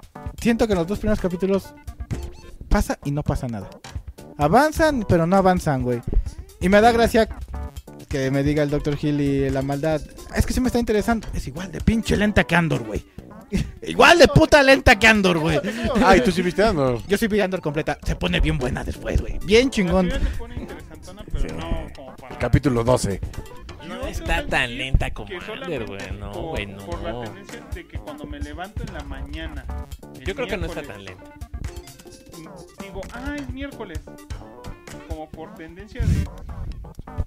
siento que en los dos primeros capítulos pasa y no pasa nada. Avanzan, pero no avanzan, güey. Y me da gracia que me diga el Dr. Hill y la maldad. Es que sí me está interesando. Es igual de pinche lenta que Andor, güey. igual de puta lenta que Andor, güey. Ay, Ah, ¿tú sí viste Andor? Yo soy Andor completa. Se pone bien buena después, güey. Bien La chingón. teoría se pone interesantona, pero Sí. no como para... El capítulo 12. Yo No está tengo que tan decir lenta como que Ander, solamente güey, no, por- güey, no. Por la tendencia de que cuando me levanto en la mañana. el Yo creo que no está miércoles, tan lenta. Digo, ah, es miércoles. Como por tendencia de.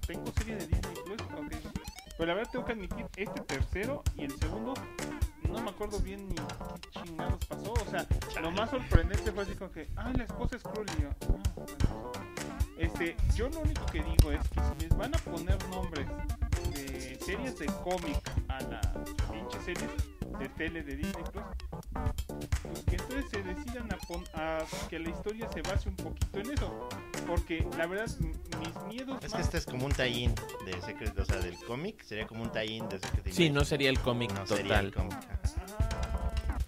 Tengo serie de Disney Plus, ok. Pero la verdad tengo que admitir, este tercero y el segundo, no me acuerdo bien ni qué chingados pasó. O sea, lo más sorprendente fue así como que, ah, la esposa es cruel. Y yo, "Ah, vale". este, yo lo único que digo es que si les van a poner nombres de series de cómic a las pinches series de tele de Disney Plus, pues que entonces se decidan a, pon- a que la historia se base un poquito en eso. Porque la verdad, m- mis miedos Es que más este es como un tie-in de Secret, o sea, del cómic, sería como un tie-in de Secret Sí, Invasion. no sería el cómic No total. sería el cómic. ajá. Ah,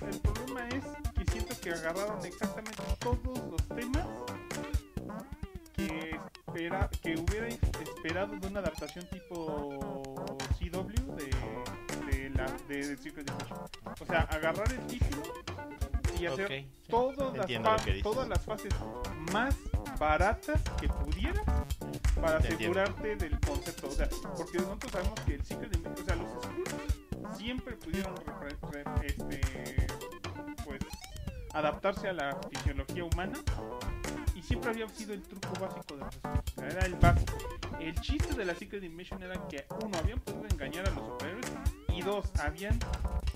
pero el problema es que siento que agarraron exactamente todos los temas que, espera, que hubiera esperado de una adaptación tipo CW de, de la de, de Secret Invasion. O sea, agarrar el título y hacer Ok, sí. todas, las Entiendo lo fa- que dices. todas las fases más baratas que pudieras para Te entiendo. asegurarte del concepto. O sea, porque nosotros sabemos que el Secret Invasion, o sea, los Skrulls siempre pudieron repre- re- este, pues, adaptarse a la fisiología humana y siempre había sido el truco básico de los Skrulls. Era el básico. El chiste de la Secret Invasion era que, uno, habían podido engañar a los superhéroes y dos, habían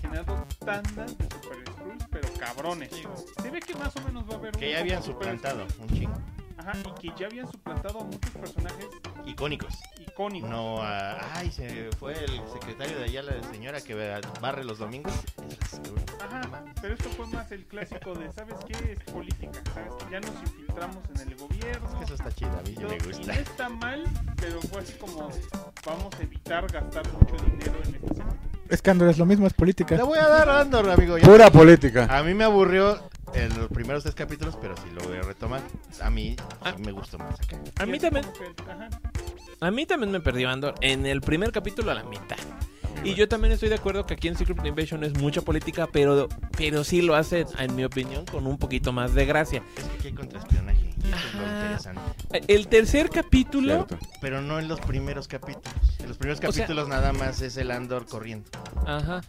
generado tandas de Super Skrulls, pero cabrones. Se ve que más o menos va a haber Que uno ya habían como Super suplantado un chingo. Skrull. Ajá, y que ya habían suplantado a muchos personajes Icónicos. icónicos. No, a- ay, se fue el secretario de allá, la señora que barre los domingos. Es la Skrull. Ajá, pero esto fue más el clásico de, ¿sabes qué? Es política, ¿sabes? Que ya nos infiltramos en el gobierno. Es que eso está chido, a mí y sí no- me y gusta. no está mal, pero fue así como, vamos a evitar gastar mucho dinero en esta serie. Escándalo es lo mismo, es Le política. voy a dar a Andor, amigo. ya. Pura política. A mí me aburrió en los primeros tres capítulos, pero si lo voy a retomar, a mí sí me gustó más acá. A Y mí así también, como que, ajá, a mí también me perdió Andor en el primer capítulo a la mitad. Y yo también estoy de acuerdo que aquí en Secret Invasion es mucha política, pero, pero sí lo hace, en mi opinión, con un poquito más de gracia. Es que aquí hay contraespionaje y eso es lo Ajá. interesante. El tercer capítulo, Cierto. Pero no en los primeros capítulos. En los primeros O sea- capítulos nada más es el Andor corriendo. Ajá.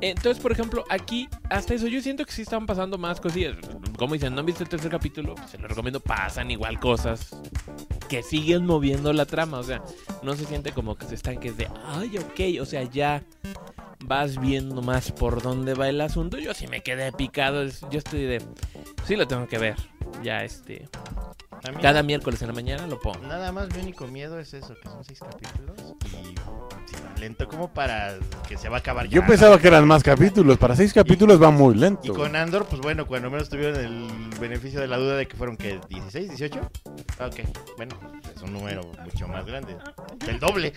Entonces, por ejemplo, aquí, hasta eso, yo siento que sí están pasando más cosillas. Como dicen, ¿no han visto el tercer capítulo? Pues, se lo recomiendo, pasan igual cosas que siguen moviendo la trama. O sea, no se siente como que se están que es de, ay, ok, o sea, ya vas viendo más por dónde va el asunto. Yo sí me quedé picado, es- yo estoy de, sí lo tengo que ver. Ya, este, A mí cada miércoles en la mañana lo pongo. Nada más mi único miedo es eso, que son seis capítulos y si va lento como para que se va a acabar Pues Yo ya, pensaba que eran más capítulos. Para seis capítulos va muy ¿no? lento. Y con Andor, pues bueno, cuando menos tuvieron el beneficio de la duda de que fueron, que ¿16, 18? Ah, Ok, bueno, pues es un número mucho más grande. ah, yo El lo que- doble.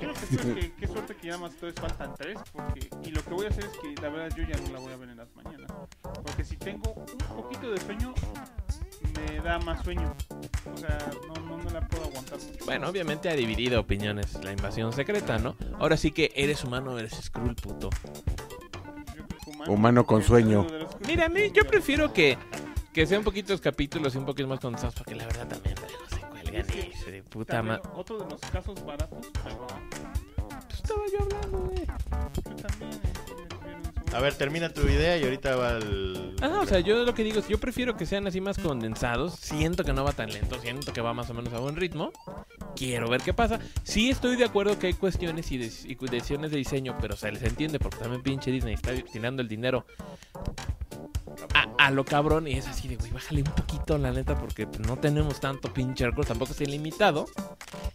Yo lo que espero es que, qué suerte que ya más todos faltan tres, porque, y lo que voy a hacer es que la verdad yo ya no la voy a ver en las mañanas, porque si tengo un poquito de sueño, me da más sueño, o sea, no, no me la puedo aguantar mucho. Bueno, obviamente ha dividido opiniones la invasión secreta, ¿no? Ahora sí que eres humano, eres Skrull, puto. Yo creo que Humano con porque sueño. es uno de los- Mira, a mí yo prefiero que, que sean poquitos capítulos y un poquito más condensados, porque la verdad también luego se cuelga oigan, hijo de puta También madre. Otro de los casos baratos, pero estaba yo hablando de. yo también. eh, A ver, termina tu idea y ahorita va el. Ah, o sea, yo lo que digo es, yo prefiero que sean así más condensados. Siento que no va tan lento, siento que va más o menos a buen ritmo. Quiero ver qué pasa. Sí estoy de acuerdo que hay cuestiones y, des- y cu- decisiones de diseño, pero se les entiende porque también pinche Disney está tirando el dinero a, a lo cabrón y es así de, güey, bájale un poquito, la neta, porque no tenemos tanto pinche recurso, tampoco es ilimitado.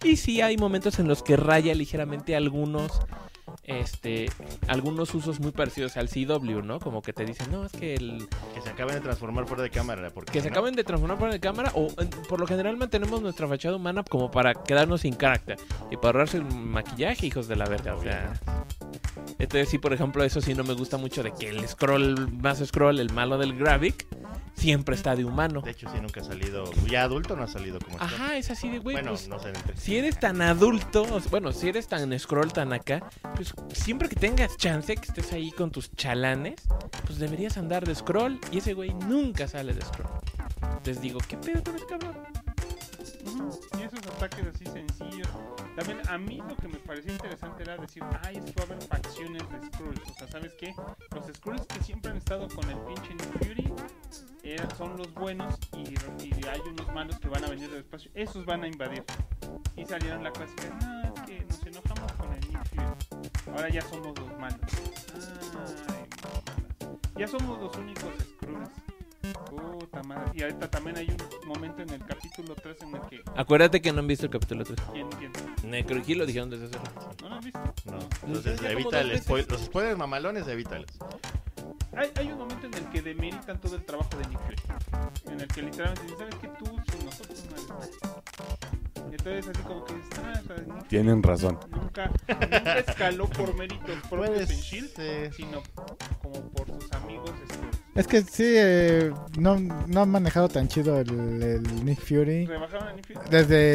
Y sí hay momentos en los que raya ligeramente algunos este algunos usos muy parecidos al CW, ¿no? Como que te dicen, "No, es que el Que se acaben de transformar fuera de cámara. Porque que se no- acaben de transformar por la cámara o en- por lo general mantenemos nuestra fachada humana como para quedarnos sin carácter y para ahorrarse el maquillaje, hijos de la verga. O sea, entonces sí, por ejemplo, eso sí no me gusta mucho de que el scroll más scroll, el malo del Gravik, siempre está de humano. De hecho, sí, nunca ha salido. Ya adulto no ha salido como está. Ajá, es así de güey. Bueno, pues, no sé. entre- si eres tan adulto, o sea, bueno, si eres tan scroll, tan acá, pues siempre que tengas chance, que estés ahí con tus chalanes, pues deberías andar de scroll. Y ese güey nunca sale de scroll. Entonces digo, ¿qué pedo con ese cabrón? Y esos ataques así sencillos. También a mí lo que me parecía interesante era decir, ay, es que va a haber facciones de Skrulls. O sea, ¿sabes qué? Los Skrulls que siempre han estado con el pinche Nick Fury eh, son los buenos y, y hay unos malos que van a venir del espacio. Esos van a invadir. Y salieron la clásica, no, es que nos enojamos con el Nick Fury. Ahora ya somos los malos. Ay, mamadas. Ya somos los únicos Skrulls. Puta madre. Y ahorita también hay un momento en el capítulo 3 en el que Acuérdate que no han visto el capítulo 3. ¿Quién, quién? Necrogil lo dijeron desde hace rato. ¿No lo han visto? No. Entonces, Ya como evita dos el veces. spoiler. Los spoilers mamalones, evítalos. Hay, hay un momento en el que demeritan todo el trabajo de Nick Fury. En el que literalmente dicen, ¿sabes qué? Tú, sin nosotros, no eres nada". Y Entonces, así como que dices, "Ah, o sea, Nick Fury Tienen razón. nunca, nunca escaló por méritos propios Puedes- en Shield, sí. sino como por sus amigos. Este, Es que sí, eh, no, no han manejado tan chido el, el Nick Fury. rebajaron a Nick Fury.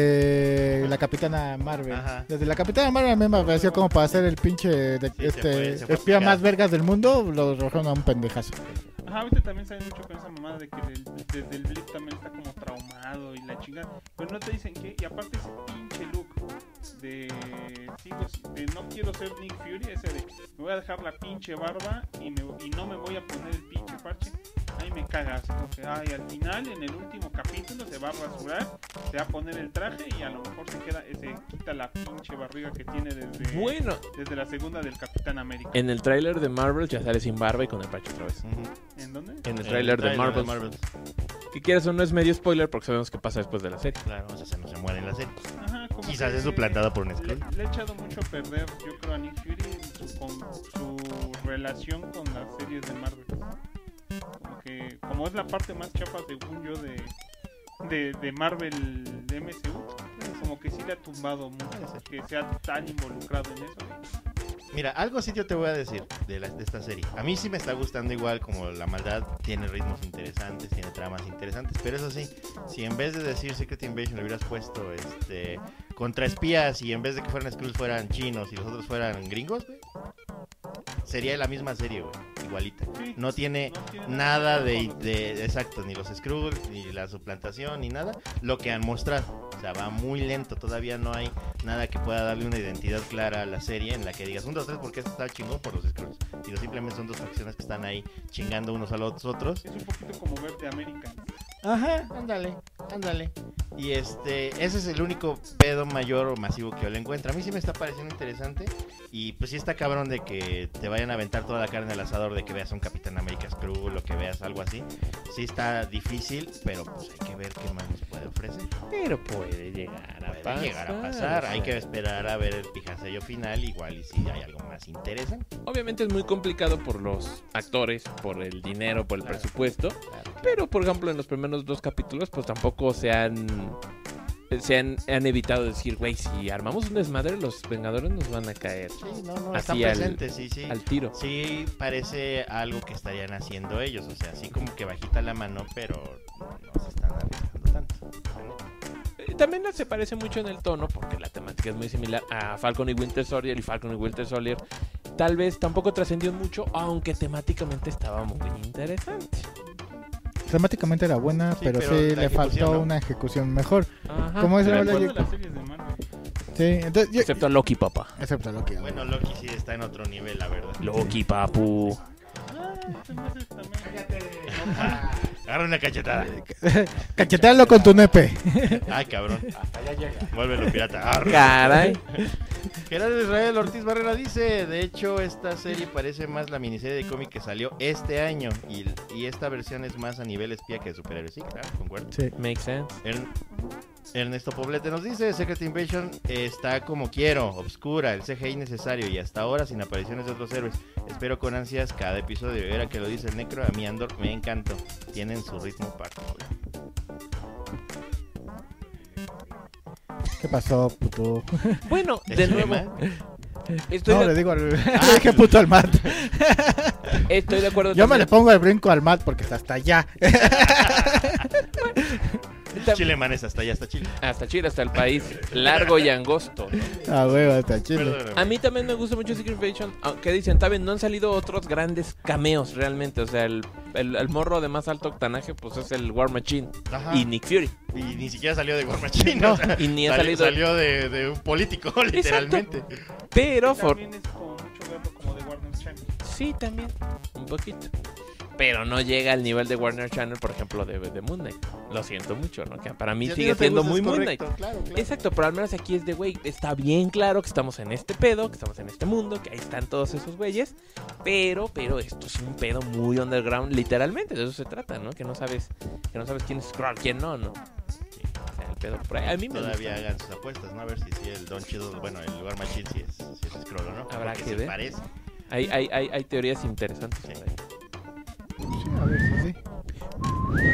Desde la Capitana Marvel. Ajá. Desde la Capitana Marvel a mí me pareció como para hacer el pinche de- se este, fue- se fue espía picada. más vergas del mundo. Lo rojaron a un pendejazo. Ajá, ahorita también saben mucho con esa mamada de que del- desde el blip también está como traumado y la chingada. Pero no te dicen que, y aparte ese pinche look de, sigo, si- de no quiero ser Nick Fury, ese de me voy a dejar la pinche barba y, me, y no me voy a poner el pinche parche. Ahí me cagas, porque ay, al final en el último capítulo se va a rasurar, se va a poner el traje y a lo mejor se queda, se quita la pinche barriga que tiene desde, Bueno, desde la segunda del Capitán América. en el tráiler de Marvel ya sale sin barba y con el pacho otra vez. Ujú. ¿En dónde? En el tráiler de Marvel. Marvel. Que quieras o no es medio spoiler porque sabemos qué pasa después de la serie. Claro, o sea, se no se muere en la serie. Ajá, como Quizás que- es suplantada por un Le, Skrull. le ha echado mucho a perder, yo creo, a Nick Fury su, con, su relación con las series de Marvel. Como, que, como es la parte más chapa, según yo, de, de, de Marvel de MCU, como que sí le ha tumbado Puede mucho ser. que sea tan involucrado en eso. Mira, algo sí yo te voy a decir de, la- de esta serie. A mí sí me está gustando igual como la maldad tiene ritmos interesantes, tiene tramas interesantes, pero eso sí, si en vez de decir Secret Invasion le hubieras puesto este contra espías y en vez de que fueran Skrulls fueran chinos y los otros fueran gringos, güey, sería la misma serie, güey, igualita. Sí, No tiene no tiene nada de, con- de- exacto, ni los Skrulls, ni la suplantación, ni nada, lo que han mostrado. O sea, va muy lento, todavía no hay nada que pueda darle una identidad clara a la serie en la que digas un, dos, tres, porque esto está chingón por los Skrulls. Sino simplemente son dos facciones que están ahí chingando unos a los otros. Es un poquito como Verde América. Ajá, ándale, ándale. Y este, ese es el único pedo mayor o masivo que yo le encuentro. A mí sí me está pareciendo interesante. Y pues sí está cabrón de que te vayan a aventar toda la carne al asador de que veas un Capitán América Screw, o que veas algo así. Sí está difícil, pero pues hay que ver qué más nos puede ofrecer. Pero puede llegar a Puede pasar. llegar a pasar. Hay o sea. que esperar a ver el pijasello final, igual y si hay algo más interesante. Obviamente es muy complicado por los actores, por el dinero, por el Claro. presupuesto. Pero, por ejemplo, en los primeros dos capítulos, pues tampoco se han. Se han, han evitado decir, güey, si armamos un desmadre, los Vengadores nos van a caer Sí, no, no, Así está al- presente, sí, sí. al tiro. Sí, parece algo que estarían haciendo ellos, o sea, así como que bajita la mano, pero no se están arriesgando tanto. Eh, También se parece mucho en el tono, porque la temática es muy similar a Falcon y Winter Soldier. Y Falcon y Winter Soldier tal vez tampoco trascendió mucho, aunque temáticamente estaba muy interesante. Temáticamente era buena, Sí, pero, pero sí la le ejecución faltó no. una ejecución mejor. Ajá. ¿Cómo es Me la acuerdo verdad? de las series de Marvel. Sí, entonces yo- Excepto a Loki, papá. Excepto lo que Bueno, Loki sí está en otro nivel, la verdad. Loki, papu. Ah, se me hace también. Agarra una cachetada. Cachetealo con tu nepe. Ay, cabrón. Hasta allá llega. Vuélvelo pirata. Arr. Caray. Gerardo Israel Ortiz Barrera dice, de hecho esta serie parece más la miniserie de cómic que salió este año y, y esta versión es más a nivel espía que de superhéroes. Sí, claro, concuerdo. Sí. Makes sense. Ern- Ernesto Poblete nos dice, Secret Invasion está como quiero, obscura, el CGI necesario y hasta ahora sin apariciones de otros héroes. Espero con ansias cada episodio. Era que lo dice el Necro, a mí Andor me encantó. Tienen su ritmo particular. ¿Qué pasó, puto? Bueno, de ¿Es nuevo, Lema? estoy, ¿eh? No, de, le digo al... le dije puto al Matt. estoy de acuerdo. Yo me le también. pongo el brinco al Matt porque está hasta allá. Tam- Chile manes hasta allá, hasta Chile. Hasta Chile, hasta el país largo y angosto. ¿no? Ah, huevo, hasta chile. Perdóname. A mí también me gusta mucho Secret Invasion, aunque dicen, también no han salido otros grandes cameos realmente. O sea, el, el- el morro de más alto octanaje, pues es el War Machine Ajá. Ah, Ah. y Nick Fury. Y ni siquiera salió de War Machine. o sea, Y ni ha salió, salido. salió de, de un político, literalmente. Pero, for- También es como mucho verlo como de Warner Channel. sí, también, un poquito. Pero no llega al nivel de Warner Channel, por ejemplo, de, de Moon Knight. Lo siento mucho, ¿no? Que para mí Si a ti sigue no te siendo gusta, muy es Moon Knight. correcto, claro, claro. Exacto, pero al menos aquí es de, güey, está bien claro que estamos en este pedo, que estamos en este mundo, que ahí están todos esos güeyes, pero, pero esto es un pedo muy underground, literalmente, de eso se trata, ¿no? Que no sabes, que no sabes quién es Scroll, quién no, ¿no? O sea, el pedo por ahí. A mí me Todavía gusta. hagan sus apuestas, ¿no? A ver si, si el Don Chido, bueno, el War Machine, si es, si es scroll o no. Habrá Porque que se ver. parece. Hay, hay, hay, hay teorías interesantes. Sí. por ahí. Sí, a ver si sí.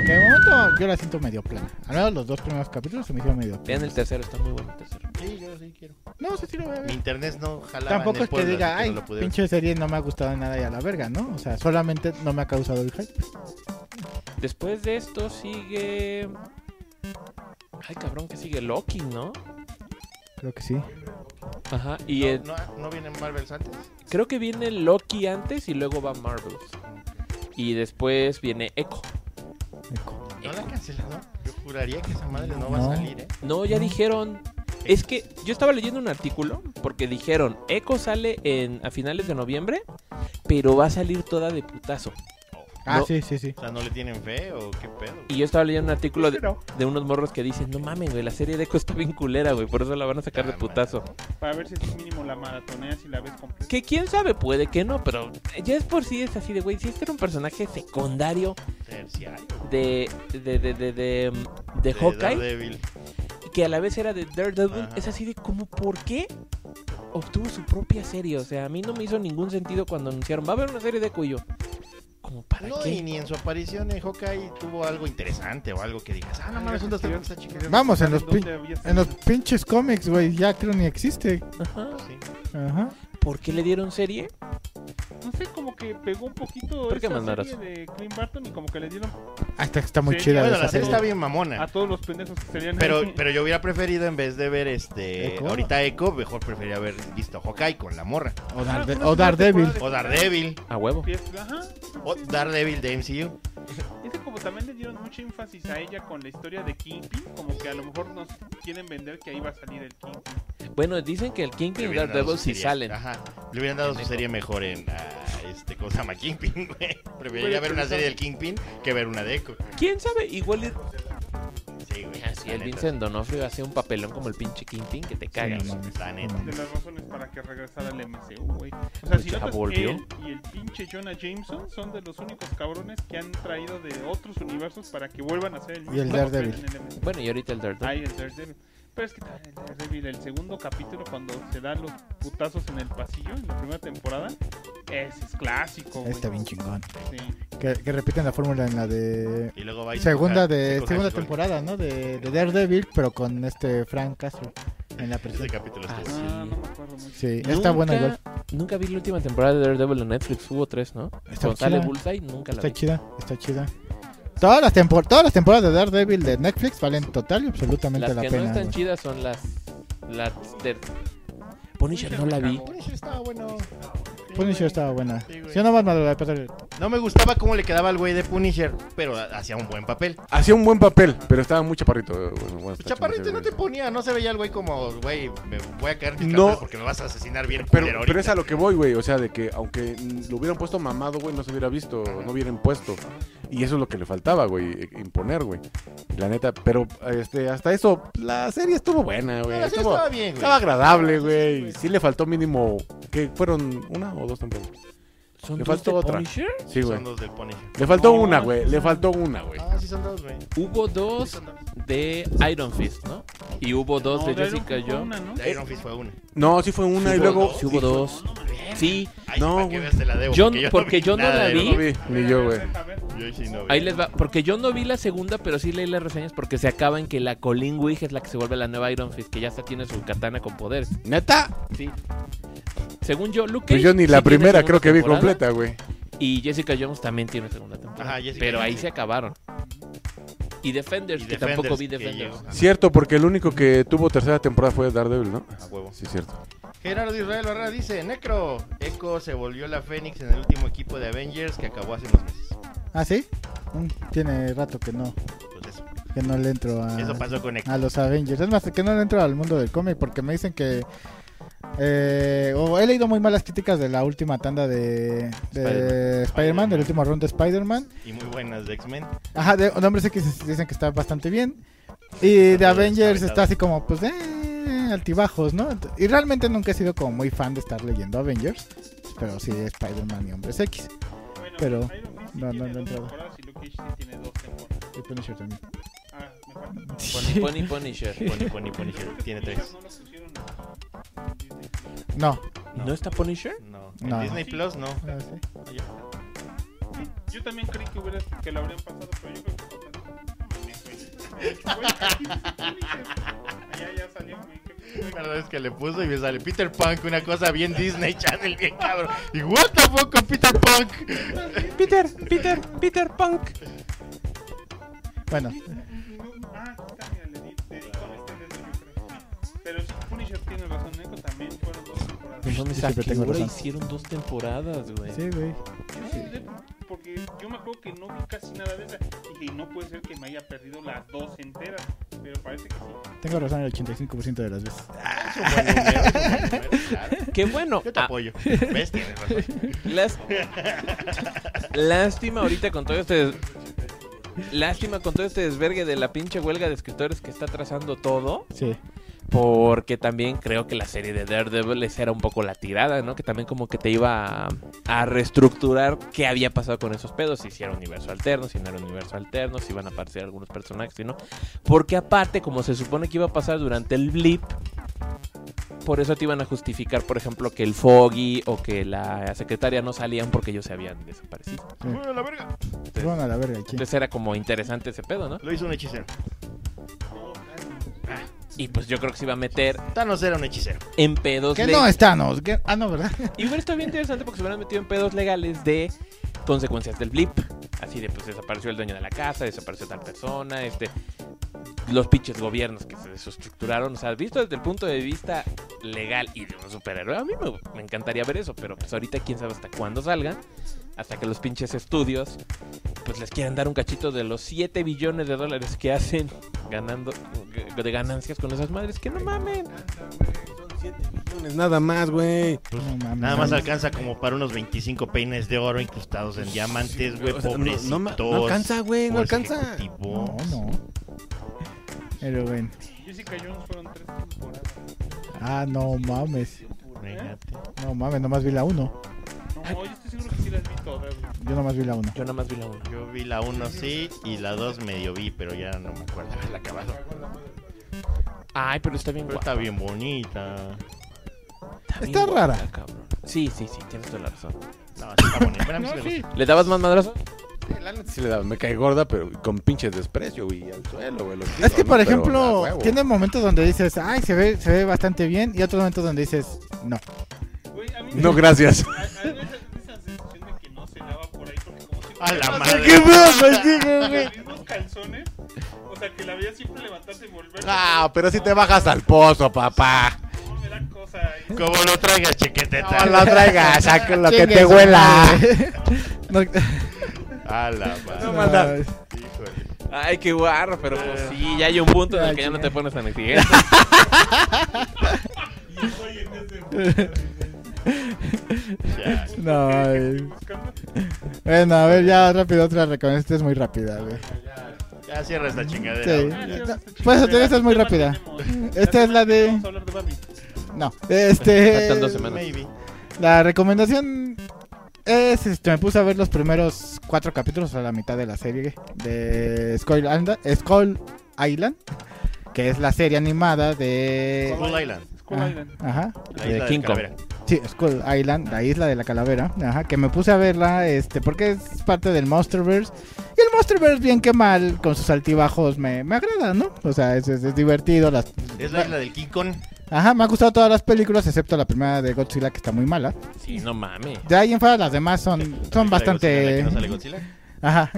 Que de momento yo la siento medio plana. Al menos los dos primeros capítulos se me hicieron medio Vean plana. el tercero, está muy bueno el tercero. Sí, yo sí quiero. No, sí, sí lo voy a ver. Mi internet no jala. Tampoco es que diga, ay, no lo pude ver". pinche serie no me ha gustado nada y a la verga, ¿no? O sea, solamente no me ha causado el hype. Después de esto sigue... Ay, cabrón, que sigue Loki, ¿no? Creo que sí. Ajá, y ¿No, eh, no, no vienen Marvels antes? Creo que viene Loki antes y luego va Marvels. Y después viene Echo. Eco. ¿No la han cancelado? Yo juraría que esa madre no, va No. a salir, ¿eh? No, ya dijeron. Es que yo estaba leyendo un artículo porque dijeron Echo sale en, a finales de noviembre, pero va a salir toda de putazo. Ah, No. sí, sí, sí. O sea, ¿no le tienen fe o qué pedo? Y yo estaba leyendo un artículo de, de unos morros que dicen, no mames, güey, la serie de Echo está bien culera, güey, por eso la van a sacar de Ah, putazo. Para ver si es mínimo la maratoneas y la ves completa. Que quién sabe, puede que no, pero ya es por sí es así de, güey, si este era un personaje secundario Terciario. de, de, de, de, de, de De Hawkeye. Daredevil. y que a la vez era de Daredevil, Ajá. es así de como por qué obtuvo su propia serie. O sea, a mí no me hizo ningún sentido cuando anunciaron, va a haber una serie de Cuyo. Como para No, y qué. ni en su aparición en Hawkeye tuvo algo interesante o algo que digas, ah, no mames, un dos tres, está ah, chica. Vamos, en los, pin- ¿Dónde había en los salido? pinches cómics, güey, ya creo ni existe. Ajá. Sí. Ajá. ¿Por qué le dieron serie? No sé, como que pegó un poquito ¿Por qué esa mandaras? serie de Clint Barton y como que le dieron Ah, está, está muy Sí, chida. Bueno, esa la serie serie. está bien Ah. mamona. a todos los pendejos que salían Pero, ahí. pero yo hubiera preferido, en vez de ver este Echo. ahorita Echo, mejor preferiría haber visto Hawkeye con la morra. O, Ah, Darde- una o segunda Daredevil. temporada O Daredevil. A huevo. de- que es- Ajá. O sí, sí. Daredevil de MCU. Es que como también le dieron mucho énfasis a ella con la historia de Kingpin, como que a lo mejor nos quieren vender que ahí va a salir el Kingpin. Bueno, dicen que el Le Kingpin y hubieran dado Daredevil su sí serie- salen. Ajá. Le hubieran dado su En serie mejor en ah, este cosa llama Kingpin, güey. Preferiría Hubiera ver una pensado. serie del Kingpin que ver una de Echo. ¿Quién sabe? Igual y- Sí, güey. Ah, sí, la el neta. Vincent Donofrio hace un papelón como el pinche Kingpin que te cagas. no mames, La neta. no De mames. las razones para que regresara al MCU, güey. O sea, Pues si ya notas, volvió. él y el pinche Jonah Jameson son de los únicos cabrones que han traído de otros universos para que vuelvan a hacer el mismo Y el papel Daredevil. en el MCU. Bueno, y ahorita el Daredevil. Ay, el Daredevil. Pero es que también el Daredevil, el segundo capítulo, cuando se dan los putazos en el pasillo, en la primera temporada, ese es clásico, güey. Está bien chingón. Sí. Que, que repiten la fórmula en la de... Y luego va y se Segunda, coge- se de, coge segunda a Hulk. temporada, ¿no? De, de Daredevil, pero con este Frank Castro en la Ese prisión. capítulo Ah, estuvo. sí. Ah, no me acuerdo mucho. Sí, está buena igual. Nunca vi la última temporada de Daredevil en Netflix. Hubo tres, ¿no? Está Con sale chida. Bullseye, nunca la Está vi. chida, está chida. Todas las, tempor- todas las temporadas de Daredevil de Netflix valen total y absolutamente Las la que pena. no están güey. chidas son las. Las de. Punisher no la vi. Punisher estaba bueno. Punisher estaba buena. Sí, güey. Yo no más madrugada, pero- No me gustaba cómo le quedaba al güey de Punisher, pero ha- hacía un buen papel. Pues, Hacía un buen papel, pero estaba muy chaparrito. eh, bueno, bueno, está Chaparrito chingón no ese te güey. ponía, no se veía el güey como, güey, me voy a caer No. no. porque me vas a asesinar bien. culero Pero, ahorita. pero es a lo que voy, güey. O sea, de que aunque mm, lo hubieran puesto mamado, güey, no se hubiera visto, no hubieran puesto. Y eso es lo que le faltaba, güey, eh, imponer, güey. La neta, pero este, hasta eso, la serie estuvo buena, güey. No, la serie Estuvo- Ah, estaba bien, güey. Estaba agradable, güey. Sí le faltó mínimo, que fueron una o dos temporadas. ¿Son Le dos faltó de otra. Punisher? Sí, güey. Son dos del Punisher. Le faltó una, güey. Le faltó una, güey. Ah, sí son dos, güey. Hubo Sí dos son dos. de Iron Fist, ¿no? Y hubo dos No, Pues de de Iron Jessica Fist fue una, Jones. ¿no? De Iron Fist fue una. No, sí fue una y Hubo- luego. sí hubo dos. Ah, Sí, Ay, No, para que güey. veas, te la debo. Yo- porque yo no nada la de vi. No vi, A ver, ni a yo, ver, güey. a ver. Iron- Yo sí no vi. Ahí les va, porque yo no vi la segunda, pero sí leí las reseñas porque se acaba en que la Colin Wig es la que se vuelve la nueva Iron Fist, que ya hasta tiene su katana con poderes. ¿Neta? Sí. Según yo, Luke Pues Cage yo ni sí la tiene primera segunda creo que vi temporada, completa, güey. Y Jessica Jones también tiene segunda temporada. Ajá, Jessica pero ahí Jones. se acabaron. Y Defenders, Y que tampoco vi que Defenders. llegó. Ah, Cierto, porque el único que tuvo tercera temporada fue Daredevil, ¿no? a huevo. Sí, cierto. Gerardo Israel Barrera dice, Necro, Echo se volvió la Fénix en el último equipo de Avengers que acabó hace unos meses. ¿Ah, sí? Mm, Tiene rato que no, Pues eso, que no le entro Ah. a, eso pasó con Echo. a los Avengers. Es más, que no le entro al mundo del cómic porque me dicen que... eh, o he leído muy malas críticas de la última tanda de, de Spider-Man, del último round de Spider-Man. Ah. Y muy buenas de X-Men. Ajá, de nombres X dicen que está bastante bien. Y de Está Avengers descabezado. está así como, pues, eh, altibajos, ¿no? Ent- Y realmente nunca he sido como muy fan de estar leyendo Avengers. Pero sí, Spider-Man y Hombres X. Bueno, Pero, Iron Fist sí no, no, tiene no dos entraba. temporadas y Luke Cage sí tiene dos temporadas. Y Punisher también. Ah, me falta. Pony Punisher. Pony, Pony, Pony, Creo que tiene Punisher tres. No lo pusieron. No. ¿No, está Punisher? No, No. en Disney Plus no. Ah, sí. Sí, Yo también creí que, hubiera, que la habrían pasado, pero yo creo que no tanto. Güey, aquí dice Punisher. Allá ya salió, güey. qué- La verdad es que le puso y me sale Peter Punk, una cosa bien Disney Channel, bien cabrón. Y what the fuck con Peter Punk. Peter, Peter, Peter Punk. Bueno, No, Ah, está, mira, le di- le di con este dedo, yo creo. Pero sí, Punisher tiene razón, Neko también fueron dos temporadas. No mames, siempre ¿a qué tengo hora razón. hicieron dos temporadas, güey. sí, güey. Yo sí, de- Porque yo me acuerdo que no vi casi nada de esa. Dije, "Y no puede ser que me haya perdido las dos enteras. Pero parece que sí. Tengo razón el 85% de las veces. Es un buen número, es un buen número, claro. Qué bueno. Yo te Ah, apoyo. ¿Ves? Tienes razón. Lás- Lástima ahorita con todo este des- Lástima con todo este desvergue de la pinche huelga de escritores que está trazando todo. Sí. Porque también creo que la serie de Daredevil esa era un poco la tirada, ¿no? Que también como que te iba a, a reestructurar qué había pasado con esos pedos. Si hiciera universo alterno, si no era universo alterno, si iban a aparecer algunos personajes, si no. Porque aparte, como se supone que iba a pasar durante el blip, por eso te iban a justificar, por ejemplo, que el Foggy o que la secretaria no salían porque ellos se habían desaparecido. Bueno, la verga. Se van a la verga aquí. Entonces era como interesante ese pedo, ¿no? Lo hizo un hechicero. Y pues yo creo que se iba a meter Thanos era un hechicero. en pedos Que le- no es Thanos. que- Ah, no, ¿verdad? Y hubiera estado bien interesante porque se hubieran metido en pedos legales de consecuencias del blip. Así de, pues desapareció el dueño de la casa, desapareció tal persona, este los pinches gobiernos que se desestructuraron. O sea, visto desde el punto de vista legal y de un superhéroe, a mí me, me encantaría ver eso, pero pues ahorita quién sabe hasta cuándo salga. Hasta que los pinches estudios, pues les quieran dar un cachito de los 7 billones de dólares que hacen ganando de ganancias con esas madres. Que no mamen. Nada más, güey. No mames. Nada más alcanza como para unos 25 peines de oro incrustados en diamantes, güey, O sea, no- pobrecitos. no ma- no alcanza, güey, no Como los alcanza. No, ejecutivos. no. Pero bueno. Jessica Jones fueron tres temporadas. Ah, no mames. Imagínate. No mames, nomás vi la 1. No, yo estoy seguro que sí las vi todas. güey. Yo nomás vi la 1. Yo nada más vi la una. Yo vi la 1 sí y la 2 medio vi, pero ya no me acuerdo Ah, haberla acabado. Ay, pero está bien Pero guapa. está bien bonita. bien Está guapa, Ah, rara. cabrón. Sí, sí, sí, tienes toda la razón. No, sí está bonita. Pero a mí sí me gusta. ¿Le dabas más madrazos? La neta Ah, sí le daba, me cae gorda, pero con pinches desprecio, güey, al suelo, güey. lo tiro, Es que, ¿no? por Pero a ejemplo, huevo. tiene momentos donde dices, ay, se ve, se ve bastante bien, y otros momentos donde dices, no. Güey, a mí No, me- gracias. A, a mí me da esa sensación de que no se lava por ahí porque como si A la Además, madre. los mismos calzones, o sea que la veía siempre levantarse y volver. Ah, pero si te bajas al pozo, papá. No me da cosa ahí. Como lo traigas, chiqueteta. No lo traigas, saca lo que te huela. No, A la madre. no, mandas. es- Híjole. Ay, qué guarro, pero pues sí, ya hay un punto en el que ya no te pones tan exigente. Y estoy en ese punto. Ya. no, es- Buscando. Bueno, a ver, ya rápido otra recomendación. Esta es muy rápida, güey. Ya cierra esta Sí. chingadera. ya. No, Pues te esta es muy rápida. Esta es la de. Vamos a hablar de Barbie. No, este. Faltan dos semanas. Maybe. La recomendación es, este, me puse a ver los primeros cuatro capítulos a la mitad de la serie de Skull Island, Skull Island que es la serie animada de... Skull Island. Skull Ah, Island. Ajá, La De isla King de Kong. Calavera. sí, Skull Island, la isla de la calavera, ajá, que me puse a verla, este, porque es parte del MonsterVerse, y el MonsterVerse bien que mal, con sus altibajos, me, me agrada, ¿no? O sea, es, es- es divertido, las... Es la isla del King Kong. Ajá, me han gustado todas las películas, excepto la primera de Godzilla, que está muy mala. Sí, no mames. De ahí en fuera, las demás son, son La isla de bastante... Godzilla, la que no sale Godzilla. Ajá.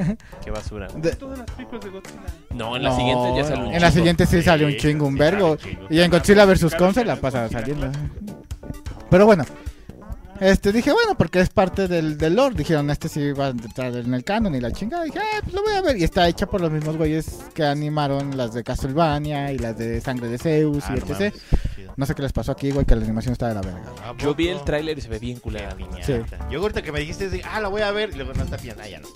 Qué basura. De- Todas las películas de Godzilla. No, en la No, siguiente ya salió un En la chingo. siguiente sí sale un Sí, chingo, un sí vergo. sale un chingo. Y en Godzilla vs. Kong se la pasa Godzilla, saliendo. claro. Pero bueno. Este, dije, bueno, porque es parte del, del lore. Dijeron, este sí va a entrar en el canon y la chingada. Dije, ah, pues lo voy a ver. Y está hecha por los mismos güeyes que animaron las de Castlevania y las de Sangre de Zeus Ah, y no etc. mames, qué chido. No sé qué les pasó aquí, güey, que la animación está de la verga. ¿A Yo vi el poco? tráiler y se ve bien culera. Sí. Yo ahorita que me dijiste, dije, ah, la voy a ver. Y luego no está bien. Ah, ya no.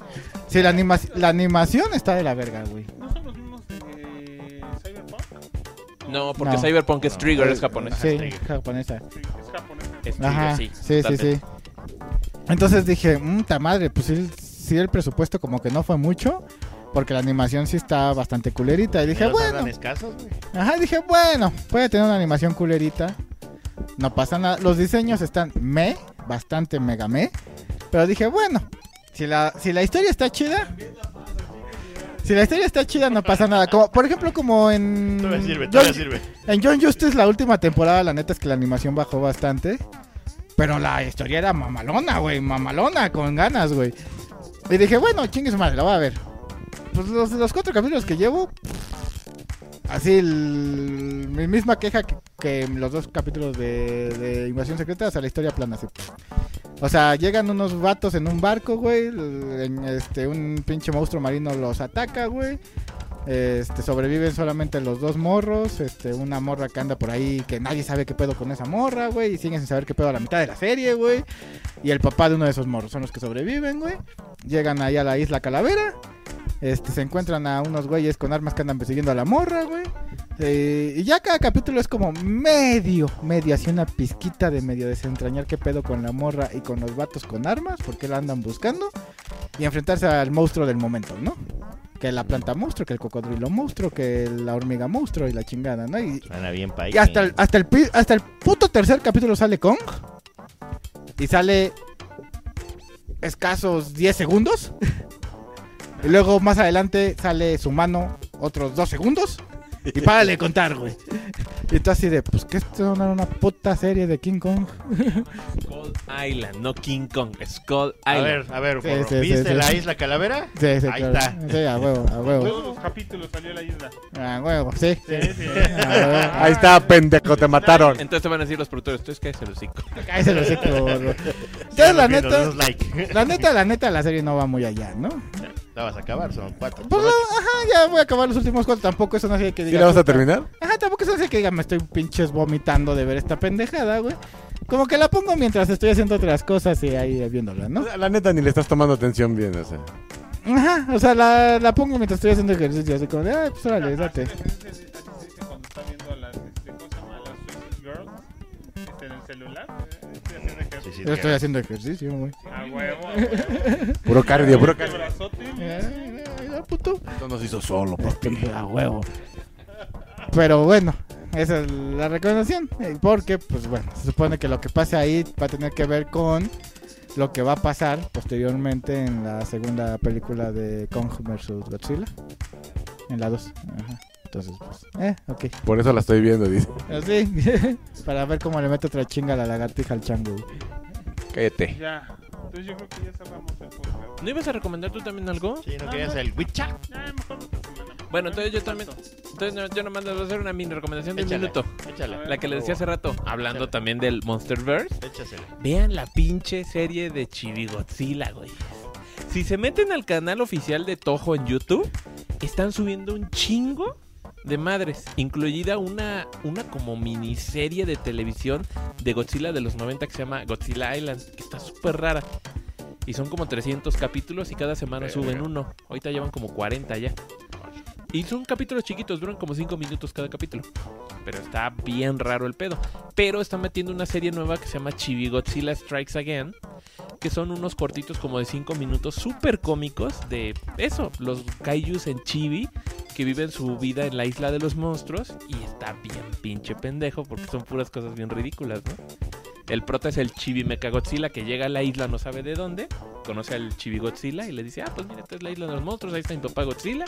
Sí, la, anima- la animación está de la verga, güey. ¿No son los mismos de Cyberpunk? No, porque No. Cyberpunk es Trigger, es japonés. Sí, Trigger. japonesa. Sí, es japonés. Es Trigger, Ajá, sí. sí, sí, sí, totalmente. Entonces dije, ta madre, pues sí, el- sí el presupuesto como que no fue mucho, porque la animación sí está bastante culerita. Y dije, Menos bueno, andan escasos, güey. ajá, dije, bueno, puede tener una animación culerita. No pasa nada. Los diseños están me, bastante mega me. Pero dije, bueno, si la, si la historia está chida. Si la historia está chida, no pasa nada. Como, por ejemplo, como en. Todavía sirve, John- todavía sirve. en John Justice la última temporada, la neta es que la animación bajó bastante. Pero la historia era mamalona, güey. Mamalona, con ganas, güey. Y dije, bueno, chingue su madre, la voy a ver. Pues los, los cuatro capítulos que llevo. Así, el- mi misma queja que, que los dos capítulos de, de Invasión Secreta, o sea, la historia plana, así. O sea, llegan unos vatos en un barco, güey. en Este, un pinche monstruo marino los ataca, güey. Este, sobreviven solamente los dos morros. Este, una morra que anda por ahí que nadie sabe qué pedo con esa morra, güey. Y siguen sin saber qué pedo a la mitad de la serie, güey. Y el papá de uno de esos morros son los que sobreviven, güey. Llegan ahí a la isla Calavera. Este, se encuentran a unos güeyes con armas que andan persiguiendo a la morra, güey. Eh, y ya cada capítulo es como medio, medio, así una pizquita de medio desentrañar qué pedo con la morra y con los vatos con armas, porque la andan buscando. Y enfrentarse al monstruo del momento, ¿no? Que la planta monstruo, que el cocodrilo monstruo, que la hormiga monstruo y la chingada, ¿no? Y, Suena bien, país. y hasta el, hasta, el, pi- hasta el puto tercer capítulo sale Kong. Y sale escasos 10 segundos. Y luego más adelante sale su mano otros 2 segundos. Y párale de contar, güey. Y tú así de, pues que esto no era una puta serie de King Kong. Skull Island, no King Kong. Skull A Island. ver, a ver, Sí, morro, sí, sí, ¿viste sí. la isla Calavera? Sí, sí, Ahí claro. está. Sí, a huevo, a huevo. Todos los capítulos salió a la isla. A huevo, sí. Sí, sí. A huevo. Ahí está, pendejo, te mataron. Entonces te van a decir los productores, tú es que es el hocico. Ahí se lo sé, Entonces, la neta, like. la neta, la neta, la serie no va muy allá, ¿no? La vas a acabar, son cuatro. Pues no, ajá, ya voy a acabar los últimos cuatro. Tampoco eso no hace que ¿Y diga. la vas a puta. terminar? Ajá, tampoco eso no hace que diga, me estoy pinches vomitando de ver esta pendejada, güey. Como que la pongo mientras estoy haciendo otras cosas y ahí viéndola, ¿no? La neta ni le estás tomando atención bien, o sea. Ajá, o sea, la, la pongo mientras estoy haciendo ejercicio. Así como de, ah, pues órale, Así date. les dice- así se dice cuando está viendo a las, este, ¿cómo se llama? A las Suicide Girls. Este, en el celular. eh, Estoy haciendo Sí, sí, ejercicio. Yo estoy haciendo ejercicio, güey. A "Ah, huevo, a huevo. Puro cardio, puro Este cardio. brazote. Eh, eh, eh, puto. Esto nos hizo solo, papi. A huevo. Pero bueno, esa es la recomendación. eh, Porque, pues bueno, se supone que lo que pase ahí va a tener que ver con lo que va a pasar posteriormente en la segunda película de Kong vs. Godzilla. En la 2. Ajá. Entonces, pues, eh, ok. Por eso la estoy viendo, dice. Pero sí, para ver cómo le mete otra chinga a la lagartija al chango. güey. Cállate. Ya. Entonces yo creo que ya cerramos el podcast. ¿No ibas a recomendar tú también algo? Sí, ¿no querías el Witcha? Ya, mejor otra semana. Bueno, entonces yo también- Entonces no, yo nomás les voy a hacer una mini recomendación de un Échala, minuto. Échala. La que les decía hace rato, hablando Échale. también del Monsterverse. Échasela. Vean la pinche serie de Chibigodzilla, güey. Si se meten al canal oficial de Toho en YouTube, están subiendo un chingo de madres, incluida una, una como miniserie de televisión de Godzilla de los 90 que se llama Godzilla Island, que está súper rara. Y son como 300 capítulos y cada semana Verga. suben uno. Ahorita llevan como 40 ya. Y son capítulos chiquitos, duran como 5 minutos cada capítulo. Pero está bien raro el pedo. Pero está metiendo una serie nueva que se llama Chibi Godzilla Strikes Again. Que son unos cortitos como de 5 minutos súper cómicos de eso, los kaijus en chibi que viven su vida en la isla de los monstruos y está bien pinche pendejo porque son puras cosas bien ridículas, ¿no? El prota es el Chibi Mechagodzilla que llega a la isla no sabe de dónde, conoce al Chibi Godzilla y le dice, ah, pues mira, esta es la isla de los monstruos, ahí está mi papá Godzilla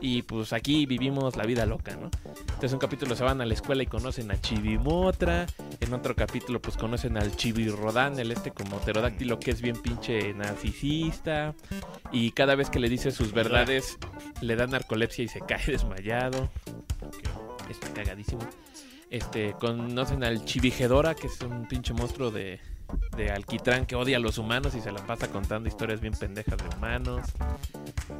y pues aquí vivimos la vida loca, ¿no? Entonces un capítulo se van a la escuela y conocen a Chibi Motra, en otro capítulo pues conocen al Chibi Rodan, el este como pterodáctilo que es bien pinche narcisista y cada vez que le dice sus verdades le da narcolepsia y se cae desmayado. Está cagadísimo. Este, conocen al Chivijedora, que es un pinche monstruo de, de alquitrán que odia a los humanos y se la pasa contando historias bien pendejas de humanos.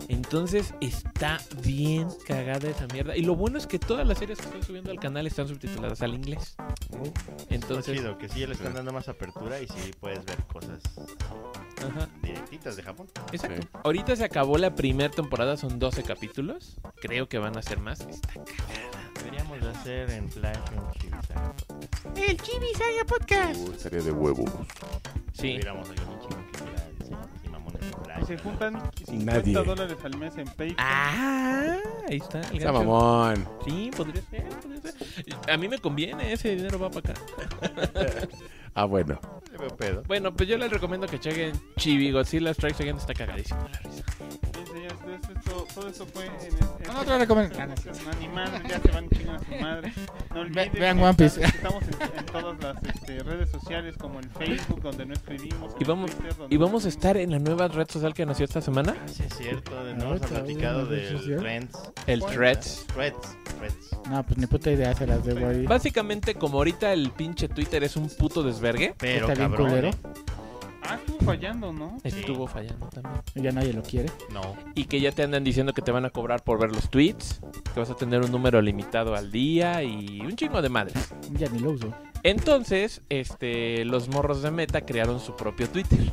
Entonces está bien cagada esa mierda. Y lo bueno es que todas las series que están subiendo al canal están subtituladas al inglés. Entonces, Entonces, chido, que sí ya le están dando más apertura y sí puedes ver cosas ajá, directitas de Japón. Exacto. Ahorita se acabó la primera temporada, son 12 capítulos. Creo que van a ser más. Está Deberíamos de hacer en Flash un Chibisaga. El Chibi Saga Podcast. Uy, estaría de huevo. Sí. Tuviéramos ahí un chingón que hiciera diseños así mamones en Flash. Se juntan 50 Nadie. dólares al mes en PayPal. Ah, ahí está. el Está gancho. mamón. Sí, podría ser, podría ser. A mí me conviene, ese dinero va para acá. Ah, bueno. Le veo pedo. Bueno, pues yo les recomiendo que chequen Chibi Godzilla Strikes Again, está cagadísimo la risa. Bien, señores, entonces esto- todo esto fue en el. en- Con otra recomendación. en Animal, ya se van chingar a su madre. No olviden Ve- vean que One Piece. está- Estamos en, en todas las este, redes sociales como el Facebook, donde no escribimos. Y en vamos- Twitter, donde Y no vamos a escribimos. estar en la nueva red social que nació esta semana, Ah, sí, es cierto. de- Ah, No nos ha está platicado bien, la red del social. Trends. el Threads. Threads. Threads. No, pues ni puta idea, se las debo ahí. Básicamente, como ahorita el pinche Twitter es un puto desvergue, Pero Está bien cabrón. culero. ¿eh? Ah, estuvo fallando, ¿no? estuvo fallando también. Ya nadie lo quiere. No. Y que ya te andan diciendo que te van a cobrar por ver los tweets, que vas a tener un número limitado al día y un chingo de madres. Ya ni lo uso. Entonces, este, los morros de Meta crearon su propio Twitter,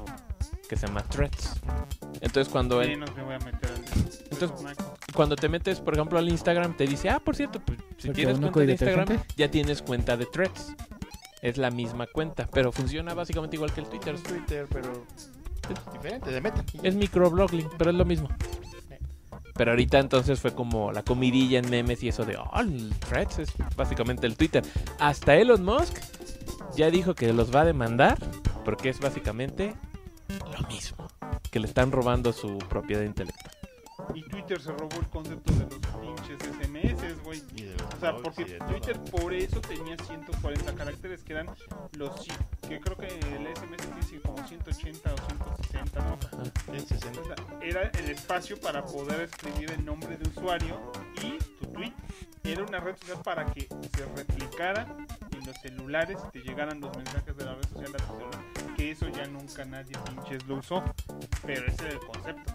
que se llama Threads. Entonces, cuando, Sí, en- no se voy a meter al. Entonces- cuando te metes, por ejemplo, al Instagram, te dice, ah, por cierto, pues, si Porque tienes uno cuenta de con Instagram, detergente. ya tienes cuenta de Threads. Es la misma cuenta, pero funciona básicamente igual que el Twitter. Es Twitter, pero. Diferente, de meta. Es microblogging, pero es lo mismo. Pero ahorita entonces fue como la comidilla en memes y eso de, oh, el Threads es básicamente el Twitter. Hasta Elon Musk ya dijo que los va a demandar porque es básicamente lo mismo. Que le están robando su propiedad intelectual. Y Twitter se robó el concepto de los pinches SMS, güey. Y de los O sea, blogs porque y de todo. Twitter por eso tenía 140 caracteres, que eran los ci- que creo que el SMS tiene como 180 o 160, ¿no? Sí, 60. O sea, era el espacio para poder escribir el nombre de usuario y tu tweet. Era una red social para que se replicara en los celulares, te llegaran los mensajes de la red social a tu celular, que eso ya nunca nadie pinches lo usó, pero ese era el concepto.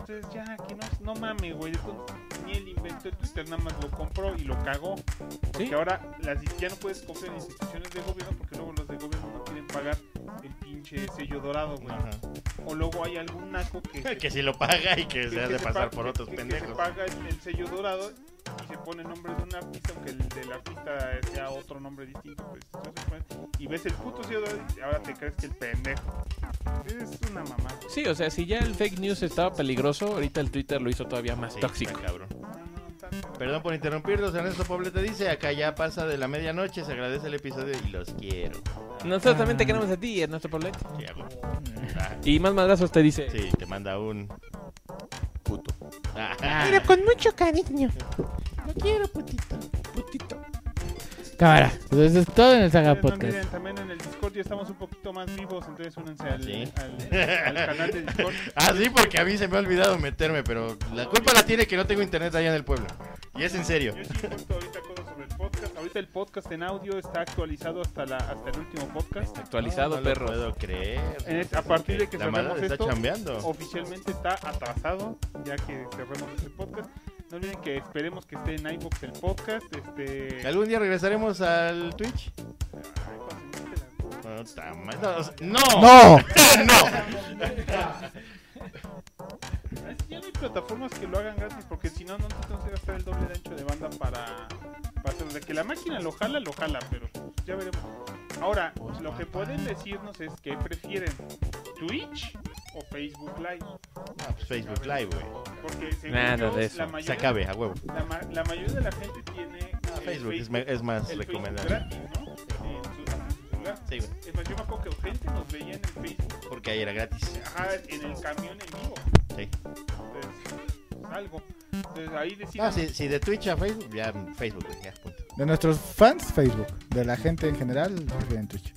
Entonces ya, que no, no mames, güey, esto ni él inventó el Twitter, nada más lo compró y lo cagó. Porque Sí. ahora las, ya no puedes confiar en instituciones de gobierno porque luego los de gobierno no quieren pagar el pinche sello dorado, güey Ajá. o luego hay algún naco que, Que si lo paga y que se que hace se pasar pa- por que- otros que- que se pendejos. paga el, el sello dorado y se pone el nombre de un artista, aunque el del artista sea otro nombre distinto, pues, no se puede. y ves el puto sello dorado y ahora te crees que el pendejo. Es una mamá. Sí, o sea, si ya el fake news estaba peligroso, ahorita el Twitter lo hizo todavía más Ah, Sí, tóxico. está cabrón. No, no, tanto. Perdón por interrumpirlos, Ernesto Poblete dice, acá ya pasa de la medianoche, se agradece el episodio y los quiero. Nosotros también te queremos a ti, Ernesto Poblete. Sí, a huevo. Ah, Y más madrazos te dice. sí, te manda un puto. Ah, Pero con mucho cariño. Lo quiero, putito. Putito. Cámara. Entonces es todo en el Saga Ustedes no Podcast. olviden, también en el Discord ya estamos un poquito más vivos, entonces únanse al, ¿Sí? al- al canal de Discord. Ah, sí, porque a mí se me ha olvidado meterme, pero la culpa la tiene que no tengo internet allá en el pueblo. Y es en serio. Yo sí cuento ahorita cosas sobre el podcast. Ahorita el podcast en audio está actualizado hasta, la, hasta el último podcast. Actualizado, no perro. Lo puedo creer. Eh, a partir de que la cerremos manada está esto, chambeando. Oficialmente está atrasado, ya que cerremos este podcast. No olviden que esperemos que esté en iBox el podcast. Este. ¿Algún día regresaremos al Twitch? Ay, pásenme la- No, ta ma- no, o sea, no. ¡No! Ay, sí, Ya no hay plataformas que lo hagan gratis, porque si no, no te tengo que gastar el doble de ancho de banda para, para hacerlo. De que la máquina lo jala, lo jala, pero pues, ya veremos. Ahora, lo que pueden decirnos es que prefieren Twitch o Facebook Live. Ah, pues Facebook Live, güey. Porque según Nada yo, de eso. La, Se mayoría, acabe, a huevo. la, ma- la mayoría de la gente tiene eh, Ah, Facebook es, me- es más el recomendable. Facebook gratis, ¿no? En su- en su celular. Sí, güey. Es más, yo me acuerdo que gente nos veía en el Facebook, Porque ahí era gratis. ajá, en el camión en vivo. Sí. Entonces, algo. Entonces ahí No, decimos. si, si de Twitch a Facebook, ya mm, Facebook, güey, ya, punto. De nuestros fans, Facebook. De la gente en general, no en Twitch.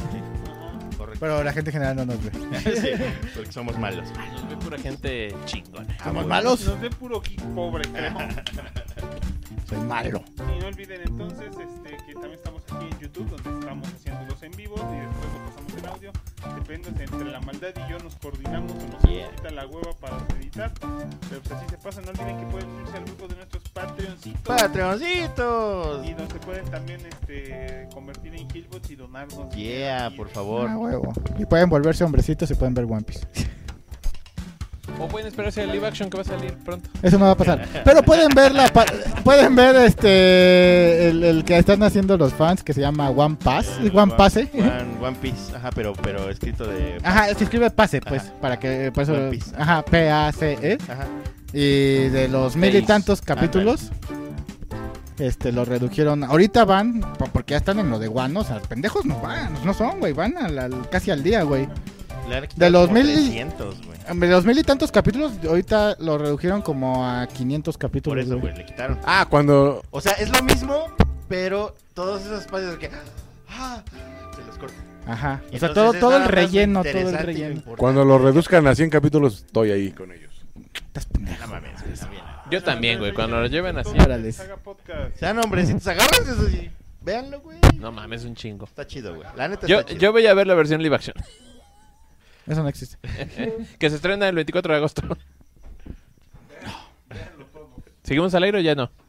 Correcto. Pero la gente en general no nos ve. Sí, porque somos malos. Nos ve pura gente chingona. ¿Somos Nos den puro geek pobre, creo. Soy malo. Y no olviden entonces este, que también estamos aquí en YouTube, donde estamos haciendo los en vivos y después lo pasamos en audio. Depende si entre la maldad y yo nos coordinamos o nos Yeah. quita la hueva para editar. Pero pues así se pasa. No olviden que pueden unirse al grupo de nuestros Patreoncitos. Patreoncitos. y donde pueden también este, convertir en Hillbots y donarnos. Yeah, por favor. Ah, huevo. Y pueden volverse hombrecitos y pueden ver One Piece. O pueden esperarse el live action que va a salir pronto. Eso no va a pasar. Pero pueden ver la pa- pueden ver este el, el que están haciendo los fans que se llama One Pass, El Ah, One ¿eh? Ah. Pase. One, One Piece, ajá, pero, pero escrito de. Ajá, se escribe pase, pues, para que por eso One Piece. ajá, P A C E Ajá. y de los mil y Seis. tantos capítulos este lo redujeron. Ahorita van po- porque ya están en lo de One, ¿no? o sea, pendejos no van, no son, güey, van al- al- casi al día, güey. Le han quitado los como mil y- 300, güey. Hombre, los mil y tantos capítulos ahorita lo redujeron como a 500 capítulos. Por eso, güey, le quitaron. Ah, cuando. O sea, es lo mismo, pero todos esos espacios de que. ah, se los cortan. Ajá. O sea, Entonces, todo, es todo nada el más lo relleno, todo el interesante y lo relleno. importante. Cuando lo reduzcan a 100 capítulos, estoy ahí con ellos. Estás pendejo. No mames, güey, está bien. Yo también, güey. Cuando lo lleven así. Órales. Haga podcast. Sean hombrecitos, agárrense eso y véanlo, güey. No mames, un chingo. Está chido, güey. La neta Yo, está chido. yo voy a ver la versión live action. Eso no existe. Que se estrena el 24 de agosto. ¿Seguimos al aire o ya no?